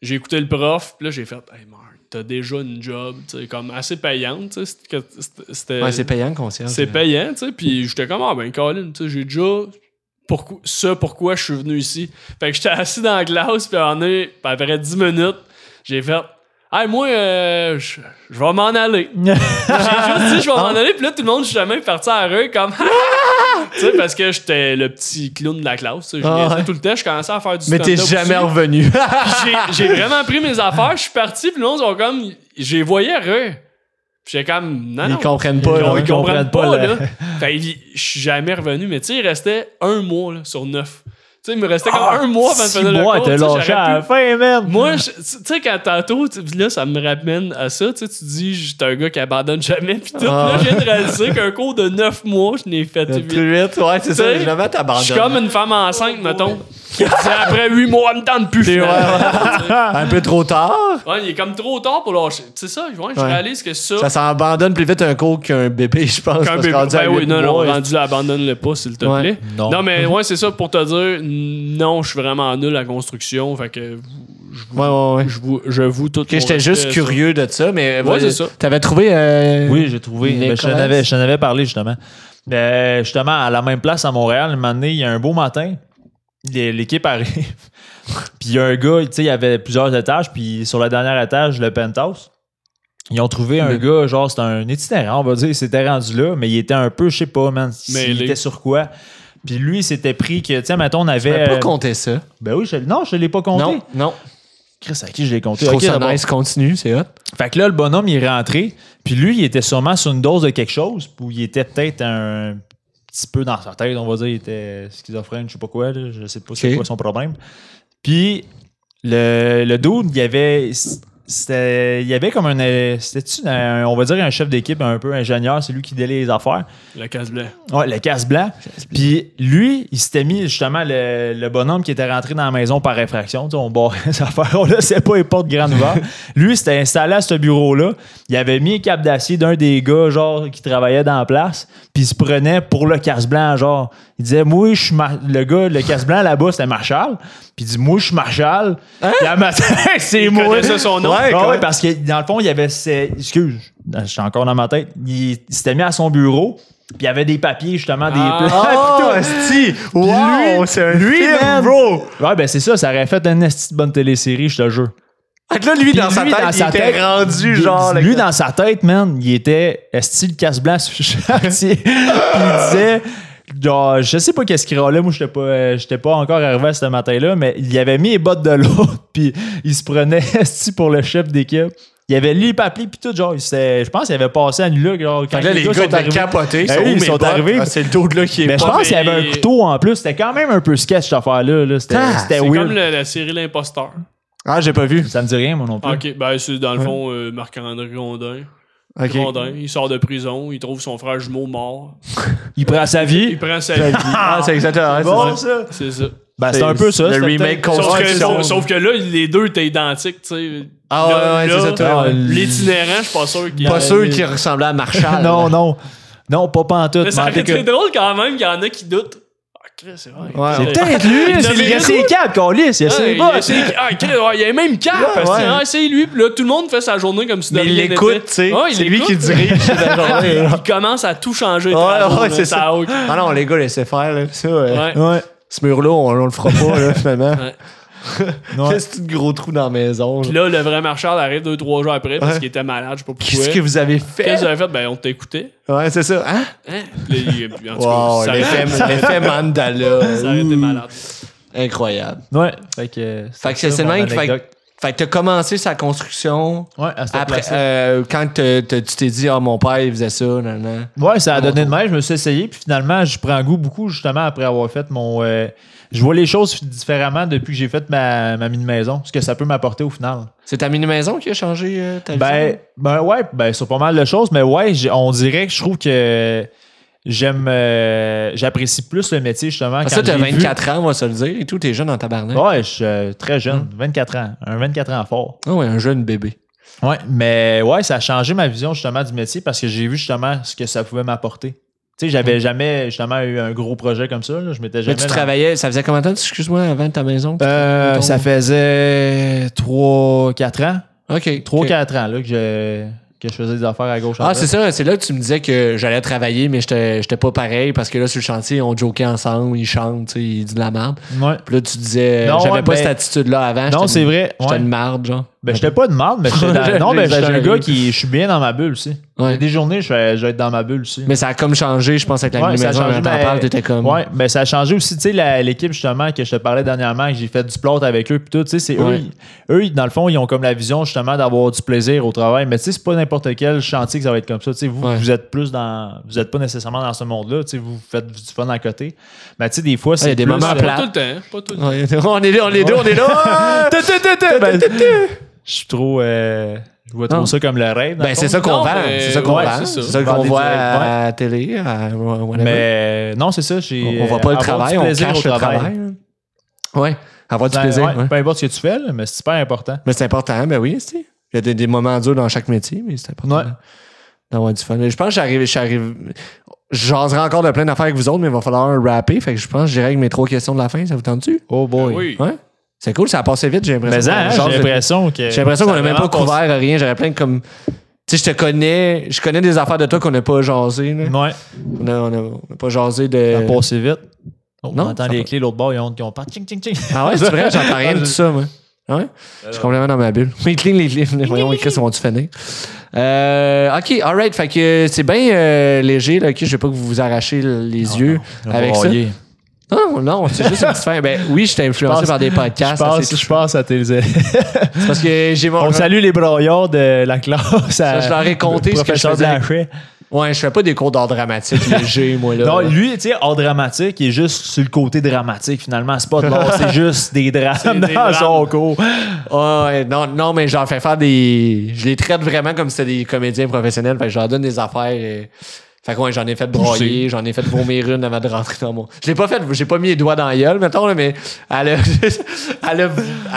S5: J'ai écouté le prof, puis là, j'ai fait Hey, Mark, t'as déjà une job, tu sais, comme assez payante, tu sais. c'était- c'était-
S1: Ouais, c'est payant, concierge.
S5: C'est payant, tu sais. Puis j'étais comme Ah, ben, Colin, tu sais, j'ai déjà. Pourquoi, ça, pourquoi je suis venu ici. Fait que j'étais assis dans la classe, puis en est, puis après 10 minutes, j'ai fait Hey, moi, euh, je je vais m'en aller. J'ai juste dit, je vais m'en aller, puis là, tout le monde, justement, est parti à rue comme. tu sais, parce que j'étais le petit clown de la classe. tu sais, Je
S1: Ah,
S5: niaisais
S1: ouais.
S5: tout le temps, je commençais à faire du
S1: Mais t'es
S5: stand-up
S1: jamais
S5: aussi.
S1: revenu.
S5: Puis j'ai j'ai vraiment pris mes affaires, je suis parti, puis le monde, ils ont comme. J'ai voyé rue. Puis j'étais comme. Non,
S1: Ils
S5: non.
S1: comprennent pas.
S5: Ils,
S1: là.
S5: ont- ils comprennent pas,
S6: pas,
S5: là. Fait, il- je suis jamais revenu, mais tu sais, il restait un mois là, sur neuf. Tu sais, il me restait comme un mois avant de
S6: Ah, Six
S5: faire le
S6: mois,
S5: cours,
S6: t'es
S5: tu sais, j'aurais
S6: lâché à la
S5: pu-
S6: fin, man.
S5: Moi, je- tu sais, quand tantôt, tu- là, ça me ramène à ça, tu sais, tu dis, j'étais un gars qui abandonne jamais, pis tout.
S1: Ah.
S5: Là, je viens de réaliser qu'un cours de neuf mois, je n'ai fait huit.
S1: Euh, Plus vite, ouais, c'est ça.
S5: T'sais,
S1: Jamais
S5: Je suis
S1: t'abandonnes.
S5: comme une femme enceinte, mettons. Qui dit après huit mois, elle me tente plus. finalement. Tu sais.
S1: Un peu trop tard.
S5: Ouais, il est comme trop tard pour lâcher. C'est ça, ouais, je
S1: Ouais.
S5: réalise que ça.
S1: Ça s'abandonne plus vite un cours qu'un bébé, je pense.
S5: Quand
S1: parce
S5: bébé-
S1: qu'on dit à
S5: ben oui,
S1: huit
S5: non, non,
S1: mois,
S5: rendu là, abandonne-le pas, s'il te
S1: Ouais.
S5: plaît.
S6: Non.
S5: mais ouais, c'est ça pour te dire, non, je suis vraiment nul à la construction. Fait que
S1: Ouais, ouais, ouais.
S5: je vous, je vous tout.
S1: Ok, j'étais juste curieux de ça, mais euh,
S5: Ouais,
S1: vas-y.
S5: c'est ça.
S1: T'avais trouvé. euh,
S6: Oui, j'ai trouvé.
S1: Nicolas.
S6: Ben, je t'en avais, je t'en avais parlé, justement. Euh, justement, à la même place à Montréal, un moment donné, il y a un beau matin, l'é- l'équipe arrive. puis il y a un gars, tu sais, il y avait plusieurs étages, puis sur le dernier étage, le penthouse, ils ont trouvé un gars, genre, c'était un itinérant, on va dire, il s'était rendu là, mais il était un peu, je sais pas, man,
S5: Mais
S6: il
S5: les-
S6: était sur quoi. Puis lui, il s'était pris que, tu sais, mettons, on
S1: T'avais
S6: avait.
S1: pas
S6: euh,
S1: compté ça.
S6: ben oui, je, non, je l'ai pas compté.
S1: Non, non.
S6: Chris, à qui je l'ai compté?
S1: Je trouve
S6: Ok,
S1: ça
S6: d'abord.
S1: nice, continue, c'est hot.
S6: Fait que là, le bonhomme, il est rentré, puis lui, il était sûrement sur une dose de quelque chose, ou il était peut-être un petit peu dans sa tête, on va dire, il était schizophrène, je sais pas quoi, là, je sais pas
S1: Ok.
S6: c'est quoi son problème. Puis le, le dude, il y avait. C'était, il y avait comme un. C'était-tu, un- on va dire, un chef d'équipe, un peu ingénieur, c'est lui qui délai les affaires.
S5: La casse blanc.
S6: Ouais, le casse blanc. Puis lui, il s'était mis justement le, le bonhomme qui était rentré dans la maison par effraction. Tu sais, on barrait sa affaire, on laissait pas les portes grandes ouvertes. lui, il s'était installé à ce bureau-là. Il avait mis un cap d'acier d'un des gars, genre, qui travaillait dans la place. Puis il se prenait pour le casse blanc, genre. Il disait, moi, je suis Mar- le gars, le casse blanc là-bas, c'était Marshall. Puis il dit, moi, je suis Marshall. Puis à matin, c'est
S5: Hein? Il
S6: moi.
S5: connaissait son nom.
S6: Ouais,
S5: Ah
S6: ouais,
S5: ouais.
S6: parce que dans le fond, il y avait. ses- Excuse, je suis encore dans ma tête. Il, il s'était mis à son bureau, puis il y avait des papiers, justement, des
S5: Ah.
S6: plans.
S1: Oh, esti! Wow, c'est un
S6: lui,
S1: film,
S6: man.
S1: bro!
S6: Ouais, ben c'est ça, ça aurait fait une esti de bonne télésérie, je te jure.
S1: Fait que là, lui, dans
S6: Puis
S1: sa
S6: lui,
S1: tête,
S6: dans
S1: il
S6: sa
S1: était
S6: tête,
S1: rendu,
S6: il-
S1: genre... euh,
S6: Lui,
S1: le-
S6: dans sa tête, man, il était esti le casse-blanc sur le chantier. Puis il disait. Genre, je sais pas qu'est-ce qu'il râlait, moi j'étais pas, euh, j'étais pas encore arrivé à ce matin-là, mais il avait mis les bottes de l'autre, puis il se prenait esti pour le chef d'équipe. Il avait lu les papiers, puis tout, genre, il s'est- je pense qu'il avait passé à nuit là, genre, quand
S1: Fait que là, les gars,
S6: sont
S1: étaient
S6: arrivés.
S1: capotés.
S6: Ben oui,
S1: où
S6: ils
S1: mes
S6: sont
S1: bottes?
S6: arrivés.
S1: Ah, C'est le dos de là qui est
S6: Mais je
S1: pas...
S6: pense qu'il y avait
S5: mais-
S6: un couteau en plus. C'était quand même un peu sketch cette affaire-là. là. C'était
S1: Ah,
S6: c'était
S5: C'est
S6: weird.
S5: comme le- la série L'imposteur.
S1: Ah, j'ai pas vu.
S6: Ça me dit rien, moi non plus.
S5: Ok, ben c'est dans le fond euh, Marc-André Rondin.
S1: OK.
S5: Rondin, il sort de prison, il trouve son frère jumeau mort.
S6: Il prend sa
S5: Il
S6: vie.
S5: prend sa vie.
S1: Ah, c'est exactement c'est
S6: Bon,
S1: ça.
S6: ça.
S5: C'est ça.
S6: Ben, c'est un peu ça.
S1: Le
S6: c'était
S1: remake
S6: peut-être-
S5: Sauf que,
S1: construction.
S5: sauf- sauf que là, les deux étaient identiques, tu sais.
S1: Ah
S5: Là-
S1: ouais, ouais, c'est
S5: là,
S1: ça, toi. ouais.
S5: L'itinérant, je suis pas sûr qu'il
S1: Pas sûr qu'il ressemblait à Marshall.
S6: Non, non. Non, pas pantoute.
S5: Mais ça
S6: mais
S5: aurait
S6: en tout
S5: été
S6: cas-
S5: drôle quand même qu'il y en a qui doutent. Ah, Chris, c'est vrai.
S1: Ouais,
S5: Chris.
S1: ouais.
S6: Peut-être lui,
S5: Il
S6: c'est
S5: avait
S6: il a
S5: une
S6: ses câbles, qu'on lisse. Il a
S5: Ah,
S6: ses
S5: il a
S6: bottes.
S5: essayé- ah, Chris, ouais, il a même cap. parce que,
S1: ouais.
S5: ah, c'est lui. Puis là, tout le monde fait sa journée comme si de
S1: Mais il
S5: rien n'était.
S1: l'écoute, tu sais.
S5: Ouais, il
S1: c'est lui
S5: l'écoute.
S1: qui dirige la journée. là.
S5: Il commence à tout changer. de
S1: Ouais,
S5: travaux,
S1: ouais,
S5: là,
S1: c'est
S5: ça
S1: ça.
S5: a aucun-
S1: Ah non, les gars, laissez faire, là. Ça, euh,
S5: Ouais.
S6: Ouais.
S1: Ce mur-là, on, on le fera pas, là, finalement.
S5: Ouais.
S6: Non.
S1: Qu'est-ce que gros trou dans la maison?
S5: Puis
S1: genre?
S5: là, le vrai marchand arrive deux, trois jours après parce
S1: Ouais.
S5: qu'il était malade, je sais pas pourquoi.
S1: Qu'est-ce que vous avez
S5: Qu'est-ce que
S1: fait?
S5: j'avais fait? Ben, on t'écoutait.
S1: Ouais, c'est ça. Hein?
S5: Hein? Puis là, il- puis en tout cas,
S1: Wow,
S5: ça,
S1: l'effet
S5: aurait, ça
S1: l'effet mandala.
S5: aurait été
S1: Ouh.
S5: malade.
S1: Incroyable.
S6: Ouais. Fait que, euh,
S1: Fait que c'est
S6: ça,
S1: c'est le
S6: mon
S1: même. Fait,
S6: anecdote.
S1: que- fait que t'as commencé sa construction
S6: Ouais, à cette
S1: après,
S6: place-là.
S1: euh, quand te- te- tu t'es dit, ah, mon père, il faisait ça, nan, nan.
S6: Ouais, ça a donné de même. Je me suis essayé. Puis finalement, je prends goût beaucoup, justement, après avoir fait mon. euh, je vois les choses différemment depuis que j'ai fait ma, ma mini-maison. Ce que ça peut m'apporter au final.
S1: C'est ta mini-maison qui a changé euh, ta
S6: Ben,
S1: vie?
S6: ben ouais, ben sur pas mal de choses, mais ouais, j'ai- on dirait que je trouve que j'aime. euh, J'apprécie plus le métier, justement.
S1: Parce
S6: quand
S1: que t'as
S6: j'ai vu-
S1: 24 ans, on va se le dire, et tout, t'es jeune en tabarnak. Ah
S6: Ouais, je suis euh, très jeune, 24 ans. Un 24 ans fort.
S1: ouais, un jeune bébé.
S6: Ouais, mais ouais, ça a changé ma vision justement du métier parce que j'ai vu justement ce que ça pouvait m'apporter. Tu sais, j'avais jamais justement eu un gros projet comme ça. là. Je m'étais
S1: Mais
S6: jamais.
S1: tu travaillais, ça faisait combien de temps, excuse-moi, avant ta maison? que tu
S6: Euh,
S1: travaillais,
S6: ça
S1: mettons?
S6: faisait 3-4 ans.
S1: OK.
S6: 3-4
S1: OK.
S6: ans là, que, je, que je faisais des affaires à gauche. à
S1: Ah,
S6: droite.
S1: c'est ça, c'est là que tu me disais que j'allais travailler, mais j'étais j'étais pas pareil parce que là, sur le chantier, on jokait ensemble, ils chantent, tu sais, ils disent de la merde.
S6: Ouais.
S1: Puis là, tu disais,
S6: Non,
S1: j'avais
S6: ouais,
S1: pas
S6: ben-
S1: cette attitude-là avant.
S6: Non,
S1: j'étais
S6: c'est
S1: une-
S6: vrai.
S1: J'étais
S6: ouais.
S1: une marde, genre.
S6: Ben, j'étais pas de marde, mais j'étais dans- Non,
S1: J'ai
S6: ben, j'étais un
S1: exagéré.
S6: gars qui. Je suis bien dans ma bulle, aussi.
S1: Ouais.
S6: Des journées, je vais, je vais être dans ma bulle, aussi.
S1: Mais ça a comme changé, je pense, avec la
S6: Ouais, ça a
S1: mini-maison.
S6: changé,
S1: Quand t'en
S6: mais-
S1: parles, t'étais comme.
S6: Ouais, mais ça a changé aussi, tu sais, la- l'équipe justement que je te parlais dernièrement, que j'ai fait du plot avec eux, puis tout, tu sais, c'est
S1: Ouais.
S6: eux, ils- eux, ils, dans le fond, ils ont comme la vision justement d'avoir du plaisir au travail, mais tu sais, c'est pas n'importe quel chantier que ça va être comme ça, tu sais, vous,
S1: Ouais.
S6: vous êtes plus dans, vous êtes pas nécessairement dans ce monde-là, tu sais, vous faites du fun à côté, mais tu sais, des fois, c'est
S1: y a des
S6: plus,
S1: moments
S6: euh,
S5: Pas
S1: plates.
S5: tout le temps. hein, Pas tout le temps.
S1: Ouais, on est là, on est là, Ah! on est là. Ouais!
S6: ben, je suis trop, euh, je vois trop
S1: Non.
S6: ça comme le rêve. dans
S1: Ben,
S6: le
S1: c'est
S6: fond.
S1: ça qu'on
S5: Non,
S1: vend.
S5: mais-
S1: C'est ça qu'on
S6: ouais,
S1: vend.
S5: c'est
S1: C'est
S5: ça.
S1: ça
S6: Vend
S1: qu'on
S6: des
S1: voit
S6: directs,
S1: à la télé, à whatever.
S6: Mais euh, non, c'est ça, j'ai
S1: on, on voit pas le
S6: euh, avoir
S1: travail,
S6: du
S1: on
S6: plaisir
S1: cache
S6: au
S1: le travail. là. Ouais, avoir du
S6: Ben,
S1: plaisir.
S6: ouais,
S1: ouais.
S6: Peu importe ce que tu fais, là, mais c'est super important.
S1: Mais c'est important, ben oui, c'est. Il y a des, des moments durs dans chaque métier, mais c'est important
S6: Ouais.
S1: d'avoir du fun. Je pense que j'arrive, j'arrive. J'oserai encore de plein d'affaires avec vous autres, mais il va falloir rapper. Fait que je pense que j'irai avec mes trois questions de la fin. Ça vous tente-tu?
S6: Oh boy.
S5: Oui.
S1: Ouais. C'est cool, ça a passé vite, j'ai l'impression.
S6: Mais hein,
S1: Genre,
S6: j'ai
S1: de-
S6: l'impression que.
S1: J'ai l'impression qu'on
S5: Ça
S1: n'a
S5: a
S1: même pas
S5: vraiment
S1: couvert rien. J'aurais plein de comme. Tu sais, je te connais. Je connais des affaires de toi qu'on n'a pas jasé. là.
S6: Ouais,
S1: On n'a on a- on a pas jasé
S6: ça a
S1: de.
S6: passé vite. On
S1: Euh, Non,
S6: entend
S1: ça
S6: les
S1: va.
S6: clés, l'autre bord, ils ont honte qu'on parle. Tching, tching, tching.
S1: Ah ouais, c'est vrai, j'entends rien de tout ça, moi. Ah Ouais? Je suis complètement dans ma bulle. Mais clean les livres. Voyons, les Chris ils vont-tu finir? Euh, ok, alright. Fait que c'est bien euh, léger. Là. Ok, je veux pas que vous vous arrachez les yeux avec ça.
S6: Broyer.
S1: Non, non, c'est juste une petite fin. Ben oui, je t'ai influencé
S6: Je pense-
S1: par des podcasts.
S6: Je
S1: ça,
S6: passe,
S1: c'est
S6: je passe à tes
S1: tout. Parce que j'ai mon.
S6: On salue les braillards de la classe.
S1: Ça,
S6: à-
S1: je leur ai compté
S6: le
S1: ce que je
S6: professeur
S1: faisais.
S6: Blanchet.
S1: Ouais, je fais pas des cours d'art dramatique léger, moi, là.
S6: Non, lui, tu sais, hors dramatique, il est juste sur le côté dramatique, finalement. C'est pas de l'art, c'est juste des drames dans
S5: des
S6: son cours.
S1: Ah ouais, non, non, mais j'en fais faire des. Je les traite vraiment comme si c'était des comédiens professionnels. Fait que je leur donne des affaires. euh, Fait que ouais, j'en ai fait broyer, j'en ai fait vomir une avant de rentrer dans mon. Je l'ai pas fait, j'ai pas mis les doigts dans la gueule, mettons, là, mais elle a, elle a,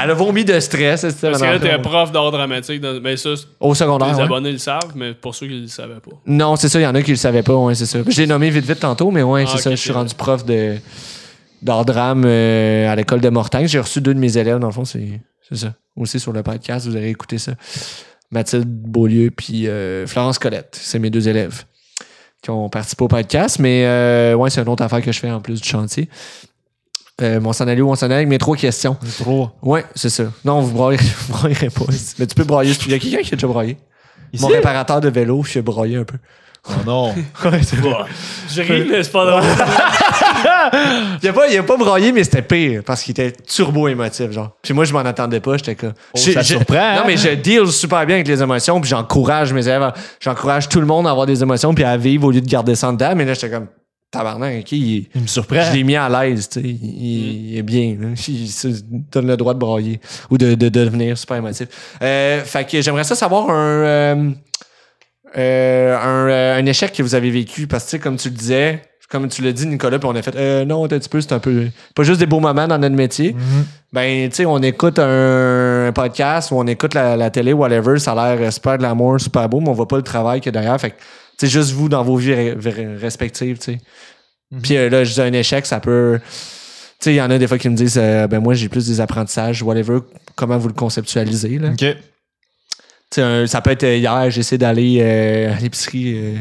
S1: elle a vomi de stress. c'est ça,
S5: Parce que
S1: madame.
S5: là, t'es prof d'art dramatique. Dans... Ben, ça, c'est-
S1: Au
S5: les
S1: secondaire. ouais.
S5: abonnés le savent, mais pour ceux qui le savaient pas.
S1: Non, c'est ça, il y en a qui le savaient pas, ouais, c'est ça. Je l'ai nommé vite vite tantôt, mais ouais,
S5: Ah,
S1: c'est
S5: ok,
S1: ça. Je suis
S5: ok.
S1: rendu prof de d'art drame euh, à l'école de Mortagne. J'ai reçu deux de mes élèves, dans le fond, c'est c'est ça. Aussi sur le podcast, vous allez écouter ça. Mathilde Beaulieu puis euh, Florence Colette. C'est mes deux élèves qui ont participé au podcast, mais euh, ouais, c'est une autre affaire que je fais en plus du chantier. Euh, mais on s'en allait où on s'en allait avec mes trois questions.
S6: Trois.
S1: Ouais, c'est ça. Non, vous broyerez, vous broyerez pas. Mais tu peux broyer. Il y a quelqu'un qui a déjà broyé.
S6: Ici?
S1: Mon réparateur de vélo, je suis broyé un peu.
S6: Oh non.
S5: Je ris, mais c'est pas drôle.
S1: Il a pas, il a pas broyé, mais c'était pire parce qu'il était turbo émotif, genre. Puis moi, je m'en attendais pas, j'étais comme. J'ai-
S6: ça te
S1: j'ai-
S6: surprend, hein?
S1: Non, mais je deal super bien avec les émotions, puis j'encourage mes élèves, à- j'encourage tout le monde à avoir des émotions, puis à vivre au lieu de garder ça en dedans. Mais là, j'étais comme, tabarnak, ok, il-
S6: Il me surprend.
S1: je l'ai mis à l'aise, tu sais. Il, il est bien, là. Il se donne le droit de broyer ou de, de devenir super émotif. Euh, fait que j'aimerais ça savoir un. euh, euh, un, euh, un échec que vous avez vécu parce que tu sais, comme tu le disais comme tu l'as dit Nicolas puis on a fait euh, non un petit peu c'est un peu pas juste des beaux moments dans notre métier ben tu sais on écoute un, un podcast ou on écoute la, la télé whatever ça a l'air super glamour super beau mais on voit pas le travail qu'il y a derrière fait que c'est juste vous dans vos vies re- re- respectives tu sais
S6: Mhm.
S1: puis euh, là je dis un échec ça peut tu sais il y en a des fois qui me disent euh, ben moi j'ai plus des apprentissages whatever comment vous le conceptualisez là
S6: Ok.
S1: tu sais, un- ça peut être euh, hier, j'essaie d'aller euh, à l'épicerie euh,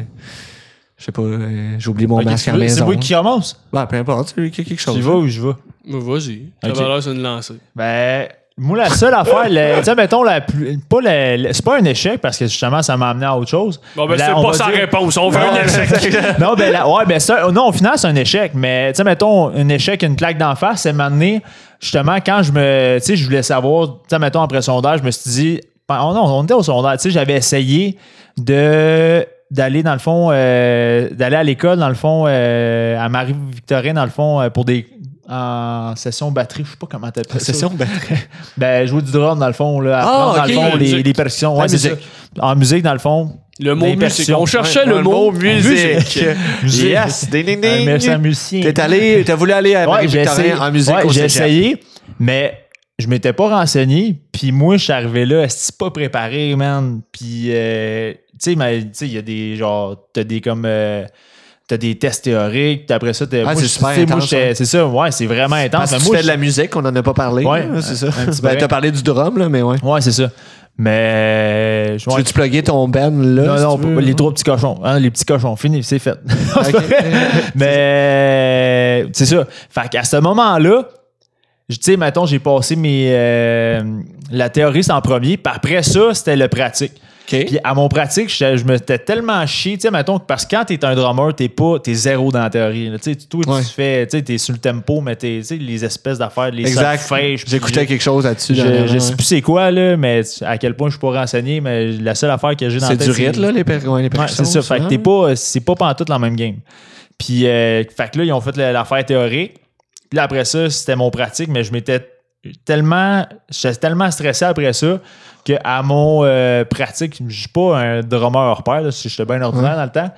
S1: Je sais pas, euh, j'ai oublié mon
S6: Ok,
S1: masque
S6: tu
S1: à
S6: veux-
S1: la
S6: c'est
S1: maison.
S6: moi qui commence.
S1: Ouais, peu importe, c'est quelque
S6: Tu
S1: chose.
S6: y vas ou je vais?
S5: Mais Vas-y. Ta
S6: Ok.
S5: valeur, c'est une lancée.
S6: Ben, moi, la seule affaire, le- tu sais, mettons, la plus, pas la- la- c'est pas un échec parce que justement, ça m'a amené à autre chose.
S5: Bon, ben,
S6: La-
S5: c'est
S6: on
S5: pas
S6: va
S5: sa
S6: dire-
S5: réponse. On veut
S6: Non,
S5: un échec.
S6: non, ben, la- ouais, ben, ça, non, au final, c'est un échec. Mais, tu sais, mettons, un échec, une claque d'en face, c'est m'amener, justement, quand je me. Tu sais, je voulais savoir, tu sais, mettons, après le sondage, je me suis dit. Oh non, on était au sondage. Tu sais, j'avais essayé de d'aller dans le fond euh, d'aller à l'école dans le fond euh, à Marie-Victorin dans le fond euh, pour des en session batterie je sais pas comment t'appelles ça
S1: Session, ben,
S6: ben, jouer du drum, dans le fond,
S1: Ah,
S6: là.
S1: ok.
S6: Apprendre, dans le fond, les,
S5: Musique.
S6: les percussions. Ouais,
S1: La
S6: c'est ça.
S1: musique.
S6: En musique, dans le fond.
S5: Le mot
S6: Des
S5: musique.
S6: versions.
S5: On cherchait le
S1: un
S5: mot
S1: musique.
S6: Musique.
S1: yes, ding ding
S6: Un médecin
S1: ding.
S6: musicien.
S1: T'es allé, t'as voulu aller à
S6: Ouais, j'ai essayé.
S1: Marie-Victorin en musique
S6: Ouais,
S1: au
S6: j'ai
S1: cégep.
S6: essayé, mais je m'étais pas renseigné. Puis moi, je suis arrivé là, c'est pas préparé, man. Puis, euh, tu sais, mais, tu sais, il y a des, genre, t'as des comme... euh, T'as des tests théoriques, puis après ça, t'as.
S1: Ah,
S6: moi,
S1: c'est
S6: je-
S1: super
S6: tu sais, moi,
S1: intense,
S6: j'étais-
S1: hein.
S6: C'est ça, ouais, c'est vraiment
S1: Parce
S6: intense.
S1: que
S6: Mais
S1: tu
S6: Ah, ben, moi,
S1: fais de la musique, on n'en a pas parlé.
S6: Ouais,
S1: hein, c'est ça.
S6: un petit
S1: Ben,
S6: peu.
S1: t'as parlé du drum, là, mais ouais.
S6: je- Ouais, c'est ça. Mais. euh, je-
S1: Tu
S6: ouais.
S1: veux-tu plugger ton band, là?
S6: Non,
S1: Hein, si
S6: non,
S1: tu veux?
S6: pas- les trois petits cochons. hein, les petits cochons, fini, c'est fait.
S1: Ok.
S6: Mais euh, c'est ça. Fait qu'à ce moment-là, je- tu sais, mettons, j'ai passé mes, euh, la théorie c'est en premier, puis après ça, c'était le pratique.
S1: OK.
S6: Puis à mon pratique, j'étais- je me étais tellement chié, tu sais, mettons, que parce que quand t'es un drummer, t'es pas, t'es zéro dans la théorie. là. Tu sais, toi,
S1: Ouais.
S6: tu fais, tu sais, t'es sur le tempo, mais t'es, tu sais, les espèces d'affaires, les
S1: Exact.
S6: solfèges, puis
S1: J'écoutais quelque chose là-dessus.
S6: je,
S1: dernièrement,
S6: je sais
S1: ouais.
S6: plus c'est quoi, là, mais à quel point je suis pas renseigné, mais la seule affaire que j'ai dans la
S1: C'est
S6: tête,
S1: du rythme, là, les per- ouais, les
S6: Ouais, hein?
S1: percussions.
S6: c'est ça. Fait que t'es pas, euh, c'est pas pantoute la même game. Puis, euh, fait que là, ils ont fait la- l'affaire théorique. Puis là, après ça, c'était mon pratique, mais je m'étais tellement, j'étais tellement stressé après ça que à mon euh, pratique, je suis pas un drummer hors pair, là, si j'étais bien ordinaire dans le temps.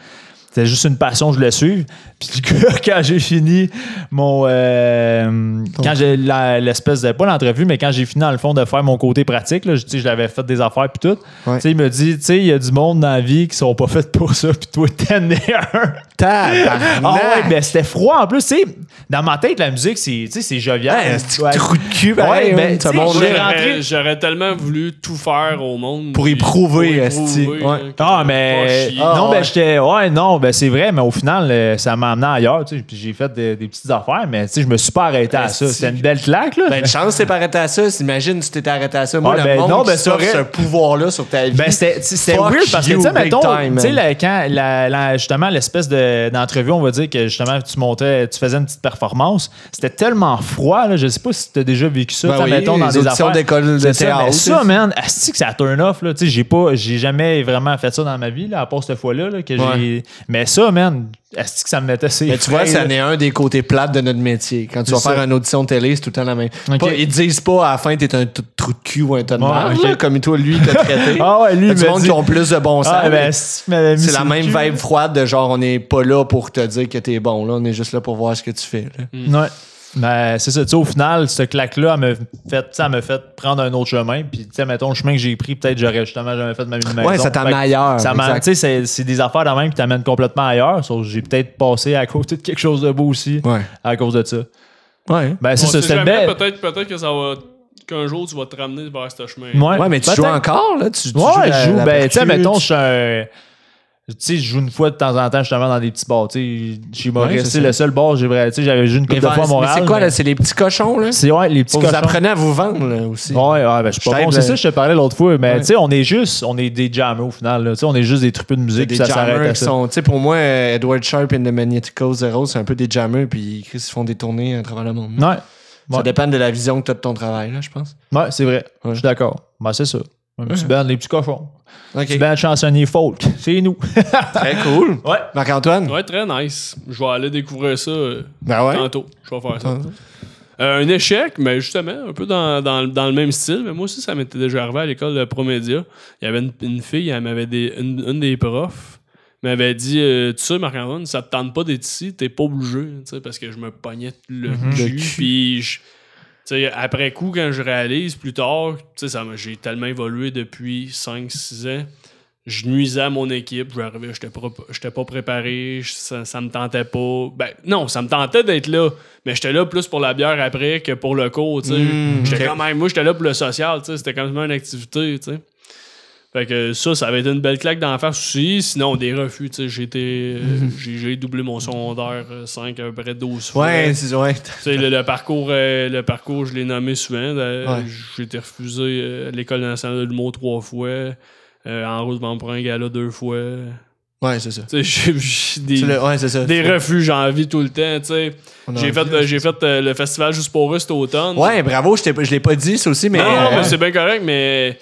S6: C'était juste une passion, je le suivre. Puis du coup, quand j'ai fini mon. euh, quand j'ai la- l'espèce de. Pas l'entrevue, mais quand j'ai fini, dans le fond, de faire mon côté pratique, là, je, tu sais, je l'avais fait des affaires, puis tout.
S1: Ouais.
S6: Tu sais, il me dit, tu sais, il y a du monde dans la vie qui sont pas faits pour ça, puis toi, t'en es un.
S1: Tabarnak!
S6: Ah ouais, ben c'était froid en plus, tu sais. Dans ma tête, la musique, c'est, tu sais, c'est jovial.
S1: Hey, c'est un
S6: Ouais.
S1: trou de cul,
S6: Ouais,
S1: pareil,
S6: ben,
S1: hein, tout le
S6: tu sais,
S1: monde,
S6: j'ai-
S1: là.
S5: J'aurais
S6: rentré-
S5: j'aurais tellement voulu tout faire au monde.
S1: Pour y
S5: puis-
S1: prouver,
S5: pour y
S1: esti.
S5: prouver,
S1: Ouais.
S5: là, que
S6: Ah,
S5: t'es pas
S6: mais.
S5: chier.
S6: Non,
S1: Ah, ouais.
S6: ben, j'étais. Ouais, non, ben, c'est vrai, mais au final, euh, ça m'a amené ailleurs, tu sais. Puis j'ai fait des, des petites affaires, mais, tu sais, je me suis pas arrêté à ça.
S1: Esti.
S6: C'était une belle claque, là.
S1: Ben, une chance, t'es pas arrêté à ça. Imagine si t'étais arrêté à ça. Moi,
S6: Ah,
S1: le
S6: ben,
S1: monde
S6: non,
S1: qui
S6: ben,
S1: s'offre
S6: c'est vrai.
S1: ce pouvoir-là sur ta vie.
S6: Ben, c'était c'était
S1: Fuck
S6: weird parce que,
S1: you,
S6: tu sais,
S1: big
S6: mettons,
S1: time,
S6: tu sais,
S1: man.
S6: la- quand, la- la- justement, l'espèce de- d'entrevue, on va dire que, justement, tu montais, tu faisais une petite performance, c'était tellement froid, là, je sais pas si tu as déjà vécu ça,
S1: Ben
S6: tu sais,
S1: oui,
S6: mettons, dans
S1: les
S6: des
S1: auditions
S6: affaires.
S1: d'école de
S6: C'est ça,
S1: théâtre,
S6: mais
S1: tu
S6: ça,
S1: sais.
S6: man, asti que ça turn off, là, tu sais, j'ai pas, j'ai jamais vraiment fait ça dans ma vie, là, à part cette fois-là, là, que j'ai... Mais ça, man, asti que ça me mettait ses
S1: Mais tu vois,
S6: frais,
S1: ça
S6: là.
S1: n'est un des côtés plates de notre métier. Quand tu vas
S6: C'est
S1: faire
S6: ça.
S1: une audition de télé, c'est tout le temps la même.
S6: Ok.
S1: Pas- ils te disent pas à la fin, t'es un t- trou de cul ou un tas de
S6: Ouais,
S1: marge,
S6: ok.
S1: là, comme toi, lui, il t'a traité.
S6: Ah ouais,
S1: Il
S6: lui,
S1: y a
S6: il
S1: du
S6: m'a
S1: monde
S6: dit-
S1: qui ont plus de bon sens.
S6: Ah, ben,
S1: mais
S6: asti qu'il m'avait mis
S1: c'est
S6: sur
S1: la
S6: le
S1: même
S6: cul.
S1: vibe froide de genre, on n'est pas là pour te dire que t'es bon, là. On est juste là pour voir ce que tu fais, là.
S5: Mm.
S6: Ouais. Mais c'est ça, tu sais, au final, ce claque-là, elle m'a fait, ça m'a fait prendre un autre chemin. Puis, tu sais, mettons, le chemin que j'ai pris, peut-être j'aurais justement jamais fait ma vie de maison.
S1: Ouais, ça t'amène
S6: Fait que
S1: ailleurs,
S6: Ça m'a-
S1: exact.
S6: tu sais, c'est, c'est des affaires de même qui t'amènent complètement ailleurs. Sauf que j'ai peut-être passé à côté de quelque chose de beau aussi
S1: Ouais.
S6: à cause de ça.
S1: Ouais.
S6: Ben, c'est
S5: On
S6: ça,
S5: sait
S6: c'était
S5: jamais,
S6: belle.
S5: Peut-être peut que ça va. Qu'un jour, tu vas te ramener vers ce chemin.
S1: Ouais, mais tu joues
S6: peut-être.
S1: encore, là? Tu, tu joues
S6: Ouais,
S1: la-
S6: je joue.
S1: la
S6: Ben, tu sais,
S1: percu,
S6: mettons, je
S1: tu-
S6: suis un. Tu sais, je joue une fois de temps en temps, justement, dans des petits bars. Tu sais, chez
S1: Ouais,
S6: Maurice,
S1: c'est
S6: c'est
S1: ça.
S6: le seul bar, j'ai vrai. Tu sais, j'avais joué une
S1: Mais
S6: couple de fois à
S1: vers- mais
S6: Montréal.
S1: c'est quoi,
S6: mais-
S1: là? C'est les petits cochons, là?
S6: C'est, ouais, les petits
S1: Faut que vous
S6: cochons.
S1: apprenez à vous vendre, là, aussi.
S6: Ouais, ouais, ben, je suis
S1: Je
S6: pas bon.
S1: t'aide,
S6: C'est
S1: là.
S6: ça, que je te parlais l'autre fois. Mais
S1: Ouais.
S6: tu sais, on est juste, on est des jammers au final. là. Tu sais, on est juste des tripes de musique,
S1: des
S6: puis ça s'arrête
S1: jammers
S6: à
S1: qui
S6: ça.
S1: sont. Tu sais, pour moi, euh, Edward Sharp and the Magnetico Zero, c'est un peu des jammers, puis Chris, ils font des tournées à travers le monde.
S6: Ouais,
S1: Ça
S6: Ouais.
S1: dépend de la vision que tu as de ton travail, là, je pense.
S6: ouais, c'est vrai.
S1: Ouais.
S6: Je suis d'accord. Ben, c'est ça. Un petit band, les petits cochons.
S1: Ok.
S6: Petit band chansonnier folk. C'est nous.
S1: Très cool.
S6: Ben, Ouais.
S1: Marc-Antoine?
S5: Ouais, très nice. Je vais aller découvrir ça euh,
S1: Ben ouais.
S5: tantôt. Je vais faire ça. Euh, un échec, mais justement, un peu dans, dans le- dans le même style. Mais moi aussi, ça m'était déjà arrivé à l'école de Promédia. Il y avait une, une fille, elle m'avait des, une, une des profs m'avait dit euh, Tu sais, Marc-Antoine, ça te tente pas d'être ici, t'es pas obligé. Tu sais, parce que je me pognais le cul.
S1: Mhm. Le cul.
S5: Puis je- tu sais, après coup, quand je réalise plus tard, tu sais, ça m'a- j'ai tellement évolué depuis 5-6 ans je nuisais à mon équipe, j'arrivais, j'étais pas, j'étais pas préparé, je- ça, ça me tentait pas. Ben, non, ça me tentait d'être là, mais j'étais là plus pour la bière après que pour le cours, tu sais.
S1: Mm,
S5: j'étais
S1: ok.
S5: quand même, moi, j'étais là pour le social, tu sais, c'était quand même une activité, tu sais. Fait Fait que ça, ça avait été une belle claque d'en faire aussi. Sinon, des refus, tu sais, j'ai été, euh, j'ai- j'ai doublé mon secondaire 5 à peu près 12 fois.
S1: Ouais, c'est ouais.
S5: Tu sais, le, le parcours, euh, le parcours, je l'ai nommé souvent. Euh,
S1: Ouais.
S5: J'ai été refusé euh, à l'École nationale de l'humour trois fois. euh, en route devant pour un gala deux fois.
S1: Ouais, c'est ça.
S5: Tu sais, j'ai- j'ai des,
S1: C'est le- ouais, c'est ça.
S5: des refuges, j'en vis tout le temps. tu sais.
S1: On a
S5: J'ai fait,
S1: envie.
S5: euh, j'ai fait euh, le festival juste pour eux cet automne.
S1: Ouais, bravo, je t'ai- je l'ai pas dit, ça aussi, mais.
S5: Non, non,
S1: euh,
S5: mais c'est bien correct, mais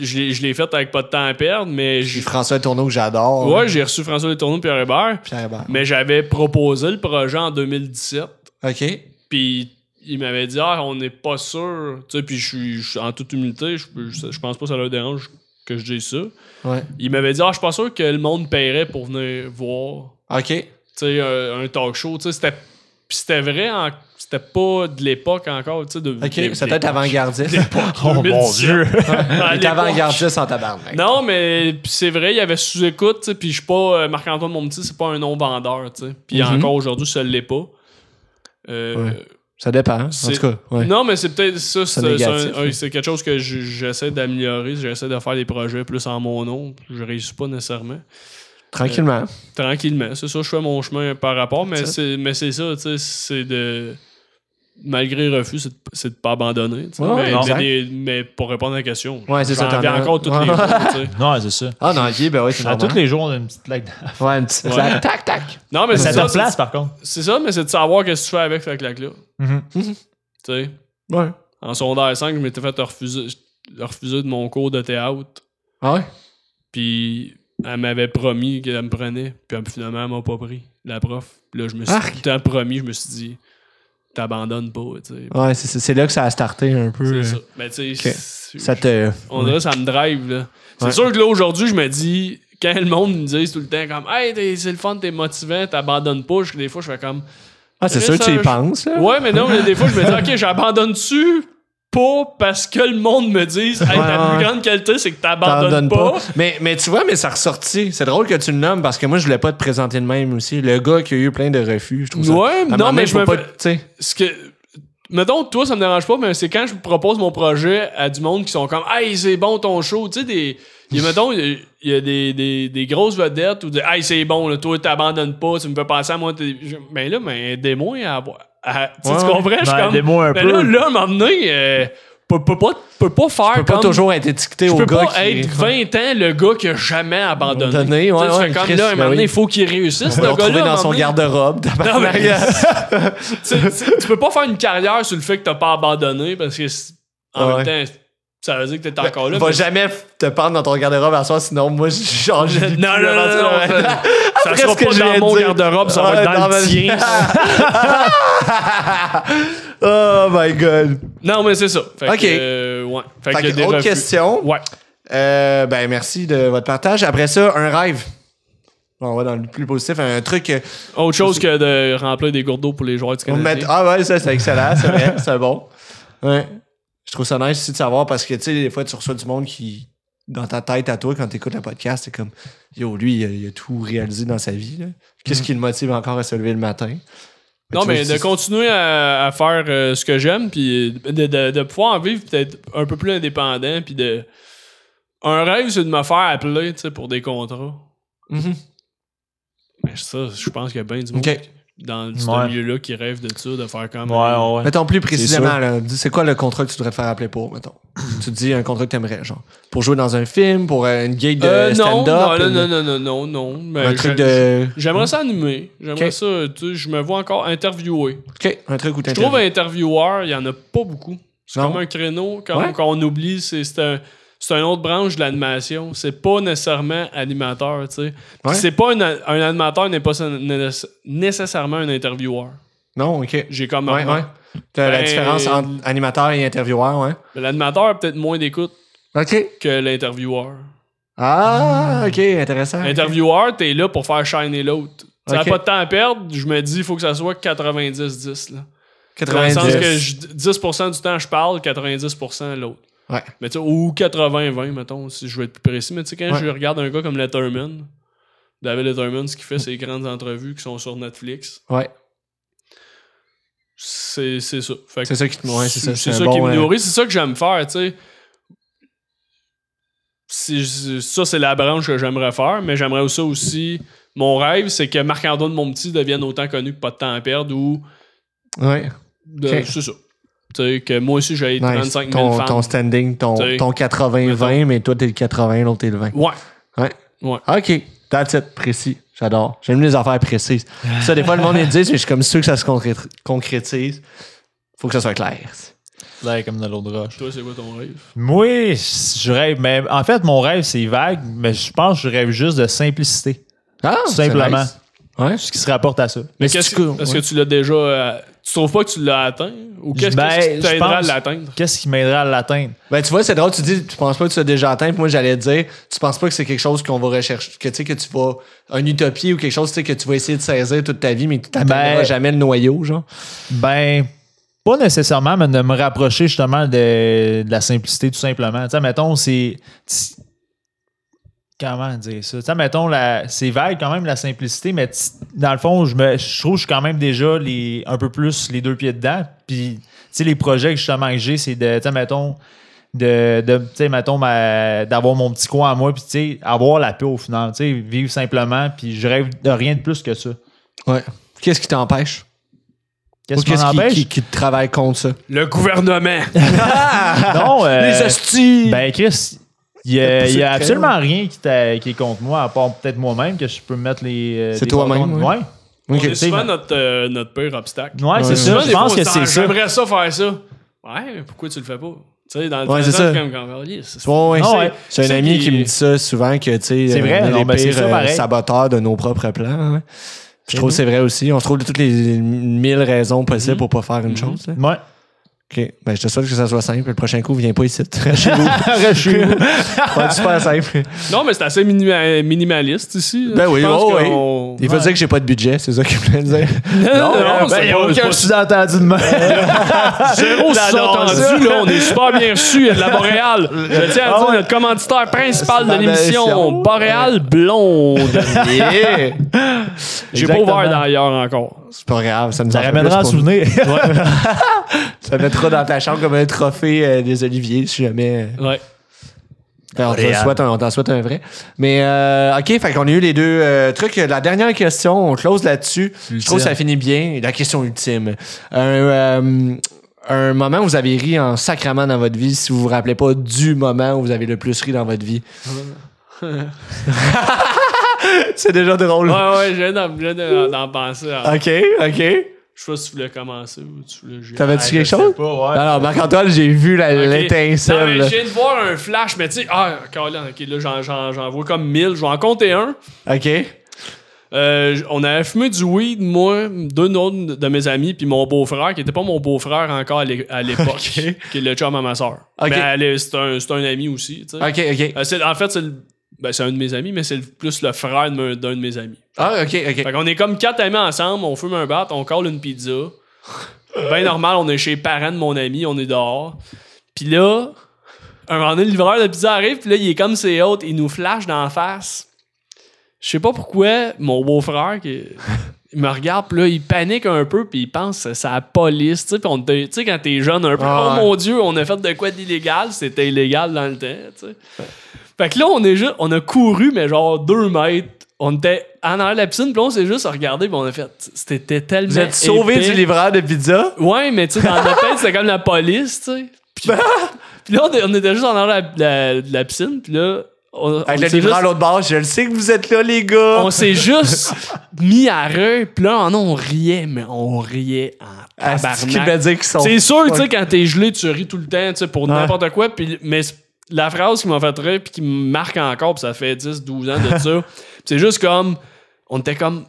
S5: je l'ai- je l'ai fait avec pas de temps à perdre, mais
S1: j'ai
S5: j'ai
S1: François Tourneau que j'adore.
S5: ouais, j'ai reçu François Letourneau Pierre Hébert,
S1: Pierre Hébert.
S5: mais j'avais proposé le projet en 2017,
S1: OK.
S5: puis il m'avait dit ah, on n'est pas sûr, tu sais, puis je suis je suis- en toute humilité, je, je, je pense pas que ça leur dérange que je dise ça.
S1: Ouais.
S5: Il m'avait dit ah, je suis pas sûr que le monde paierait pour venir voir
S1: OK.
S5: tu sais, euh, un, un talk show, tu sais, c'était puis c'était vrai, en- c'était pas de l'époque encore, tu sais, de
S1: OK.
S5: des-
S1: C'est
S5: des-
S1: peut-être avant-gardiste.
S6: Oh mon
S5: 2017.
S6: dieu!
S5: à
S1: Il est
S5: l'époque.
S1: avant-gardiste en tabarnak.
S5: Non, mais pis c'est vrai, il y avait sous-écoute, tu sais, puis je suis pas. euh, Marc-Antoine Monpetit, c'est pas un non-vendeur, tu sais. Puis
S1: Mhm.
S5: encore aujourd'hui, ça l'est pas. Euh,
S1: Ouais. Ça dépend, en
S5: C'est-
S1: tout cas. ouais.
S5: Non, mais c'est peut-être ça,
S1: C'est
S5: c'est c'est
S1: négatif,
S5: un- un-
S1: mais-
S5: c'est quelque chose que j- j'essaie d'améliorer, j'essaie de faire des projets plus en mon nom. Je réussis pas nécessairement.
S1: Tranquillement.
S5: Tranquillement, c'est ça, je fais mon chemin par rapport, mais
S1: Ça.
S5: c'est mais c'est ça, tu sais, c'est de. Malgré le refus, c'est de, c'est de pas abandonner. tu sais.
S1: Ouais, ouais,
S5: mais,
S1: non.
S5: mais des- mais pour répondre à la question,
S1: Ouais, c'est ça,
S5: j'en
S1: t'en
S5: viens
S1: as-
S5: encore toutes les
S1: Ouais.
S5: jours. tu sais.
S6: non, c'est ça.
S1: Ah non, OK, ben oui, c'est
S6: À
S1: normal.
S6: tous les jours, on a une petite claque. dans-
S1: Ouais, une petite-
S5: Ouais.
S1: ça- Tac, tac.
S5: Non, mais
S6: Ça
S5: c'est
S6: te
S5: ça, c'est-
S6: replace, par contre.
S5: C'est ça, mais c'est de savoir qu'est-ce que tu fais avec cette claque-là.
S1: Mm-hmm.
S6: Mhm.
S5: Tu sais,
S1: Ouais.
S5: en secondaire 5, je m'étais fait refuser, refuser de mon cours de théâtre.
S1: Ah ouais?
S5: Puis elle m'avait promis qu'elle me prenait. Puis elle- finalement, elle m'a pas pris, la prof. Puis là, je me suis
S1: Arc.
S5: dit, t'as promis, je me suis dit, t'abandonnes pas, tu sais.
S1: Ouais, c'est- c'est c'est là que ça a starté un peu.
S5: C'est ça.
S1: euh,
S5: Mais tu
S1: Ah, Ok.
S5: sais, c'est-
S1: Ça te.
S5: on dirait que ça me drive, là. C'est
S1: Ouais.
S5: sûr que là, aujourd'hui, je me dis, quand le monde me dit tout le temps, comme, hey, t'es- c'est le fun, t'es motivant, t'abandonnes pas, je- des fois, je fais comme,
S1: Ah, c'est sûr que tu y
S5: Reste un-
S1: penses, là.
S5: Ouais, mais non, mais des fois, je me dis, OK, j'abandonne-tu pas parce que le monde me dise, hey, ta
S1: Ouais,
S5: plus
S1: ouais.
S5: grande qualité, c'est que
S1: T'en
S5: t'abandonnes
S1: donnes
S5: pas.
S1: pas. Mais, mais tu vois, mais ça ressortit. C'est drôle que tu le nommes parce que moi, je voulais pas te présenter de même aussi. Le gars qui a eu plein de refus, je trouve ça.
S5: Ouais,
S1: À un
S5: non,
S1: moment donné,
S5: mais je
S1: faut
S5: me
S1: pas.
S5: fais-
S1: tu sais.
S5: Ce que. Mettons, toi, ça me dérange pas, mais c'est quand je propose mon projet à du monde qui sont comme, hey, c'est bon ton show, tu sais, des. il y a, mettons, il y a- il y a des, des, des grosses vedettes ou des Hey, c'est bon, là, toi, t'abandonnes pas, tu me fais passer à moi. t'es- je- Mais là, mais aidez-moi à avoir. à- tu sais,
S1: Ouais,
S5: tu
S1: ouais.
S5: comprends? Je suis
S6: Ben,
S5: comme,
S6: aidez-moi un
S5: mais
S6: peu.
S5: là, là, à un moment donné, euh, peut, peut pas, peut pas faire.
S1: Peut pas
S5: comme-
S1: toujours être étiqueté
S5: Je
S1: au
S5: peux
S1: gars
S5: pas
S1: qui.
S5: être 20 ans le gars qui a jamais abandonné.
S1: Abandonné, ouais,
S5: Tu sais, tu
S1: ouais,
S5: fais comme
S1: Chris,
S5: là, à un
S1: ben
S5: moment donné,
S1: oui.
S5: il faut qu'il réussisse.
S1: On
S5: le
S1: l'a retrouvé
S5: gars-là, à un
S1: dans son
S5: moment donné-
S1: garde-robe.
S5: Non, mais- tu, sais, tu- tu peux pas faire une carrière sur le fait que t'as pas abandonné parce que c'est- en
S1: Ouais. Ben,
S5: même temps, ça veut dire que t'es encore là.
S1: Va
S5: mais-
S1: jamais f- te prendre dans ton garde-robe à soi, sinon moi, je change.
S5: Non, non, non, non, non, ça- ça
S1: Après
S5: sera
S1: ce que
S5: pas
S1: je
S5: dans
S1: viens
S5: mon
S1: de dire.
S5: garde-robe, ça va
S1: Ouais,
S5: être dans
S1: dans
S5: le
S1: ma-
S5: tien.
S1: Oh my god.
S5: Non, mais c'est ça. Fait
S1: Ok.
S5: que, euh, ouais. Fait
S1: Fait
S5: que
S1: que,
S5: des
S1: autre
S5: refus.
S1: question.
S5: Ouais.
S1: Euh, ben, merci de votre partage. Après ça, un rêve. On va dans le plus positif. Un truc. euh,
S5: Autre chose que de remplir des gourdeaux pour les joueurs du
S1: On
S5: Canadien.
S1: met- Ah ouais, ça c'est excellent, c'est vrai, c'est bon. Ouais. Je trouve ça nice aussi de savoir parce que tu sais, des fois tu reçois du monde qui, dans ta tête à toi, quand tu écoutes le podcast, c'est comme Yo, lui, il a, il a tout réalisé dans sa vie. là. Qu'est-ce qui le motive encore à se lever le matin?
S5: Mm. Non,
S1: ah, Tu vois,
S5: mais de
S1: c'est-
S5: continuer à, à faire euh, ce que j'aime, puis de, de- de pouvoir en vivre peut-être un peu plus indépendant, puis de. Un rêve, c'est de me faire appeler, tu sais, pour des contrats.
S1: Mhm.
S5: Mais Ben, ça, je pense qu'il y a bien du monde
S1: Ok.
S5: dans ce
S6: Ouais.
S5: milieu-là qui rêve de ça, de faire comme.
S6: Ouais, ouais.
S1: Mettons plus précisément,
S6: sûr.
S1: là, dis, c'est quoi le contrat que tu devrais te faire appeler pour, mettons? tu te dis un contrat que t'aimerais, genre. Pour jouer dans un film, pour euh, une gig de
S5: Euh, non,
S1: stand-up.
S5: non,
S1: une-
S5: non, non, non, non, non, mais
S1: Un
S5: je-
S1: truc de.
S5: J'aimerais ça animer. J'aimerais
S1: Ok.
S5: ça, tu sais, je me vois encore interviewer.
S1: Ok, un truc où
S5: Je trouve
S1: t'interviews.
S5: un intervieweur, il y en a pas beaucoup. C'est
S1: Non.
S5: comme un créneau quand,
S1: Ouais.
S5: quand on oublie, c'est c'est un. C'est une autre branche de l'animation. C'est pas nécessairement animateur, tu sais. Puis
S1: Ouais.
S5: C'est pas un, a- un animateur n'est pas sa- né- nécessairement un intervieweur.
S1: Non, ok.
S5: J'ai comme
S1: Ouais, ouais. T'as la
S5: Ben-
S1: différence entre animateur et intervieweur, ouais.
S5: Mais L'animateur a peut-être moins d'écoute
S1: OK.
S5: que l'intervieweur.
S1: Ah, OK, intéressant.
S5: L'intervieweur, t'es là pour faire shiner l'autre. Tu n'as
S1: Ok.
S5: pas de temps à perdre, je me dis, il faut que ça soit 90-10. là. Dans le
S1: 90.
S5: sens que je- 10% du temps, je parle, 90% l'autre.
S1: Ouais.
S5: Mais tu sais, ou 80-20, mettons, si je veux être plus précis. Mais tu sais, quand
S1: Ouais.
S5: je regarde un gars comme Letterman, David Letterman, ce qu'il fait, c'est les grandes entrevues qui sont sur Netflix.
S1: Ouais.
S5: C'est c'est ça. Fait que
S1: C'est ça qui te ouais, c'est ça,
S5: c'est
S1: un
S5: ça
S1: bon,
S5: qui me
S1: euh,
S5: nourrit, c'est ça que j'aime faire, tu sais. si- ça, c'est la branche que j'aimerais faire, mais j'aimerais ça aussi. Mon rêve, c'est que Marc-Antoine Monpetit devienne autant connu que pas de temps à perdre ou.
S1: Ouais.
S5: de-
S1: Ok.
S5: C'est ça. Tu sais, que moi aussi,
S1: Nice.
S5: j'ai 35 000
S1: Ton,
S5: fans.
S1: ton standing, ton,
S5: T'sais,
S1: ton 80-20, mais toi, t'es le 80, l'autre, t'es le 20.
S5: Ouais.
S1: Ouais. Ah,
S5: Ouais.
S1: OK. That's it. Précis. J'adore. J'aime les affaires précises. Ça, des fois, le monde le dit, mais je suis comme sûr que ça se concré- concrétise. Faut que ça soit clair.
S6: Là, comme dans l'eau de roche.
S5: Toi, c'est quoi ton rêve?
S6: Moi, je rêve, mais en fait, mon rêve, c'est vague, mais je pense que je rêve juste de simplicité.
S1: Ah,
S6: Tout simplement.
S1: Ouais.
S6: Ce qui se rapporte à ça.
S5: Mais
S1: Mais
S5: qu'est-ce
S1: c'est
S5: que,
S1: cool,
S5: est-ce
S1: ouais.
S5: que tu l'as déjà. euh, tu trouves pas que tu l'as atteint? Ou qu'est-ce
S6: Ben,
S5: qu'est-ce qui
S6: je
S5: t'aidera à
S6: pense-
S5: l'atteindre?
S6: Qu'est-ce qui m'aiderait à l'atteindre?
S1: Ben, tu vois, c'est drôle, tu dis, tu penses pas que tu l'as déjà atteint, puis moi, j'allais dire, tu penses pas que c'est quelque chose qu'on va rechercher, que tu sais, que tu vas, une utopie ou quelque chose, tu sais, que tu vas essayer de saisir toute ta vie, mais tu t'atteindras
S6: Ben-
S1: jamais le noyau, genre.
S6: Ben, pas nécessairement, mais de me rapprocher justement de, de la simplicité, tout simplement. Tu sais, mettons, c'est. t's- Comment dire ça? Tu sais, mettons, la- c'est vague quand même la simplicité, mais t's- dans le fond, je, me, je trouve que je suis quand même déjà les, un peu plus les deux pieds dedans. Puis, tu sais, les projets que, justement que j'ai, c'est de. Tu sais, mettons. De, de tu sais, mettons, ma- d'avoir mon petit coin à moi, puis, tu sais, avoir la paix au final, tu sais, vivre simplement, puis je rêve de rien de plus que ça.
S1: Ouais. Qu'est-ce qui t'empêche?
S6: Qu'est-ce
S1: Ou
S6: qui m'en
S1: qui,
S6: empêche?
S1: qui, qui te travaille contre ça?
S5: Le gouvernement!
S1: Euh,
S6: Non, euh,
S1: Les
S5: Mm.
S1: hosties!
S6: Ben, Chris, il n'y
S1: T'as
S6: a,
S1: poussé
S6: il y
S1: le
S6: a
S1: crayon.
S6: absolument rien qui, t'a- qui est contre moi, à part peut-être moi-même, que je peux mettre les. euh,
S1: C'est
S6: des
S1: toi-même,
S6: bâtons de-
S1: oui.
S6: Ouais,
S5: On
S1: Ok.
S5: est souvent
S6: c'est-
S5: notre, euh, notre pire obstacle.
S6: ouais,
S1: Ouais.
S6: c'est ça.
S5: Souvent,
S6: Je
S5: des
S6: pense
S5: fois,
S6: que
S5: on
S6: c'est
S5: sent,
S6: ça.
S5: J'aimerais ça faire ça. Ouais, mais pourquoi tu le fais pas? Tu sais, dans le
S1: Ouais,
S5: temps,
S1: c'est ça.
S5: comme quand on c'est ça.
S1: Ouais, ouais.
S6: Ah ouais.
S1: C'est un
S5: C'est
S1: ami
S5: qui-
S1: qui me dit ça souvent que tu sais
S6: C'est vrai,
S1: on est
S6: non,
S1: les
S6: ben, c'est
S1: pires
S6: ça,
S1: euh,
S6: pareil. Mhm.
S1: saboteurs de nos propres plans. ouais. Je trouve
S6: nous.
S1: que c'est vrai aussi. On se trouve toutes les mille raisons possibles
S6: Mhm.
S1: pour pas faire une chose. là.
S6: Ouais.
S1: OK. Ben, je te souhaite que ça soit simple. Le prochain coup, viens pas ici. Chez vous. Pas être super simple.
S5: Non, mais c'est assez minima- minimaliste ici.
S1: Ben
S5: Je
S1: oui,
S5: pense
S1: oh oui.
S5: qu'on-
S1: Il faut dire que j'ai pas de budget, c'est ça qu'il voulait dire.
S5: Non,
S6: Ben,
S5: non, c'est
S6: y a
S5: pas- c'est
S6: aucun
S5: pas-
S6: sous-entendu de même.
S5: Zéro
S6: J'adore
S5: sous-entendu, là. On est super bien reçus. Il y a de la Boréal. Je tiens à dire notre commanditaire principal de
S1: C'est
S5: l'émission,
S1: l'émission.
S5: Boréal Blonde.
S1: Yeah.
S5: J'ai pas
S6: Exactement.
S5: ouvert d'ailleurs encore.
S1: C'est pas grave, ça nous
S6: Ça
S1: en fait
S6: ramènera
S1: plus pour-
S6: un souvenir.
S1: Ça mettra dans ta chambre comme un trophée euh, des Oliviers, si jamais. euh,
S5: Ouais.
S1: Alors, Ben, on t'en
S6: Montréal.
S1: souhaite un- on t'en souhaite un vrai. Mais, euh, OK, fait qu'on a eu les deux euh, trucs. La dernière question, on close là-dessus. Je trouve que ça finit bien. La question ultime. Un, euh, un moment où vous avez ri en sacrament dans votre vie, si vous vous rappelez pas du moment où vous avez le plus ri dans votre vie. C'est déjà drôle.
S5: Ouais, ouais, j'ai d'en j'ai d'en- d'en penser. à-
S1: OK, OK.
S5: Je sais pas si tu voulais commencer ou tu voulais. j'ai-
S1: T'avais-tu
S6: Ah, Je
S1: quelque
S6: sais
S1: chose?
S6: pas, ouais.
S1: Alors, Marc-Antoine, j'ai vu la-
S5: Ok. Non,
S1: l'étincelle.
S5: mais je viens de voir un flash, mais tu sais, ah, Colin, ok, là, j'en- j'en j'en vois comme 1000. Je vais en compter un.
S1: OK.
S5: Euh, j- on avait fumé du weed, moi, deux autres de mes amis, puis mon beau-frère, qui était pas mon beau-frère encore à l'é- à l'époque, qui est le chum à ma soeur.
S1: Ok.
S5: Mais elle est- c'est un, c'est un ami aussi, tu sais.
S1: OK, OK.
S5: Euh, c'est- en fait, c'est le- ben, c'est un de mes amis, mais c'est le- plus le frère de me- d'un de mes amis.
S1: Ah, OK, OK.
S5: Fait qu'on est comme quatre amis ensemble, on fume un bat, on colle une pizza. Ben normal, on est chez les parents de mon ami, on est dehors. Puis là, un moment donné, le livreur de pizza arrive, puis là, il est comme ses autres, il nous flash dans la face. Je sais pas pourquoi, mon beau-frère, qui- il me regarde, puis là, il panique un peu, puis il pense que c'est la police, tu sais, puis on était- tu sais, quand t'es jeune un peu,
S1: Ah
S5: oh
S1: ouais.
S5: mon Dieu, on a fait de quoi d'illégal, c'était illégal dans le temps, tu sais. Fait que là, on est juste, on a couru, mais genre deux mètres. On était en arrière de la piscine, puis là, on s'est juste regardé, puis on a fait. C'était tellement.
S1: Vous êtes sauvé
S5: épais.
S1: du livreur de pizza?
S5: Ouais, mais tu sais, dans notre tête, c'était comme la police, tu sais. Puis,
S1: Ben.
S5: puis là, on, est- on était juste en arrière de la, la- de la piscine, puis là. On, on
S1: Avec le
S5: s'est
S1: livreur à
S5: juste-
S1: l'autre bord, je le sais que vous êtes là, les gars.
S5: on s'est juste mis à rire, puis là, on, on riait, mais on riait en
S1: ce Ah, qui
S5: tabarnak.
S1: veut dire qu'ils sont.
S5: C'est sûr, tu sais, quand t'es gelé, tu ris tout le temps, tu sais, pour n'importe quoi. Puis, mais c'est- la phrase qui m'a fait rire, puis qui me marque encore, puis ça fait 10, 12 ans de ça, puis c'est juste comme, on était comme,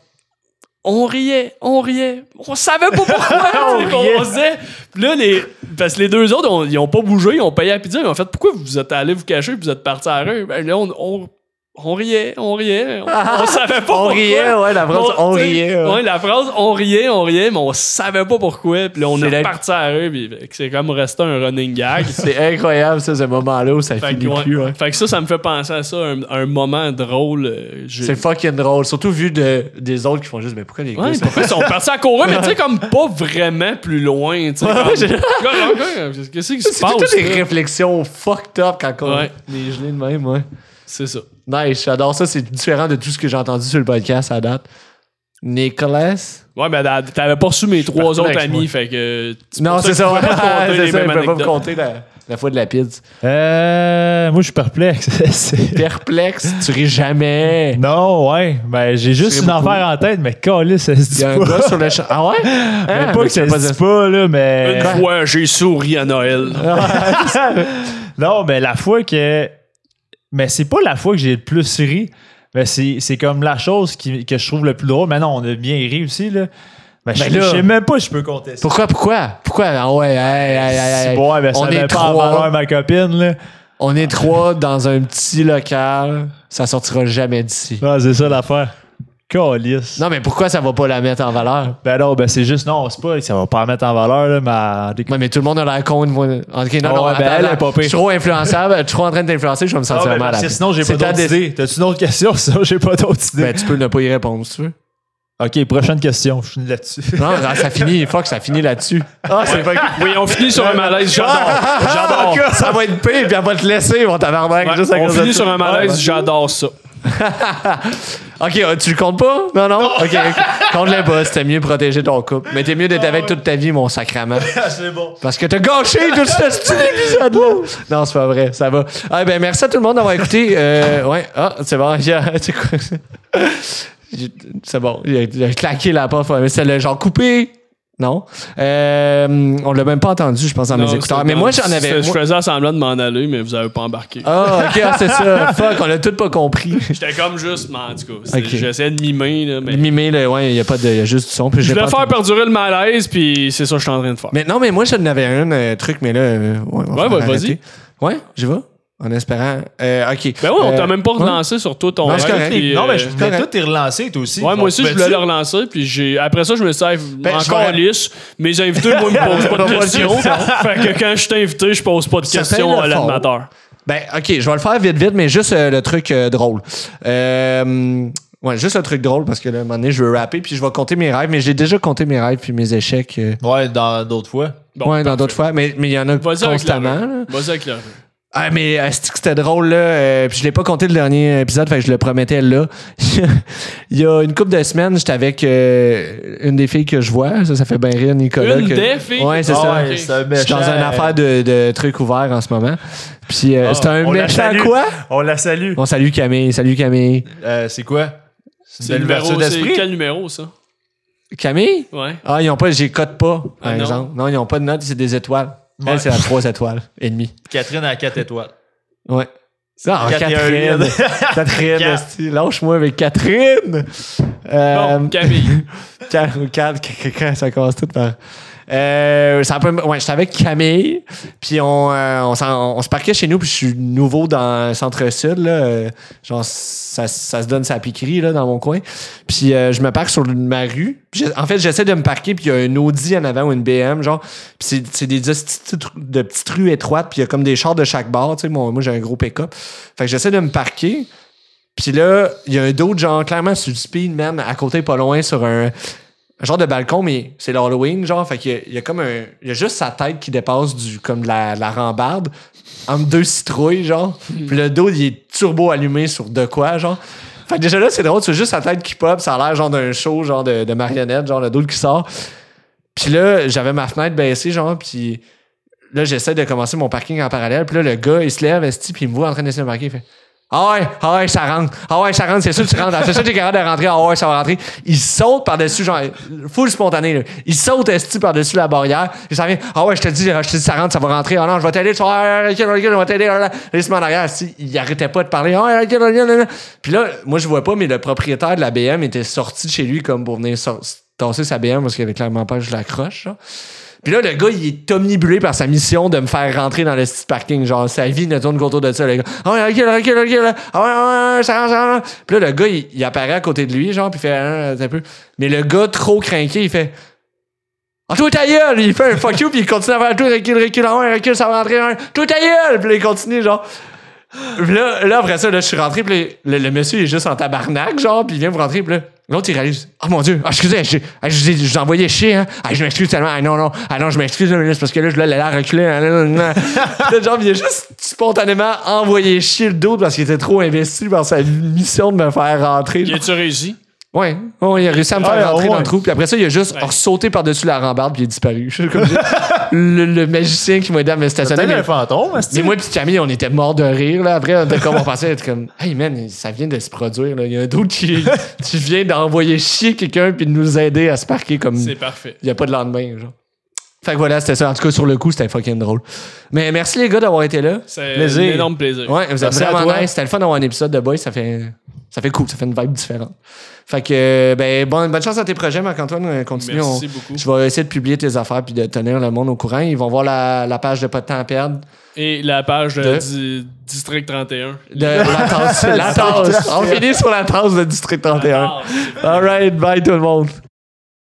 S5: on riait, on riait, on savait pas pourquoi, on, on se disait. Puis là, les, parce que les deux autres, on- ils ont pas bougé, ils ont payé à pizza, ils ont fait, pourquoi vous êtes allés vous cacher, puis vous êtes partis à rire? Ben là, on, on, on riait, on riait. On, on savait pas
S1: On
S5: pourquoi.
S1: riait, ouais, la phrase, on
S5: tu sais,
S1: riait, ouais.
S5: ouais, la phrase, on riait, on riait, mais on savait pas pourquoi. Puis là, on
S1: C'est
S5: est,
S1: la-
S5: reparti à eux, puis fait que c'est comme resté un running gag.
S1: C'est incroyable, ça, ce moment-là où ça
S5: Fait que,
S1: finit
S5: ouais.
S1: plus. hein.
S5: Fait que ça, ça me fait penser à ça, un, un moment drôle. euh, j'ai-
S1: C'est fucking drôle. Surtout vu de, des autres qui font juste, mais pourquoi les
S5: Ouais,
S1: gars, ça-
S5: pourquoi ils sont partis à courir, mais tu sais, comme pas vraiment plus loin. tu sais, comme- Comme- comme- Qu'est-ce qui se
S1: C'est toutes
S5: passe?
S1: des
S5: là?
S1: réflexions fucked up quand on
S5: Ouais.
S1: est gelé de même, ouais.
S5: C'est ça.
S1: Nice, j'adore ça. C'est différent de tout ce que j'ai entendu sur le podcast à date. Nicolas?
S5: Ouais, mais t'as- t'avais pas reçu mes trois
S1: partais
S5: autres
S1: avec
S5: amis,
S1: moi.
S5: fait que.
S1: Non, c'est ça.
S5: Je
S1: ouais.
S5: peux pas
S1: C'est
S5: compter les
S1: ça, il
S5: mêmes
S1: peut pas me
S5: anecdotes.
S1: compter la, la fois de la pizza.
S6: Euh, moi, je suis perplexe. C'est-
S1: Perplexe, tu ris jamais.
S6: non, ouais. Ben, j'ai juste
S1: Très
S6: une
S1: beaucoup.
S6: affaire en tête, mais calisse, ça se
S1: Il
S6: dit
S1: y a un
S6: pas.
S1: gars sur le champ. Ah ouais?
S6: Mais
S1: Hein,
S6: pas
S1: mais
S6: que
S1: tu peux
S6: ça
S1: pas
S6: se
S1: dire-
S6: dit pas, là, mais.
S5: Une fois, j'ai souri à Noël.
S6: Non, mais la fois que. Mais c'est pas la fois que j'ai le plus ri. Mais c'est c'est comme la chose qui- que je trouve le plus drôle. Mais non, on a bien ri aussi, là. Mais je
S1: Ben
S6: je
S1: là-
S6: sais même pas, si je peux compter ça.
S1: Pourquoi, pourquoi? Pourquoi? Ah ouais, hey, hey, hey,
S6: C'est
S1: hey.
S6: bon, ouais, ben, ça
S1: on, est
S6: met pas en
S1: trois,
S6: valeur ma copine, là.
S1: on est trois dans un petit local. Ça sortira jamais d'ici.
S6: Non, c'est ça l'affaire. Calisse.
S1: Non, mais pourquoi ça va pas la mettre en valeur?
S6: Ben non, ben c'est juste, non, c'est pas, ça va pas la mettre en valeur, là, ma.
S1: Ouais, mais tout le monde a l'air con. Moi. Ok, non,
S6: Ah
S1: non,
S6: ouais,
S1: attends,
S6: ben elle,
S1: attends.
S6: elle est pas pire.
S1: Je suis trop influençable. Je suis trop en train de t'influencer. Je vais me
S6: Ah,
S1: sentir
S6: ben,
S1: mal.
S6: parce que
S1: après.
S6: sinon, j'ai
S1: C'est
S6: pas
S1: ta
S6: d'autres
S1: déc-
S6: idées. T'as-tu une autre question? Sinon, j'ai pas d'autres idées.
S1: Ben, tu peux ne pas y répondre, si tu veux.
S6: Ok, prochaine question. Je finis là-dessus.
S1: Non, non, ça finit. Fuck, ça finit là-dessus. Ah, c'est pas
S5: Oui, on finit sur un malaise, j'adore.
S1: J'adore. ça va être pire, puis elle va te laisser, mon tabarnak.
S5: Ouais,
S1: juste à
S5: on
S1: cause de
S5: finit
S1: ça.
S5: sur un malaise, j'adore ça.
S1: Ok, euh, tu le comptes pas? Non, non? Ok, ok. compte-le pas. C'était mieux de protéger ton couple. Mais t'es mieux d'être avec toute ta vie, mon sacrament.
S6: Ah, c'est bon.
S1: Parce que t'as gâché tout ce style épisode-là. Non, c'est pas vrai. Ça va. Ah, ben, merci à tout le monde d'avoir écouté. Euh, ouais. Ah, c'est bon. Il a- c'est quoi ça? J'ai- C'est bon. Il a, il a claqué la porte. Mais c'est le genre coupé. Non. Euh, on l'a même pas entendu, je pense, dans mes
S5: Non,
S1: écouteurs.
S5: c'est-
S1: Mais
S5: non,
S1: moi, j'en
S5: c'est-
S1: avais.
S5: Je
S1: moi-
S5: faisais semblant de m'en aller, mais vous avez pas embarqué.
S1: Ah, ok, ah, c'est ça. Fuck, on l'a tout pas compris.
S5: J'étais comme juste, mais en tout cas, c'est-
S1: Ok.
S5: j'essayais de mimer, là, mais.
S1: Mimé, là, ouais, il y a pas de. Il y a juste du son. Puis
S5: Je
S1: l'ai
S5: voulais
S1: pas
S5: faire
S1: entendu.
S5: perdurer le malaise, puis c'est ça que je suis en train de faire.
S1: Mais non, mais moi, j'en avais un euh, truc, mais là. euh, ouais, on va
S5: Ouais,
S1: falloir
S5: ouais, vas-y.
S1: arrêter. Ouais, j'y vais. En espérant. Euh, ok.
S5: Ben ouais, on t'a
S1: Euh,
S5: même pas
S1: ouais.
S5: relancé sur toi ton
S1: Non,
S5: rêve,
S1: c'est correct.
S5: puis,
S6: Non,
S5: euh,
S6: mais, je, mais
S1: correct.
S6: toi, t'es relancé, toi aussi.
S5: Ouais, moi aussi,
S6: Ben,
S5: je voulais
S6: tu-
S5: le relancer, puis j'ai... après ça, je me suis dit,
S1: Ben, je
S5: encore
S1: comprends.
S5: lisse. Mes invités, moi, ils me posent pas
S1: Pas
S5: de
S1: de
S5: questions. fait que quand je t'ai invité, je pose pas de
S1: Ça
S5: questions
S1: paye le
S5: à
S1: fond.
S5: l'animateur.
S1: Ben, ok, je vais le faire vite, vite, mais juste euh, le truc euh, drôle. Euh, ouais, juste le truc drôle, parce que là, à un moment donné, je veux rapper, puis je vais compter mes rêves, mais j'ai déjà compté mes rêves, puis mes échecs. euh,
S6: Ouais, dans d'autres fois.
S5: Bon,
S1: ouais, dans d'autres fois, mais mais il y en a
S5: Vas-y avec la
S1: constamment. là.
S5: Vas-y avec la
S1: Ah, mais euh, c'est que c'était drôle, là. euh, puis je l'ai pas compté le dernier épisode, fait que je le promettais là. Il y a une couple de semaines, j'étais avec euh, une des filles que je vois. Ça, ça fait bien rire, Nicolas.
S5: Une
S1: que-
S5: des filles?
S1: Ouais, c'est
S5: Ah
S1: ça.
S5: ouais,
S6: c'est un
S1: Je suis dans
S6: méchant. Ah,
S1: une affaire de, de trucs ouverts en ce moment. Puis euh, c'est un
S6: on la
S1: méchant
S6: salue.
S1: quoi?
S6: On la salue.
S1: Bon, salut Camille, salut Camille.
S6: Euh, c'est quoi? C'est
S5: C'est
S6: une
S5: le
S6: belle ouverture
S5: numéro, c'est
S6: d'esprit?
S5: quel numéro, ça?
S1: Camille?
S5: Ouais.
S1: Ah, ils ont pas, j'ai cote pas, par
S5: Ah, non.
S1: exemple. Non, ils ont pas de notes, c'est des étoiles.
S6: Ouais.
S1: Elle, c'est la 3 étoiles et demie.
S6: Catherine à 4 étoiles.
S1: Ouais. Ah,
S6: Quatre et un
S1: Catherine.
S6: huit.
S1: Catherine,
S6: Quatre.
S1: esti. lâche-moi avec Catherine. Euh,
S5: Bon, Camille.
S1: Quand, quand- quand- quand ça commence tout par. Euh, ça peut, ouais, j'étais avec Camille, puis on, euh, on, s'en- on se parquait chez nous, puis je suis nouveau dans le centre-sud, là, euh, genre ça, ça se donne sa piquerie là, dans mon coin. Puis euh, je me parque sur ma rue. Puis j'ai- en fait, j'essaie de me parquer, puis il y a un Audi en avant ou une BM, genre. Puis c'est, c'est des hosties de tru- de petites rues étroites, puis il y a comme des chars de chaque bord, tu sais. Moi, moi j'ai un gros pick-up. Fait que j'essaie de me parquer, puis là, il y a un d'autre, genre, clairement, sur le speed, man, à côté, pas loin, sur un un genre de balcon, mais c'est l'Halloween, genre. Fait qu'il y a- il y a comme un. Il y a juste sa tête qui dépasse du, comme de la, de la rambarde, entre deux citrouilles, genre. Puis le dos, il est turbo allumé sur de quoi, genre. Fait que déjà là, c'est drôle, c'est juste sa tête qui pop, ça a l'air genre d'un show, genre de, de marionnette, genre le dos qui sort. Puis là, j'avais ma fenêtre baissée, genre, puis là, j'essaie de commencer mon parking en parallèle. Puis là, le gars, il se lève, esti, puis il me voit en train d'essayer de marquer. Il fait Ah ouais, ah ouais, ça rentre. Ah ouais, ça rentre, c'est sûr que tu rentres. C'est sûr que t'es capable de rentrer. Ah ouais, ça va rentrer. Il saute par-dessus, genre, full spontané, là. Il saute, esti, par-dessus la barrière. Il s'en vient. Ah ouais, je te dis, je te dis, ça rentre, ça va rentrer. Ah non, je vais t'aider. Tu vas, Ah, ok, ok, je vais t'aider. Ah, là. Laisse-moi en arrière, esti. Il arrêtait pas de parler. Ah ouais, ok, ok, ok, ok. Puis là, moi, je vois pas, mais le propriétaire de la BM était sorti de chez lui comme pour venir sor- tasser sa BM parce qu'il avait clairement pas que je l'accroche, genre. Puis là, le gars, il est omnibulé par sa mission de me faire rentrer dans le petit parking. Genre, sa vie ne tourne qu'autour de ça. Le gars, ah ouais, ok, là, ok, là, ok, là. Ah ouais, ouais, ouais, ça rentre, ça rentre. Puis là, le gars, il, il apparaît à côté de lui, genre, puis il fait Ah, attends un peu. Mais le gars, trop craqué, il fait ah, toi ta gueule! Il fait un fuck you, puis il continue à faire tout, recule, recule, ah ouais, recule, ça va rentrer, un. Toi ta gueule! Puis là, il continue, genre. Puis là, là, après ça, là, je suis rentré, puis là, le, le monsieur il est juste en tabarnak, genre, puis il vient me rentrer, puis là, l'autre, il réalise, oh mon Dieu, ah, excusez, je, ah, je, vous ai- je vous envoyais chier, hein, ah, je m'excuse tellement, ah non, non, ah non, je m'excuse, là, c'est parce que là, je l'ai l'air reculé, hein, là, là, là. Là, genre, il a juste spontanément envoyé chier le dos parce qu'il était trop investi par sa mission de me faire rentrer.
S5: Y a-tu réussi?
S1: Ouais, ouais, il a réussi à me faire
S6: Ouais,
S1: rentrer
S6: ouais.
S1: dans le trou, puis après ça, il a juste sauté par-dessus la rambarde, puis il est disparu. Je suis comme- le, le magicien qui m'a aidé à me stationner.
S6: Peut-être
S1: mais-
S6: un fantôme,
S1: mais
S6: est-ce
S1: moi et Camille, on était morts de rire. Là. Après, on était comme on pensait, on était comme, hey man, ça vient de se produire. là. Il y a un doute qui, qui vient d'envoyer chier quelqu'un puis de nous aider à se parquer comme
S5: C'est
S1: il
S5: parfait.
S1: n'y a pas de lendemain. Genre. Fait que voilà, c'était ça. En tout cas, sur le coup, c'était fucking drôle. Mais merci les gars d'avoir été là.
S5: C'est
S6: Plaisir.
S5: un énorme plaisir.
S1: Ouais, vous êtes
S6: Merci à
S1: vraiment
S6: toi.
S1: nice. C'était le fun d'avoir un épisode de Boys. Ça fait, ça fait cool. Ça fait une vibe différente. Fait que, euh, ben, bonne, bonne chance à tes projets, Marc-Antoine. Euh, Continue.
S5: Merci
S1: On-
S5: beaucoup.
S1: je vais essayer de publier tes affaires puis de tenir le monde au courant. Ils vont voir la, la page de Pas de temps à perdre.
S5: Et la page de...
S1: De-
S5: di- District 31.
S1: De, la tasse. la tasse. On finit sur la tasse de District 31.
S5: Ah, c'est
S1: All right, bye tout le monde.